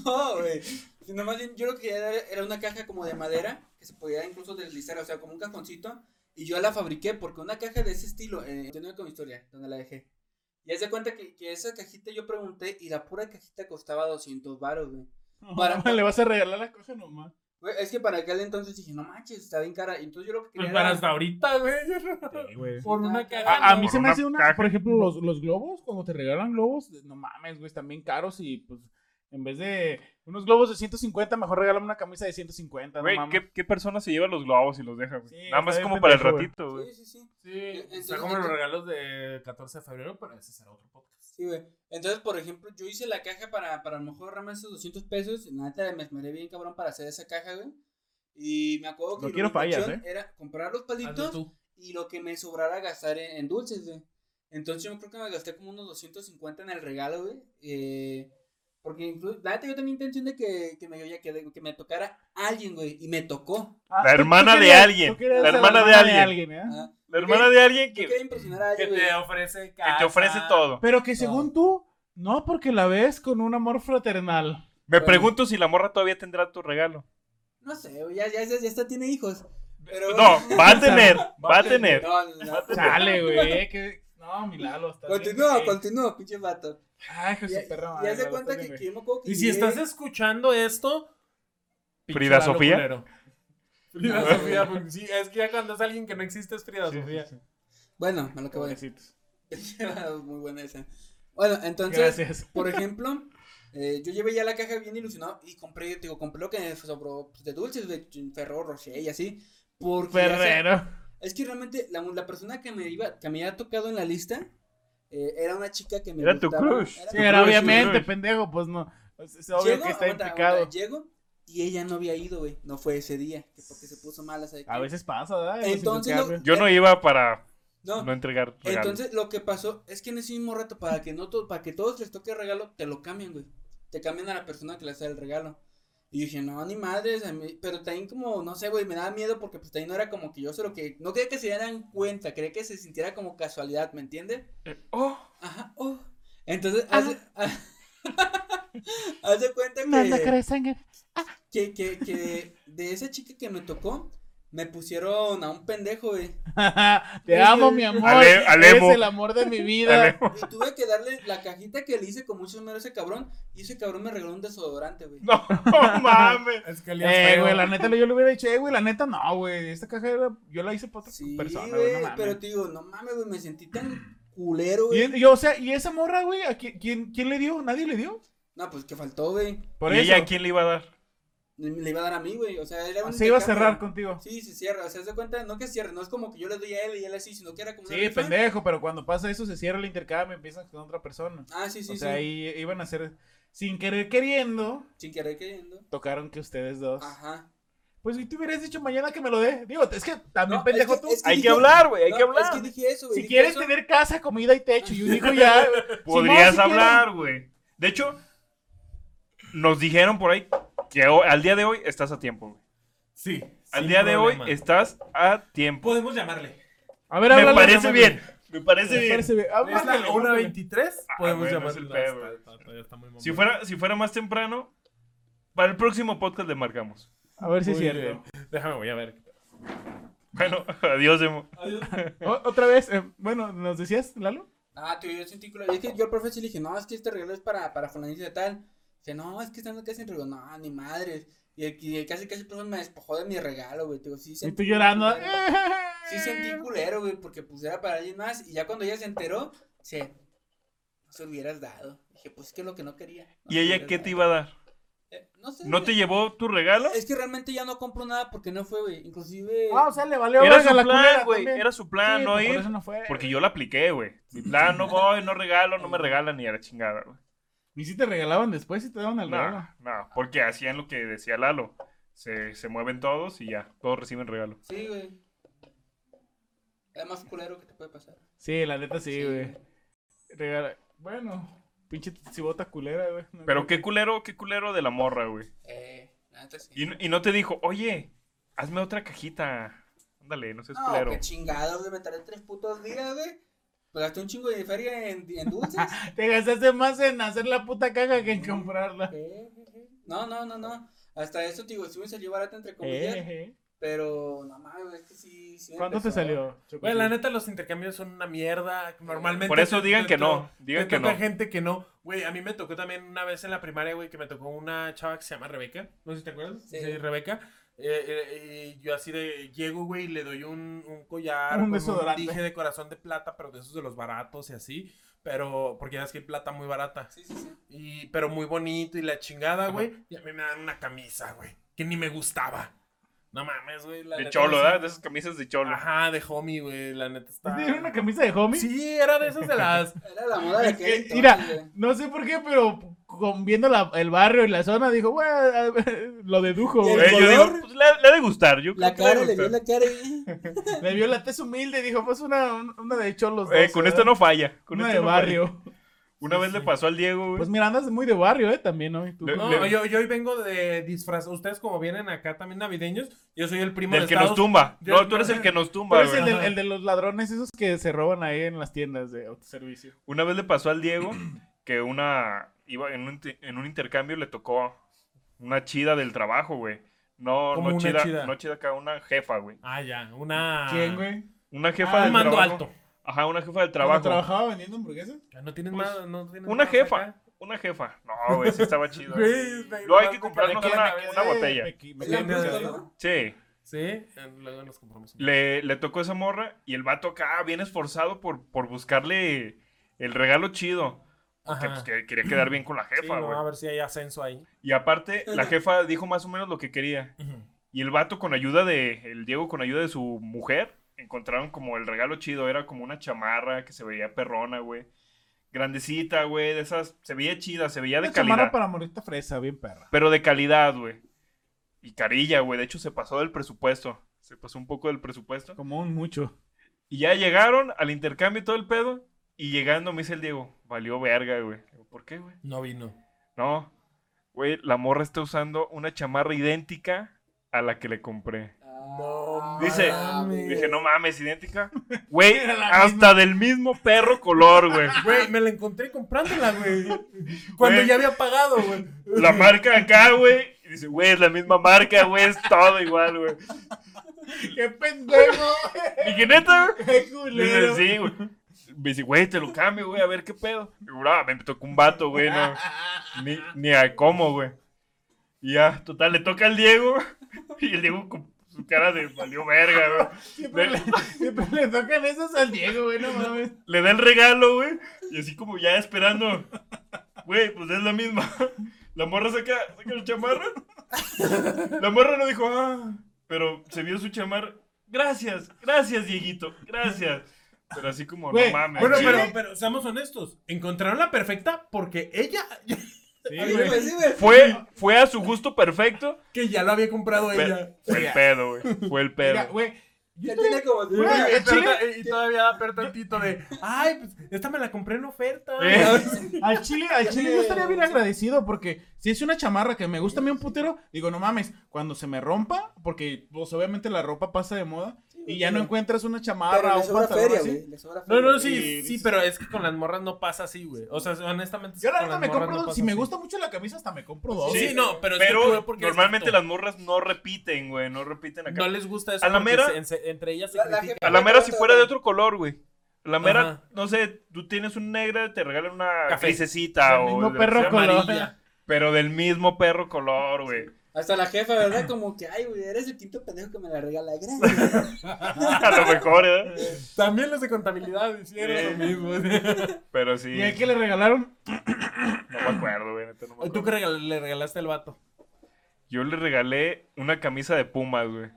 Speaker 2: No, güey. Sino más bien, yo lo que quería era, era una caja como de madera que se podía incluso deslizar, o sea, como un cajoncito. Y yo la fabriqué porque una caja de ese estilo, eh, yo no con mi historia, donde la dejé. Y haz de cuenta que, que esa cajita yo pregunté y la pura cajita costaba 200 baros, güey. Para-
Speaker 1: Le vas a regalar la caja nomás.
Speaker 2: Güey, Es que para aquel entonces dije, no manches, está bien cara. Y entonces yo lo que quería
Speaker 4: Pues para
Speaker 2: era-
Speaker 4: hasta ahorita, güey. Por una caja.
Speaker 1: A, a
Speaker 4: no.
Speaker 1: mí se
Speaker 3: Por
Speaker 1: me
Speaker 3: una
Speaker 1: hace una,
Speaker 3: caja.
Speaker 1: por ejemplo, los, los globos, cuando te regalan globos, no mames, güey, están bien caros y pues en vez de unos globos de 150, mejor regálame una camisa de 150,
Speaker 3: Güey,
Speaker 1: no mames.
Speaker 3: ¿qué, ¿qué persona se lleva los globos y los deja, güey?
Speaker 1: Sí,
Speaker 3: Nada
Speaker 1: está
Speaker 3: más
Speaker 1: bien
Speaker 3: como para el
Speaker 1: pendejo, güey.
Speaker 3: ratito, güey.
Speaker 2: Sí, sí, sí.
Speaker 4: Eh, Sí,
Speaker 2: En- en
Speaker 4: está
Speaker 2: serio,
Speaker 4: como
Speaker 2: en-
Speaker 4: los regalos de 14 de febrero, pero ese será otro podcast.
Speaker 2: Sí, güey. Entonces, por ejemplo, yo hice la caja para, para a lo mejor ahorrarme esos 200 pesos. La neta me esmeré bien, cabrón, para hacer esa caja, güey. Y me acuerdo que
Speaker 1: No
Speaker 2: mi
Speaker 1: quiero fallas,
Speaker 3: ¿eh?
Speaker 2: intención era comprar los
Speaker 4: Hazlo
Speaker 2: palitos
Speaker 4: tú.
Speaker 2: y lo que me sobrara gastar en, en dulces, güey. Entonces, yo creo que me gasté como unos 250 en el regalo, güey. Eh, porque incluso, la neta, yo tenía intención de que, que, me, ya que, que me tocara alguien, güey. Y me tocó.
Speaker 1: Ah,
Speaker 3: La
Speaker 1: tú- tú
Speaker 3: hermana de
Speaker 1: querías-
Speaker 3: alguien,
Speaker 1: tú querías
Speaker 2: la
Speaker 1: a
Speaker 2: hermana
Speaker 3: de alguien.
Speaker 1: ¿eh?
Speaker 2: Ajá.
Speaker 3: La hermana de alguien que,
Speaker 2: ¿ah? Yo quería impresionar a
Speaker 4: Que
Speaker 2: alguien, güey.
Speaker 4: te ofrece
Speaker 3: que te ofrece todo.
Speaker 1: Pero que según tú, no, porque la ves con un amor fraternal.
Speaker 3: Me
Speaker 2: Bueno.
Speaker 3: pregunto si la morra todavía tendrá tu regalo.
Speaker 2: No sé, güey, ya, ya, ya, ya está, tiene hijos. Pero,
Speaker 3: No, va a tener, va a tener.
Speaker 2: No, no, no.
Speaker 1: Sale, güey. eh, que- No, mi Lalo, estás bien,
Speaker 2: Continúa,
Speaker 1: güey.
Speaker 2: continúa, pinche vato.
Speaker 1: Ay, hijo de
Speaker 2: Ya,
Speaker 1: su perra
Speaker 2: ya
Speaker 1: madre,
Speaker 2: se
Speaker 1: Lalo,
Speaker 2: cuenta
Speaker 1: estás
Speaker 2: que,
Speaker 1: bien,
Speaker 2: que yo me acuerdo que
Speaker 4: Y si
Speaker 2: llegué-
Speaker 4: estás escuchando esto.
Speaker 3: Frida
Speaker 4: pinche Lalo
Speaker 3: Sofía.
Speaker 4: culero. Frida Sofía, pues, sí, es que ya cuando es alguien que no existe es Frida
Speaker 1: güey.
Speaker 4: Sofía.
Speaker 1: Sí, sí, sí.
Speaker 2: Bueno, a lo que voy.
Speaker 1: Pobrecitos.
Speaker 2: Ah, Muy buena esa. Bueno, entonces,
Speaker 1: Gracias.
Speaker 2: por ejemplo, eh, yo llevé ya la caja bien ilusionado y compré, te digo, compré lo que me sobró pues, de dulces, de ch- Ferrero Rocher y así. Porque ya sé-
Speaker 1: Ferrero.
Speaker 2: es que realmente la, la persona que me iba, que me había tocado en la lista, eh, era una chica que me
Speaker 3: Era tu
Speaker 2: gustaba,
Speaker 3: crush.
Speaker 2: era
Speaker 1: Sí,
Speaker 2: mi
Speaker 3: Ferrero,
Speaker 1: pero
Speaker 2: crush,
Speaker 1: obviamente,
Speaker 3: Ferrero.
Speaker 1: pendejo, pues no. Es, es obvio
Speaker 2: Llego,
Speaker 1: que está
Speaker 2: aguanta,
Speaker 1: implicado.
Speaker 2: aguanta, llego y ella no había ido, güey. No fue ese día. que porque se puso mala, ¿sabe qué?
Speaker 1: A veces pasa, ¿verdad? Los
Speaker 2: Entonces, lo-
Speaker 1: intercambios.
Speaker 3: Yo no iba para
Speaker 2: No,
Speaker 3: no entregar regalos.
Speaker 2: entonces lo que pasó es que en ese mismo rato, para que no to- para que todos les toque regalo, te lo cambian, güey. Te cambian a la persona que le hace el regalo. Y yo dije, no, ni madres, a mí- pero también como, no sé, güey, me daba miedo porque pues también no era como que yo solo que, no quería que se dieran cuenta, quería que se sintiera como casualidad, ¿me entiendes?
Speaker 3: Oh,
Speaker 2: Ajá, oh. Entonces, hace, hace cuenta que...
Speaker 1: sangre.
Speaker 2: que, que, que de esa chica que me tocó, me pusieron a un pendejo, güey.
Speaker 1: Te amo, mi amor.
Speaker 3: Ale- Alevo.
Speaker 1: Eres el amor de mi vida.
Speaker 3: dale.
Speaker 2: Y tuve que darle la cajita que le hice con muchos meros a ese cabrón. Y ese cabrón me regaló un desodorante, güey.
Speaker 3: No, mames.
Speaker 4: Es que Elías
Speaker 1: Eh,
Speaker 4: feo.
Speaker 1: güey, la neta, yo le hubiera dicho, eh, güey, la neta, no, güey. Esta caja era- yo la hice para otra
Speaker 2: sí,
Speaker 1: persona,
Speaker 2: güey,
Speaker 1: güey, no mames.
Speaker 2: pero te digo, no mames, güey, me sentí tan culero,
Speaker 1: Y,
Speaker 2: güey.
Speaker 1: y, o sea, ¿y esa morra, güey? ¿A quién, quién, quién le dio? ¿Nadie le dio?
Speaker 2: No, pues que faltó, güey.
Speaker 1: Por
Speaker 3: ¿Y
Speaker 1: eso.
Speaker 3: ella a quién le iba a dar?
Speaker 2: Le iba a dar a mí, güey. O sea, era un
Speaker 1: Se iba a
Speaker 2: intercambio.
Speaker 1: cerrar contigo.
Speaker 2: Sí, se cierra. O sea, se cuenta, no que cierre, no es como que yo le doy a él y él así, sino que era como. una
Speaker 1: Sí,
Speaker 2: rifa.
Speaker 1: pendejo, pero cuando pasa eso se cierra el intercambio, empiezan con otra persona.
Speaker 2: Ah, sí, sí,
Speaker 1: o sea,
Speaker 2: sí.
Speaker 1: ahí iban a hacer, sin querer queriendo,
Speaker 2: Sin querer queriendo.
Speaker 1: tocaron que ustedes dos.
Speaker 3: Ah.
Speaker 2: Ajá.
Speaker 1: Pues si tú hubieras dicho mañana que me lo dé. Digo, es que también
Speaker 2: No,
Speaker 1: pendejo
Speaker 2: es que-
Speaker 1: tú.
Speaker 2: es
Speaker 3: Hay que
Speaker 2: dije-
Speaker 3: hablar, güey, hay
Speaker 2: no,
Speaker 3: que hablar.
Speaker 2: Es que dije eso, güey.
Speaker 1: Si
Speaker 2: dije
Speaker 1: quieres
Speaker 2: eso.
Speaker 1: tener casa, comida y techo, y un hijo ya.
Speaker 3: Podrías
Speaker 1: Simón, si
Speaker 3: hablar, güey. De hecho, nos dijeron por ahí que ho- al día de hoy estás a tiempo, güey.
Speaker 4: Sí.
Speaker 3: Al
Speaker 4: sin
Speaker 3: día de hoy
Speaker 4: problema.
Speaker 3: estás a tiempo.
Speaker 4: Podemos llamarle.
Speaker 1: A ver,
Speaker 3: Me
Speaker 1: háblale,
Speaker 3: parece
Speaker 1: mamá.
Speaker 3: bien. Me parece bien.
Speaker 1: Parece bien. Ah,
Speaker 4: Es
Speaker 1: márcale,
Speaker 4: la 1
Speaker 1: márcale.
Speaker 4: 23.
Speaker 3: Ah,
Speaker 4: Podemos
Speaker 3: bueno,
Speaker 4: llamar.
Speaker 3: es el
Speaker 4: No,
Speaker 3: pedo.
Speaker 4: está- está- todavía está muy mamón.
Speaker 3: Si fuera, si fuera más temprano, para el próximo podcast le marcamos.
Speaker 1: A ver si es
Speaker 4: Muy
Speaker 1: cierto.
Speaker 4: bien. Déjame, voy a ver.
Speaker 3: Bueno, adiós, Emo.
Speaker 1: O- otra vez, eh, bueno, ¿nos decías, Lalo?
Speaker 2: Ah, tío, yo sentí que... lo- Es que yo al profe sí le dije, no, es que este regalo es para, para fulanito de tal. Dice, no, es que están casi en regalo. No, ni madres. Y, el, y el casi casi el profe me despojó de mi regalo, güey. Digo, sí,
Speaker 1: Y tú
Speaker 2: sentí
Speaker 1: llorando.
Speaker 2: culero. Sí sentí culero, güey, porque pues era para alguien más. Y ya cuando ella se enteró, se... No se hubieras dado. Dije, pues es que es lo que no quería. No
Speaker 3: ¿Y
Speaker 2: se
Speaker 3: ella
Speaker 2: hubieras
Speaker 3: qué
Speaker 2: dado".
Speaker 3: te iba a dar?
Speaker 2: Eh, no sé.
Speaker 3: ¿No te llevó tu regalo?
Speaker 2: Es que realmente ya no compro nada porque no fue, güey. Inclusive...
Speaker 1: Ah, o sea, le valió
Speaker 3: Era
Speaker 1: verga
Speaker 3: su
Speaker 1: la
Speaker 3: plan,
Speaker 1: culera
Speaker 3: güey.
Speaker 1: también.
Speaker 3: Era su plan
Speaker 1: Sí,
Speaker 3: no
Speaker 1: pues por
Speaker 3: ir.
Speaker 1: eso no fue.
Speaker 3: Porque yo la apliqué, güey. Mi plan, no voy, no regalo, no me regalan y a la chingada, güey.
Speaker 1: ¿Y si te regalaban después y te daban el regalo?
Speaker 3: No, no, porque hacían lo que decía Lalo. Se, se mueven todos y ya, todos reciben regalo.
Speaker 2: Sí, güey. Es más culero que te puede pasar.
Speaker 1: Sí, la neta sí,
Speaker 2: Sí,
Speaker 1: güey. Regala. Bueno, pinche cibota culera, güey. No,
Speaker 3: Pero
Speaker 1: no.
Speaker 3: qué culero, qué culero de la morra, güey.
Speaker 2: Eh, la neta sí.
Speaker 3: Y, no- y no te dijo, oye, hazme otra cajita. Ándale, no seas
Speaker 2: No,
Speaker 3: pues, culero.
Speaker 2: qué chingado, güey, me tardé tres putos días, güey. Pues gasté un chingo de feria en, en dulces.
Speaker 1: Te gastaste más en hacer la puta caja que en comprarla.
Speaker 2: Eh, eh, eh. no, no, no, no. Hasta eso, digo, sí me salió barato, entre comillas.
Speaker 1: Eh, eh.
Speaker 2: Pero, no mames, güey, es que sí. sí me
Speaker 1: ¿Cuánto te
Speaker 2: pesó.
Speaker 1: salió? Choco?
Speaker 4: Güey, la neta, los intercambios son una mierda. Normalmente.
Speaker 3: Por eso
Speaker 4: te-
Speaker 3: digan
Speaker 4: te
Speaker 3: que
Speaker 4: to-
Speaker 3: no, digan
Speaker 4: te
Speaker 3: que
Speaker 4: toca
Speaker 3: no.
Speaker 4: gente que no. Güey, a mí me tocó también una vez en la primaria, güey, que me tocó una chava que se llama Rebeca. No sé si te acuerdas.
Speaker 2: Sí.
Speaker 4: Rebeca. Eh, eh, y yo así de llego, güey, y le doy un, un collar,
Speaker 1: Un
Speaker 4: con
Speaker 1: desodorante.
Speaker 4: dije de corazón de plata, pero de esos de los baratos y así. Pero, porque ya es que hay plata muy barata.
Speaker 2: Sí, sí, sí.
Speaker 4: Y, pero muy bonito y la chingada,
Speaker 3: Ajá.
Speaker 4: güey. Y a mí me dan una camisa, güey, que ni me gustaba. No mames, güey. la
Speaker 3: De
Speaker 4: neta,
Speaker 3: cholo,
Speaker 4: sí.
Speaker 3: ¿verdad? De esas camisas de cholo.
Speaker 4: Ajá, de homie, güey. La neta está.
Speaker 1: ¿Tiene una camisa de homie?
Speaker 4: Sí, era de esas de las.
Speaker 2: Era la moda de
Speaker 1: Es
Speaker 2: aquel
Speaker 1: que,
Speaker 2: entonces,
Speaker 1: mira,
Speaker 2: güey.
Speaker 1: No sé por qué, pero con viendo la- el barrio y la zona, dijo, güey, a ver", lo dedujo,
Speaker 2: ¿Y el
Speaker 1: güey.
Speaker 3: Güey, yo
Speaker 2: color?
Speaker 3: digo, pues le, le ha de gustar. Yo
Speaker 2: La
Speaker 3: creo que
Speaker 2: cara,
Speaker 3: le ha
Speaker 2: le
Speaker 3: de
Speaker 2: vi
Speaker 3: gustar.
Speaker 2: la cara y...
Speaker 1: Le vio la tez humilde y dijo, pues una, una de cholos.
Speaker 3: Eh,
Speaker 1: dos,
Speaker 3: con
Speaker 1: ¿verdad?
Speaker 3: esta no falla. Con
Speaker 1: Una
Speaker 3: esta
Speaker 1: de
Speaker 3: no falla.
Speaker 1: barrio.
Speaker 3: Una
Speaker 4: Sí,
Speaker 3: vez le
Speaker 4: sí.
Speaker 3: pasó al Diego,
Speaker 1: Pues
Speaker 3: güey.
Speaker 1: mira, andas muy de barrio, ¿eh? También, ¿no? Y tú,
Speaker 3: Le-
Speaker 1: ¿cómo?
Speaker 4: No, yo, yo hoy vengo de disfraz. Ustedes, como vienen acá también navideños, yo soy el primo
Speaker 3: Del
Speaker 4: de
Speaker 3: que
Speaker 4: Estados
Speaker 3: nos tumba.
Speaker 4: del-
Speaker 3: No, tú eres el que nos
Speaker 1: Pero
Speaker 3: tumba,
Speaker 1: es el
Speaker 3: güey.
Speaker 1: de, el de los ladrones esos que se roban ahí en las tiendas de autoservicio.
Speaker 3: Una vez le pasó al Diego que una iba en un, inter- en un intercambio le tocó una chida del trabajo, güey. No,
Speaker 4: ¿Cómo
Speaker 3: no
Speaker 4: una
Speaker 3: chida,
Speaker 4: chida?
Speaker 3: no chida acá, una jefa, güey.
Speaker 4: Ah, ya, una.
Speaker 1: ¿Quién, güey?
Speaker 3: Una
Speaker 1: Ah,
Speaker 3: jefa
Speaker 4: Un
Speaker 3: del
Speaker 4: mando
Speaker 3: trabajo.
Speaker 4: alto.
Speaker 3: Ajá, una jefa
Speaker 1: ¿Cuando
Speaker 3: del trabajo.
Speaker 1: trabajaba vendiendo hamburguesas?
Speaker 4: Ya No tienes
Speaker 3: Pues,
Speaker 4: más. No tienes
Speaker 3: Una
Speaker 4: más
Speaker 3: jefa,
Speaker 4: acá.
Speaker 3: una jefa. No, güey, sí estaba chido.
Speaker 4: Güey,
Speaker 3: Luego hay que comprarnos
Speaker 1: Me quedé-
Speaker 3: una,
Speaker 1: me quedé-
Speaker 3: una botella.
Speaker 1: me qui- me quedé
Speaker 4: Sí,
Speaker 2: La
Speaker 4: no,
Speaker 1: pensando.
Speaker 2: puta,
Speaker 4: no.
Speaker 2: ¿no?
Speaker 3: Sí.
Speaker 4: Sí, eh, luego nos compramos. una.
Speaker 3: Le, le tocó esa morra y el vato acá bien esforzado por, por buscarle el regalo chido. Porque
Speaker 4: Ajá.
Speaker 3: pues, que quería quedar bien con la
Speaker 4: Sí,
Speaker 3: jefa,
Speaker 4: no,
Speaker 3: güey.
Speaker 4: a ver si hay ascenso ahí.
Speaker 3: y aparte, la jefa dijo más o menos lo que quería. Y el vato con ayuda de, el Diego con ayuda de su mujer, encontraron como el regalo chido, era como una chamarra que se veía perrona, güey. Grandecita, güey, de esas, se veía chida, se veía de
Speaker 1: Una chamarra
Speaker 3: calidad.
Speaker 1: para morita fresa, bien perra.
Speaker 3: Pero de calidad, güey. Y carilla, güey, de hecho se pasó del presupuesto, se pasó un poco del presupuesto.
Speaker 1: Como un mucho.
Speaker 3: Y ya llegaron al intercambio y todo el pedo, y llegando me dice el Diego, valió verga, güey. Digo, ¿Por qué, güey?
Speaker 4: No vino.
Speaker 3: No, güey, la morra está usando una chamarra idéntica a la que le compré.
Speaker 2: Ah,
Speaker 3: Dice-
Speaker 2: mames.
Speaker 3: Dije, no mames, idéntica. Güey,
Speaker 1: Era la
Speaker 3: hasta del mismo perro color, güey.
Speaker 4: Güey, me la encontré comprándola, güey. Cuando
Speaker 3: Güey.
Speaker 4: ya había pagado, güey.
Speaker 3: La marca acá, güey. Y dice, güey, es la misma marca, güey, es todo igual, güey.
Speaker 1: ¡Qué pendejo!
Speaker 3: Dije, neta,
Speaker 1: ¡Qué
Speaker 3: güey. Dice,
Speaker 1: culero!
Speaker 3: sí, güey. Me dice, güey, te lo cambio, güey, a ver qué pedo. Digo, "Ah, me tocó un vato, güey, no. Ni, ni a cómo, güey. Y ya, total, le toca al Diego. Y el Diego con su cara de valió verga, güey.
Speaker 1: Siempre, le, siempre le tocan esas al Diego, güey, no mames.
Speaker 3: le da el regalo, güey. Y así como ya esperando. Güey, pues es la misma. La morra saca, saca la chamarra. La morra no dijo, ah, pero se vio su chamarra. Gracias, gracias, Dieguito, gracias. Pero así como,
Speaker 1: Güey,
Speaker 3: no mames.
Speaker 4: Bueno,
Speaker 3: güey.
Speaker 4: pero, pero seamos honestos. Encontraron la perfecta porque ella,
Speaker 1: Sí,
Speaker 2: Sí, güey, sí, güey.
Speaker 3: Fue, fue a su gusto perfecto.
Speaker 4: que ya lo había comprado
Speaker 3: pero
Speaker 4: ella.
Speaker 3: fue el pedo, güey. Fue el
Speaker 1: Mira,
Speaker 3: pedo.
Speaker 1: güey.
Speaker 2: Ya tiene como...
Speaker 4: Güey,
Speaker 1: Güey,
Speaker 4: pero
Speaker 1: el chile-
Speaker 4: ta- y todavía pero tantito de, ay, pues esta me la compré en oferta.
Speaker 3: Eh.
Speaker 1: Al chile, al chile yo estaría bien agradecido porque si es una chamarra que me gusta a mí un putero, digo, no mames, cuando se me rompa, porque pues obviamente la ropa pasa de moda, Y ya no encuentras una
Speaker 2: Pero
Speaker 1: chamarra o
Speaker 2: le
Speaker 1: un
Speaker 2: sobra
Speaker 1: pantalón
Speaker 2: feria,
Speaker 1: así.
Speaker 2: güey. Le sobra
Speaker 4: No,
Speaker 2: feria.
Speaker 4: no,
Speaker 1: Y-
Speaker 4: sí, sí, pero es que con las morras no pasa así, güey. O sea, honestamente.
Speaker 1: Yo la
Speaker 4: con
Speaker 1: neta
Speaker 4: las
Speaker 1: me
Speaker 4: morras
Speaker 1: compro,
Speaker 4: no
Speaker 1: dos.
Speaker 4: pasa
Speaker 1: si me
Speaker 4: así.
Speaker 1: gusta mucho la camisa, hasta me compro dos.
Speaker 4: Sí,
Speaker 3: Sí,
Speaker 4: no, pero, es que tú ve
Speaker 3: Pero
Speaker 4: porque
Speaker 3: normalmente
Speaker 4: eres vato.
Speaker 3: las morras no repiten, güey. No repiten acá.
Speaker 4: No les gusta eso.
Speaker 3: A la
Speaker 4: porque
Speaker 3: mera-
Speaker 4: se- en- se- entre ellas se
Speaker 2: La- la
Speaker 4: critican.
Speaker 3: A la mera si
Speaker 2: Otra,
Speaker 3: fuera de
Speaker 2: güey.
Speaker 3: otro color, güey. A la mera,
Speaker 4: Ajá.
Speaker 3: no sé, tú tienes un negra, te regalan una
Speaker 4: Café.
Speaker 3: cafecita
Speaker 1: Del
Speaker 3: o
Speaker 1: mismo
Speaker 3: lo que
Speaker 1: perro
Speaker 3: sea,
Speaker 1: color.
Speaker 4: amarilla.
Speaker 3: pero del mismo perro color, güey.
Speaker 2: Hasta la jefa, ¿verdad? Como que, ay, güey, eres el quinto pendejo que me la regala. Gracias.
Speaker 3: A lo mejor, ¿eh?
Speaker 4: También los de contabilidad hicieron lo mismo.
Speaker 3: Pero sí.
Speaker 1: Y el que le regalaron,
Speaker 3: No me acuerdo, güey. neta, no me
Speaker 4: ¿Tú
Speaker 3: acuerdo.
Speaker 4: qué regal- le regalaste al vato?
Speaker 3: Yo le regalé una camisa de Pumas, güey.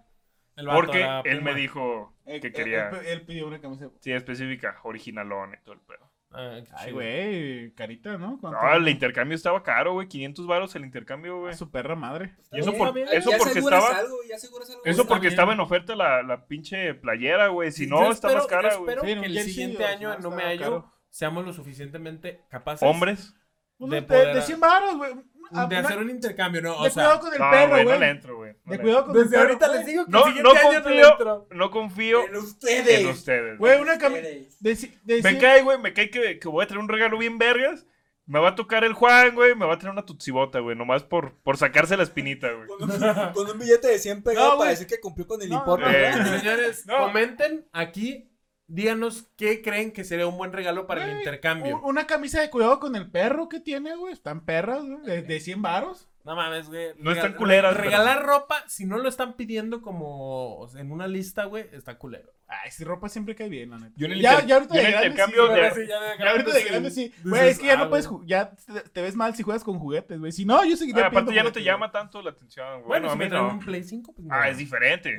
Speaker 4: El vato,
Speaker 3: Porque
Speaker 4: la
Speaker 3: él me
Speaker 4: puma.
Speaker 3: dijo
Speaker 1: eh,
Speaker 3: que
Speaker 1: eh,
Speaker 3: quería.
Speaker 1: él, él pidió una camisa.
Speaker 3: Sí, específica, originalón y todo el pedo.
Speaker 4: Ah, qué
Speaker 1: Ay,
Speaker 4: chido.
Speaker 1: güey, carita, ¿no?
Speaker 4: Ah,
Speaker 1: ¿Cuánto?
Speaker 3: No, el intercambio estaba caro, güey. 500 varos el intercambio,
Speaker 4: Ah,
Speaker 3: güey.
Speaker 1: A su perra madre.
Speaker 3: Y eso,
Speaker 4: bien,
Speaker 3: por-
Speaker 4: está bien.
Speaker 3: eso
Speaker 2: ya
Speaker 3: porque
Speaker 2: aseguras
Speaker 3: estaba.
Speaker 2: algo, ya aseguras algo.
Speaker 4: Pues
Speaker 3: Eso porque
Speaker 4: bien.
Speaker 3: estaba en oferta la, la pinche playera, güey. Si
Speaker 4: Yo
Speaker 3: no, está
Speaker 4: espero-
Speaker 3: más cara,
Speaker 4: yo
Speaker 3: güey.
Speaker 4: espero
Speaker 1: Sí, en
Speaker 4: que
Speaker 1: un
Speaker 4: el
Speaker 1: jersey,
Speaker 4: siguiente
Speaker 1: o sea,
Speaker 4: año en no
Speaker 1: está
Speaker 4: me hallo
Speaker 1: caro.
Speaker 4: seamos lo suficientemente capaces
Speaker 3: Hombres.
Speaker 1: Unos Pues De,
Speaker 4: poder-
Speaker 1: de 100 baros, güey. Una-
Speaker 4: de
Speaker 1: Ah, una-
Speaker 4: hacer un intercambio, ¿no? O
Speaker 1: de
Speaker 4: sea,
Speaker 1: cuidado con el
Speaker 3: No,
Speaker 1: perro,
Speaker 3: güey,
Speaker 1: güey.
Speaker 3: no le entro, güey. No,
Speaker 1: de
Speaker 3: le
Speaker 1: cuidado con el
Speaker 4: desde
Speaker 1: perro,
Speaker 4: ahorita
Speaker 1: güey.
Speaker 4: les digo que el
Speaker 3: No,
Speaker 4: siguiente
Speaker 3: no
Speaker 4: año no le
Speaker 3: confío.
Speaker 4: entro.
Speaker 3: entro. No confío
Speaker 2: En
Speaker 3: en
Speaker 2: ustedes.
Speaker 3: ustedes.
Speaker 1: Güey, una camisa.
Speaker 2: Ustedes.
Speaker 1: De, ci- de
Speaker 3: Me
Speaker 1: cien-
Speaker 3: cae, güey, me cae que, que voy a traer un regalo bien vergas. Me va a tocar el Juan, güey. Me va a traer una tutsibota, güey. Nomás por, por sacarse la espinita, güey. Ah,
Speaker 2: Con un, con un billete de 100 pegado
Speaker 1: No, güey.
Speaker 2: para decir que cumplió con el
Speaker 1: No,
Speaker 2: importe.
Speaker 1: no,
Speaker 3: Eh,
Speaker 2: ¿verdad?
Speaker 4: Señores,
Speaker 1: No.
Speaker 4: comenten aquí, díganos qué creen que sería un buen regalo para el
Speaker 1: Güey,
Speaker 3: Eh,
Speaker 4: intercambio.
Speaker 1: un- una camisa de cuidado con el perro que tiene, güey. Están perras, güey. De, de 100 baros.
Speaker 4: No mames, güey.
Speaker 3: No están
Speaker 4: Regal-
Speaker 3: culeras, pero-
Speaker 4: Regalar ropa, si no lo están pidiendo como o sea, en una lista, güey, está culero.
Speaker 1: Ay, si ropa siempre cae bien, la neta.
Speaker 3: Yo en el
Speaker 1: ya,
Speaker 3: inter-
Speaker 1: ya ahorita
Speaker 3: yo
Speaker 1: de
Speaker 3: en el
Speaker 1: grande,
Speaker 3: intercambio
Speaker 1: sí, güey.
Speaker 3: de-
Speaker 1: Ya ahorita de grande sí. Güey, es que ya no puedes
Speaker 4: jugar.
Speaker 1: ju- ya te, te ves mal si juegas con juguetes, güey. Si no, yo seguiría
Speaker 3: Ah, aparte
Speaker 1: pidiendo
Speaker 3: ya no te
Speaker 1: juguetes,
Speaker 3: llama tanto la atención, güey.
Speaker 4: Bueno,
Speaker 3: Bueno,
Speaker 4: si me
Speaker 3: a
Speaker 4: traen
Speaker 3: mí
Speaker 4: un
Speaker 3: no.
Speaker 4: Play 5, pues no.
Speaker 3: Ah, es diferente.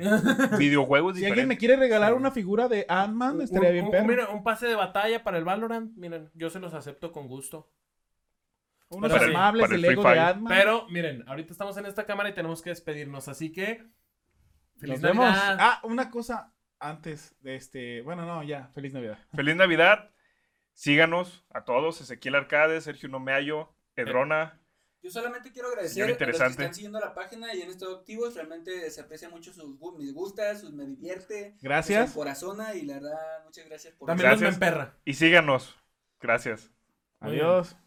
Speaker 3: Videojuegos
Speaker 1: güey. Si alguien me
Speaker 3: diferentes.
Speaker 1: quiere regalar una figura de Ant-Man, estaría
Speaker 4: Un-
Speaker 1: bien
Speaker 4: un-
Speaker 1: perro.
Speaker 4: Mira, un pase de batalla para el Valorant, miren, yo se los acepto con gusto.
Speaker 1: Unos
Speaker 4: Para el-
Speaker 1: armables
Speaker 3: para
Speaker 1: de
Speaker 3: el
Speaker 1: Lego
Speaker 3: Free
Speaker 1: de
Speaker 3: Fire.
Speaker 1: Ant-Man.
Speaker 4: Pero, miren, ahorita estamos en esta cámara y tenemos que despedirnos, así que...
Speaker 1: Nos
Speaker 4: ¡Feliz
Speaker 1: vemos.
Speaker 4: Navidad!
Speaker 1: Ah, una cosa antes de este. Bueno, no, ya. Feliz Navidad.
Speaker 3: Feliz Navidad. Síganos a todos. Ezequiel Arcade, Sergio Nomeayo, Edrona.
Speaker 2: Yo solamente quiero agradecer
Speaker 3: Señor
Speaker 2: a los que
Speaker 3: interesante.
Speaker 2: están siguiendo la página y han estado activos. Realmente se aprecia mucho sus gu- mis gustas, sus me divierte.
Speaker 1: Gracias.
Speaker 2: Su corazona y la verdad, muchas gracias por
Speaker 4: También nos
Speaker 3: Gracias.
Speaker 4: ven perra.
Speaker 3: Y síganos. Gracias.
Speaker 4: Muy
Speaker 1: Adiós.